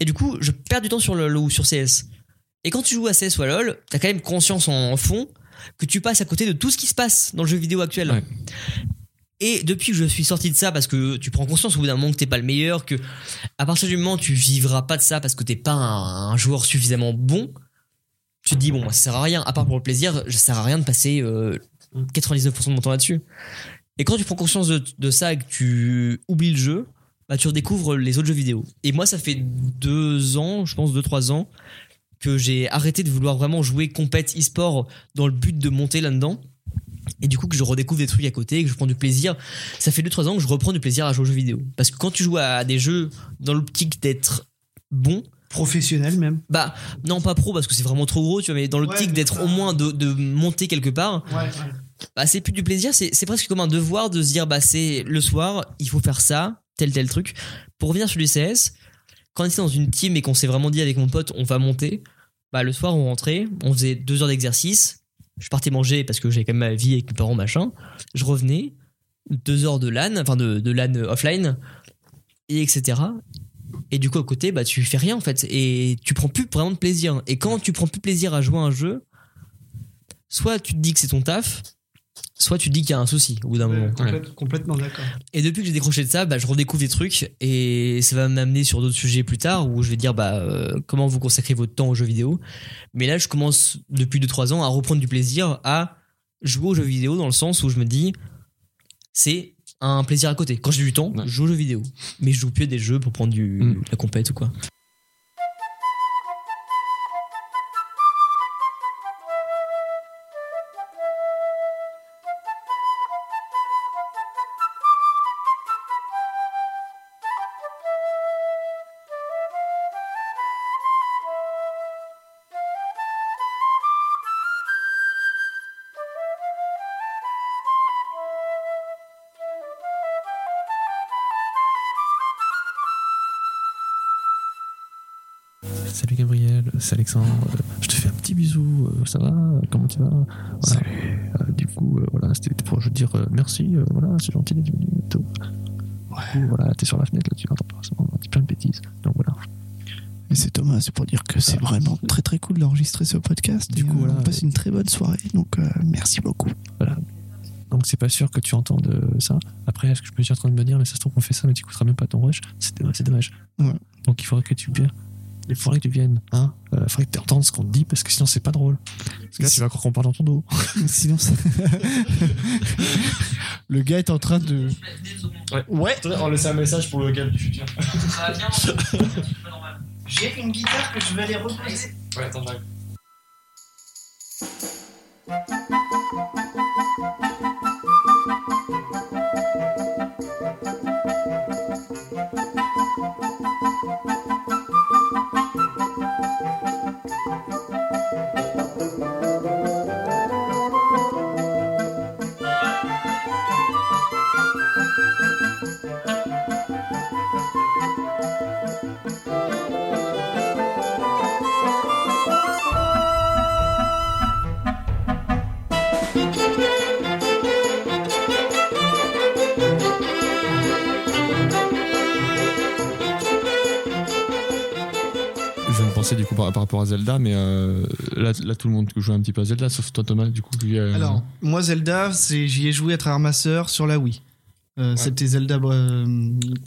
Et du coup, je perds du temps sur LoL ou sur CS. Et quand tu joues à CS ou à LoL, t'as quand même conscience en, en fond que tu passes à côté de tout ce qui se passe dans le jeu vidéo actuel. Ouais. Et depuis que je suis sorti de ça, parce que tu prends conscience au bout d'un moment que t'es pas le meilleur, que à partir du moment où tu vivras pas de ça parce que t'es pas un, un joueur suffisamment bon, tu te dis bon, moi, ça sert à rien. À part pour le plaisir, ça sert à rien de passer euh, 99% de mon temps là-dessus. Et quand tu prends conscience de, de ça et que tu oublies le jeu, bah, tu redécouvres les autres jeux vidéo. Et moi, ça fait deux ans, je pense deux, trois ans, que j'ai arrêté de vouloir vraiment jouer compète e-sport dans le but de monter là-dedans. Et du coup, que je redécouvre des trucs à côté, que je prends du plaisir. Ça fait deux, trois ans que je reprends du plaisir à jouer aux jeux vidéo. Parce que quand tu joues à des jeux dans l'optique d'être bon, Professionnel même. bah, non pas pro parce que c'est vraiment trop gros, tu vois, mais dans l'optique mais d'être ça- au moins de, de monter quelque part, Ouais, bah, c'est plus du plaisir, c'est c'est presque comme un devoir de se dire bah c'est le soir, il faut faire ça, tel tel truc. Pour revenir sur du CS, quand on était dans une team et qu'on s'est vraiment dit avec mon pote on va monter, bah le soir on rentrait, on faisait deux heures d'exercice, je partais manger parce que j'avais quand même ma vie avec mes parents machin, je revenais, deux heures de LAN, enfin de, de LAN offline, et etc. Et du coup à côté bah tu fais rien en fait et tu prends plus vraiment de plaisir. Et quand tu prends plus plaisir à jouer à un jeu, soit tu te dis que c'est ton taf, soit tu te dis qu'il y a un souci au bout d'un moment. Complètement d'accord. Et depuis que j'ai décroché de ça, bah, je redécouvre des trucs et ça va m'amener sur d'autres sujets plus tard où je vais dire bah, euh, comment vous consacrez votre temps aux jeux vidéo. Mais là, je commence depuis 2-3 ans à reprendre du plaisir à jouer aux jeux vidéo dans le sens où je me dis c'est un plaisir à côté. Quand j'ai du temps, Ouais. je joue aux jeux vidéo. Mais je joue plus à des jeux pour prendre du, Mm. de la compète ou quoi. Salut Gabriel, c'est Alexandre. Euh, Je te fais un petit bisou. euh, Ça va Comment tu vas Voilà. Euh, du coup, euh, voilà, c'était pour je dire euh, merci. euh, voilà, c'est gentil d'être venu. et tout. Du coup, voilà, t'es sur la fenêtre là, tu entends pas forcément on dit plein de bêtises. Donc voilà. Et c'est Thomas, c'est pour dire que c'est vraiment très très cool d'enregistrer ce podcast. Du Et, coup, euh, voilà. on passe une très bonne soirée, donc euh, merci beaucoup. Donc c'est pas sûr que tu entendes euh, ça. Après, est-ce que je peux suis en train de me dire, mais ça se trouve qu'on fait ça, mais tu écouteras même pas ton rush. C'est dommage. C'est dommage. Ouais. Donc il faudrait que tu viennes. Il faudrait que tu viennes. Hein Euh, il faudrait que tu entendes ce qu'on te dit, parce que sinon c'est pas drôle. Parce que là, tu vas croire qu'on parle dans ton dos. Sinon, ça- le gars est en train de. On laisse un message pour le gars du futur. J'ai une guitare que je vais aller reposer. Ouais, attends, pensé du coup par, par rapport à Zelda, mais euh, là, là tout le monde joue un petit peu à Zelda, sauf toi Thomas du coup. qui, euh, Alors, moi, Zelda, c'est- j'y ai joué à travers ma sœur sur la Wii. Euh, C'était Zelda euh,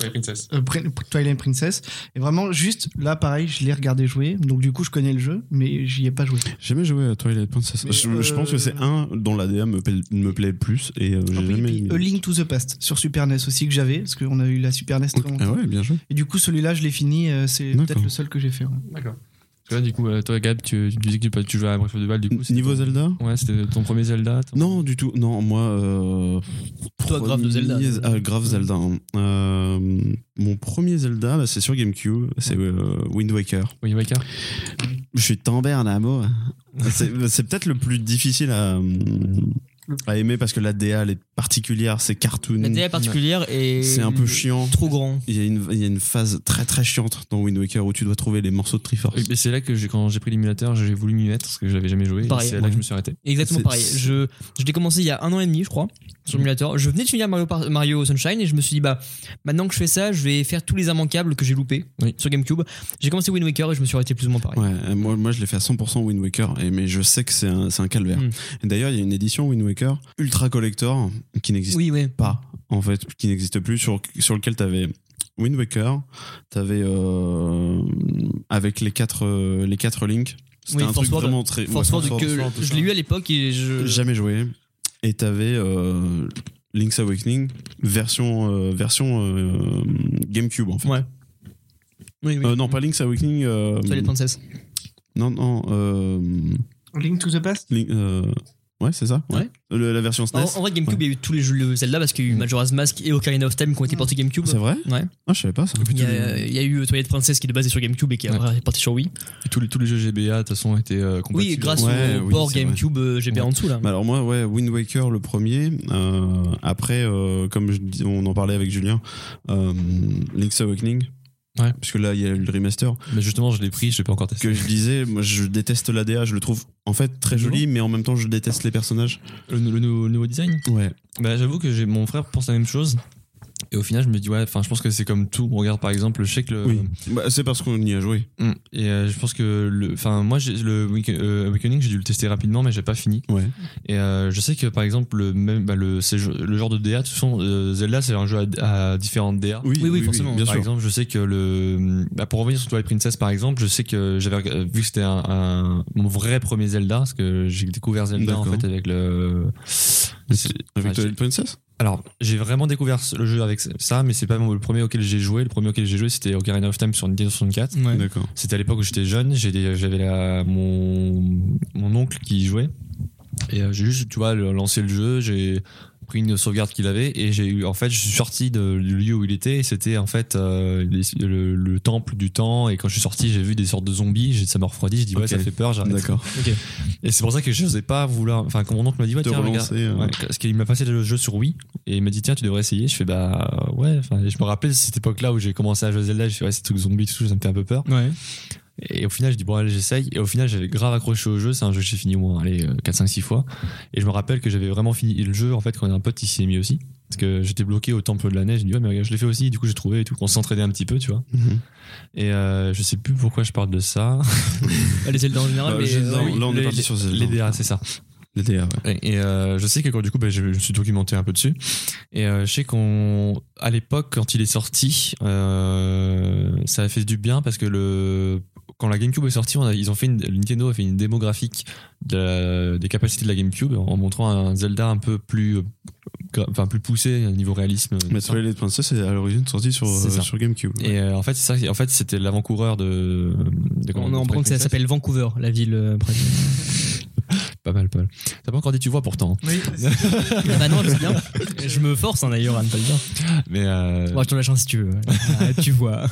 Ouais, Princess. euh, Prin- Twilight Princess. Et vraiment, juste là, pareil, je l'ai regardé jouer. Donc, du coup, je connais le jeu, mais j'y ai pas joué. J'ai jamais joué à Twilight Princess. Mais, Je, je euh, pense que c'est un dont la DA me plaît, me plaît le plus et euh, Ah j'ai oui, jamais. et puis, A Link to the Past sur Super NES aussi que j'avais, parce qu'on a eu la Super NES très longtemps. Ah ouais, bien joué. Et du coup, celui-là, je l'ai fini. euh, C'est D'accord. peut-être le seul que j'ai fait. hein. ouais. Parce que là, du coup, euh, toi Gab, tu, tu disais que tu, tu jouais à Breath of the Wild, du coup. c'était Niveau ton- Zelda Ouais, c'était ton premier Zelda. ton- Non, du tout. Non, moi. euh, Toi, grave de Zelda. premier- ah, grave Zelda. hein. Euh, mon premier Zelda, bah, c'est sur GameCube, c'est euh, Wind Waker. Oui, Waker. Je suis tombé en amour. C'est c'est peut-être le plus difficile à, à aimer parce que la DA elle est particulière, c'est cartoon. La DA particulière est. Mm. C'est un peu chiant. Trop grand. Il y, a une, il y a une phase très très chiante dans Wind Waker où tu dois trouver les morceaux de Triforce. Et c'est là que j'ai- quand j'ai pris l'émulateur, j'ai voulu m'y mettre parce que je l'avais jamais joué. et Pareil, C'est là ouais. que je me suis arrêté. Exactement C'est- pareil. c'est- Mm. Je, je l'ai commencé il y a un an et demi, je crois, sur l'émulateur. Je venais de finir Mario, Par- Mario Sunshine et je me suis dit, bah, maintenant que je fais ça, je vais faire tous les immanquables que j'ai loupés Oui. sur GameCube. J'ai commencé Wind Waker et je me suis arrêté plus ou moins pareil. Ouais, euh, moi, moi je l'ai fait à 100% Wind Waker, et, mais je sais que c'est un, c'est un calvaire. Mm. Et D'ailleurs, il y a une édition Wind Waker Ultra Collector qui n'existe Oui, ouais. pas, en fait, qui n'existe plus, sur, sur lequel tu avais Wind Waker, tu avais euh, avec les quatre, euh, les quatre links. C'était Oui, un Force truc Word. vraiment très. ouais, Force Word, Force que Word, tout je ça. l'ai eu à l'époque et je. Jamais joué. Et t'avais euh, Link's Awakening, version, euh, version euh, GameCube en fait. Ouais. Oui, oui. Euh, non, pas Link's Awakening. euh, Twilight Princess. non, non. euh, A Link to the Past Link- euh, ouais, c'est ça. Ouais. Le- la version E SNES. En, en vrai, GameCube, il y a eu tous les jeux de Zelda parce qu'il Mm. y a eu Majora's Mask et Ocarina of Time qui ont été portés GameCube. C'est vrai Ouais. Ah, je savais pas ça. Il y, a, il y a eu Twilight Princess qui de base est sur GameCube et qui est Ouais. porté sur Wii. Et tous les, tous les jeux GBA, de toute façon, étaient euh, compatibles. Oui, grâce Bah, Ouais, au oui, port c'est vrai. GameCube euh, GB en dessous là. Bah alors moi, ouais, Wind Waker le premier. Euh, après, euh, comme je dis- on en parlait avec Julien, euh, Link's Awakening. Ouais. Parce que là, il y a eu le remaster. Mais justement, je l'ai pris, je l'ai pas encore testé. Que je disais, moi, je déteste l'ADA. Je le trouve en fait très joli, mais en même temps, je déteste les personnages. Le, le nouveau- le nouveau design Ouais. Bah, j'avoue que j'ai mon frère pense la même chose. Et au final, je me dis, ouais, enfin, je pense que c'est comme tout. On regarde par exemple, je sais que le. Oui. Bah, c'est parce qu'on y a joué. Mm. Et euh, je pense que le. Enfin, moi, j'ai- le Wake- euh, Awakening, j'ai dû le tester rapidement, mais j'ai pas fini. Ouais. Et euh, je sais que par exemple, le, même, bah, le, c'est le le genre de DA, de toute façon, euh, Zelda, c'est un jeu à, à différentes DA. Oui, oui, forcément. bien par sûr. exemple, je sais que le. bah, pour revenir sur Twilight Princess, par exemple, je sais que j'avais reg- euh, vu que c'était un, un- mon vrai premier Zelda, parce que j'ai découvert Zelda en D'accord. fait avec le. c'est- Avec enfin, Twilight Princess alors, j'ai vraiment découvert le jeu avec ça, mais c'est pas mon- le premier auquel j'ai joué. Le premier auquel j'ai joué, c'était Ocarina of Time sur Nintendo 64. Ouais. D'accord. C'était à l'époque où j'étais jeune, j'ai des- j'avais la- mon, mon oncle qui y jouait. Et euh, j'ai juste, tu vois, le- lancé le jeu, j'ai pris une sauvegarde qu'il avait et j'ai eu, en fait, je suis sorti de, du lieu où il était et c'était en fait euh, les- le, le temple du temps. Et quand je suis sorti, j'ai vu des sortes de zombies, j'ai- ça m'a refroidi, je dis, ouais, Ok. ça fait peur, j'arrête. D'accord. Et c'est pour ça que je n'osais pas vouloir. Enfin, quand mon oncle m'a dit, ouais, Te tiens, regarde. relancer, euh, Ouais, parce qu'il m'a passé le jeu sur Wii et il m'a dit tiens tu devrais essayer je fais bah euh, ouais enfin, et je me rappelle cette époque là où j'ai commencé à jouer à Zelda je fais ouais c'est tout zombie tout ça me fait un peu peur Ouais. et au final je dis bon allez j'essaye et au final j'avais grave accroché au jeu c'est un jeu que j'ai fini au moins allez euh, 4, 5, 6 fois et je me rappelle que j'avais vraiment fini le jeu en fait quand un pote qui s'y est mis aussi parce que j'étais bloqué au temple de la neige je dis ouais mais regarde je l'ai fait aussi du coup j'ai trouvé et tout on s'entraînait un petit peu tu vois Mhm. et euh, je sais plus pourquoi je parle de ça Bah, les Zelda en général, Bah, mais. je- euh, non, oui. Là, on est Les- parti sur Zelda. les DA c'est ça Les DA, ouais. et, et, euh, je sais que quand du coup, bah, je, je me suis documenté un peu dessus. Et euh, je sais qu'on, à l'époque, quand il est sorti, euh, ça a fait du bien parce que le, quand la GameCube est sortie, on a- ils ont fait une, Nintendo a fait une démographique de la- des capacités de la GameCube en montrant un Zelda un peu plus, euh, gra- enfin plus poussé au niveau réalisme. Mais Twilight Princess est à l'origine sorti sur, C'est euh, ça. sur GameCube. Et euh, en fait, c'est ça. En fait, c'était l'avant-coureur de. de On est en Bronx, ça s'appelle Vancouver, la ville. euh, près de- Pas mal, pas mal. T'as pas encore dit tu vois pourtant. Oui. bah non, c'est bien. Je me force hein, d'ailleurs à ne pas le dire. Mais euh, Bon, je te la chance si tu veux. ouais. Ah, tu vois.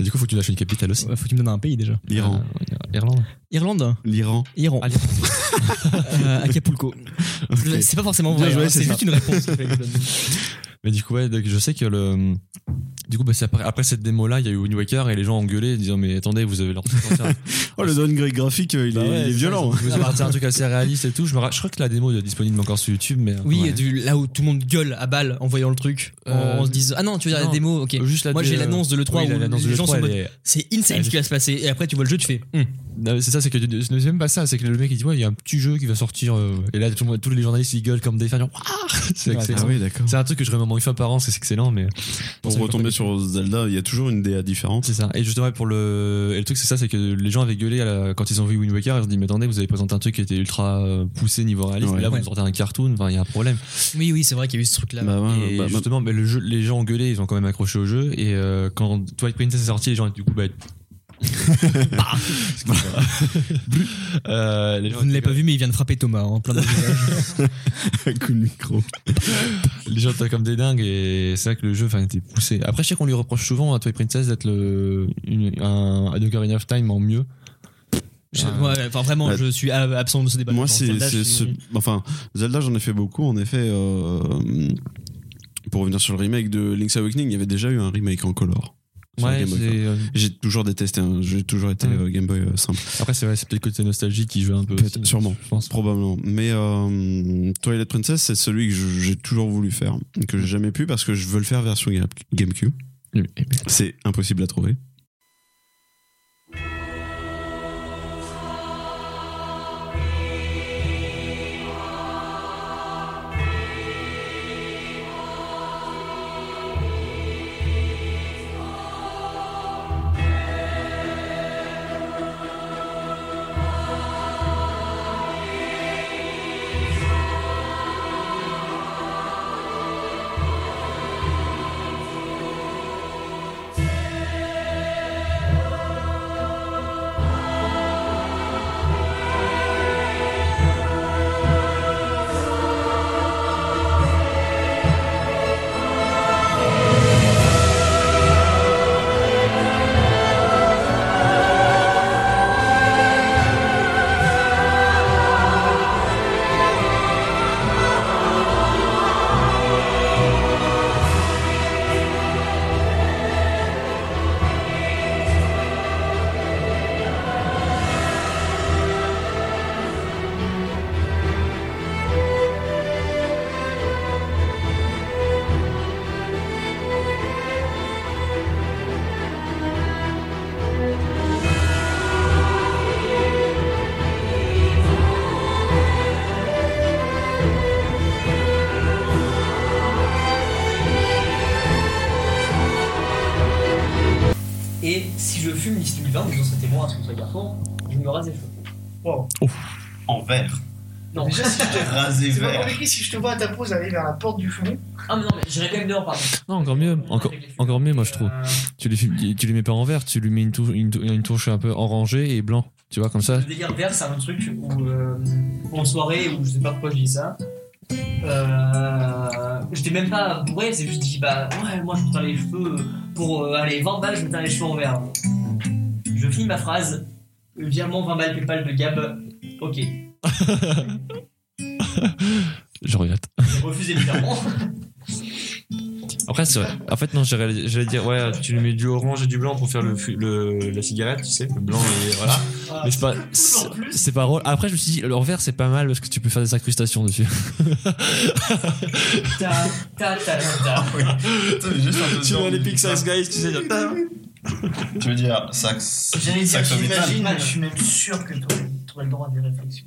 du coup, faut que tu lâches une capitale aussi. Ouais, Faut que tu me donnes un pays déjà. L'Iran. Euh, Irlande. Irlande L'Iran. Iran. Ah, l'Iran. Euh, Acapulco. Je- C'est pas forcément vrai, Bien joué, hein, c'est c'est juste une réponse. Mais du coup, ouais, donc je sais que le. Du coup, bah, c'est Bah après, après cette démo-là, il y a eu Wind Waker et les gens ont gueulé en disant Mais attendez, vous avez leur Oh, le downgrade graphique, euh, il, est, il est violent. Je me suis parti un truc assez réaliste et tout. Je, me ra- je crois que la démo est disponible encore sur YouTube, mais. Oui, ouais. du- là où tout le monde gueule à balle en voyant le truc, en- Euh, en se disant Ah non, tu veux dire la non. démo, ok. Juste la Moi dé- j'ai l'annonce de l'E3 Oui, où l'annonce de les gens l'E3, sont en elle mode est- C'est insane Ah, ce qui va se passer. Et après tu vois le jeu, tu fais Hum. Non, mais c'est ça, c'est que tu- c'est même pas ça. C'est que le mec il dit ouais, il y a un petit jeu qui va sortir. euh, et là, tout le monde- tous les journalistes ils gueulent comme des fans. genre, Waouh c'est excellent. bah Ah oui, d'accord. C'est un truc que je regarde au moins une fois par an, c'est excellent, mais Pour retomber sur Zelda, il y a toujours une DA différente. c'est ça. Et justement, ouais, pour le, et le truc, c'est ça, c'est que les gens avaient gueulé à la- quand ils ont vu Wind Waker, ils se disent, mais attendez, vous avez présenté un truc qui était ultra euh, poussé niveau réalisme, Ouais. mais là, vous Ouais. nous sortez un cartoon, enfin, il y a un problème. Oui, oui, c'est vrai qu'il y a eu ce truc là. Bah ouais, et bah, bah, justement, mais le jeu, les gens ont gueulé, ils ont quand même accroché au jeu, et euh, quand Twilight Princess est sorti, les gens, du coup, bah, Bah. Euh, les gens Vous ne l'avez étaient pas vu, mais il vient de frapper Thomas en plein de visage. bah. coup de micro. les gens étaient comme des dingues et c'est vrai que le jeu enfin était poussé après je sais qu'on lui reproche souvent à Toy Princess d'être le une- un un Ocarina of Time en mieux Je- Ah. ouais, Enfin, vraiment, Bah, je suis a- absent de ce débat. Moi, Bah, Dans c'est Zelda, je suis- c'est ce- Enfin, Zelda, j'en ai fait beaucoup. En effet, euh, pour revenir sur le remake de Link's Awakening, il y avait déjà eu un remake en color. sur Game Boy Color. c'est, euh, J'ai toujours détesté. hein, J'ai toujours été Mm. euh, Game Boy euh, simple. après c'est vrai c'est peut-être le côté nostalgie qui joue un peu Peut-être, aussi, sûrement. je pense Probablement. Mais euh, Twilight Princess, c'est celui que je- j'ai toujours voulu faire, que j'ai jamais pu parce que je veux le faire version Ga- GameCube. C'est impossible à trouver. Et si je fume d'ici 2020, les gens seraient témoins à ce qu'on soit garçon, je me rase les cheveux. En vert. Non, Rasé C'est pas vert. compliqué si je te vois à ta pause aller vers la porte du fond. ah, mais non, mais j'irai quand même dehors, pardon. Euh, non encore mieux encore encore mieux moi je trouve tu les fais- tu les mets pas en vert tu lui mets une touche une, tou- une touche un peu orangée et blanc tu vois comme ça Le délire vert, c'est un truc où, euh, en soirée, où je sais pas pourquoi je dis ça, euh, j'étais même pas bourré, c'est juste dit, bah ouais, moi je me teins les cheveux, pour euh, aller 20 balles, je me teins les cheveux en vert. Je finis ma phrase, virement 20 balles PayPal de Gab, ok. je regrette Refusé évidemment. après c'est vrai. en fait non j'allais j'allais dire ouais tu lui mets du orange et du blanc pour faire le, fu- le la cigarette tu sais le blanc et voilà Mais c'est pas, c'est- c'est pas drôle. Après, je me suis dit, leur vert, c'est pas mal parce que tu peux faire des incrustations dessus. Ta, ta, ta, ta. Tu veux aller Pixar guys, tu sais, Tu veux dire sax J'allais dire, saxo métal j'imagine, je suis même sûr que t'aurais t'aurais le droit à des réflexions.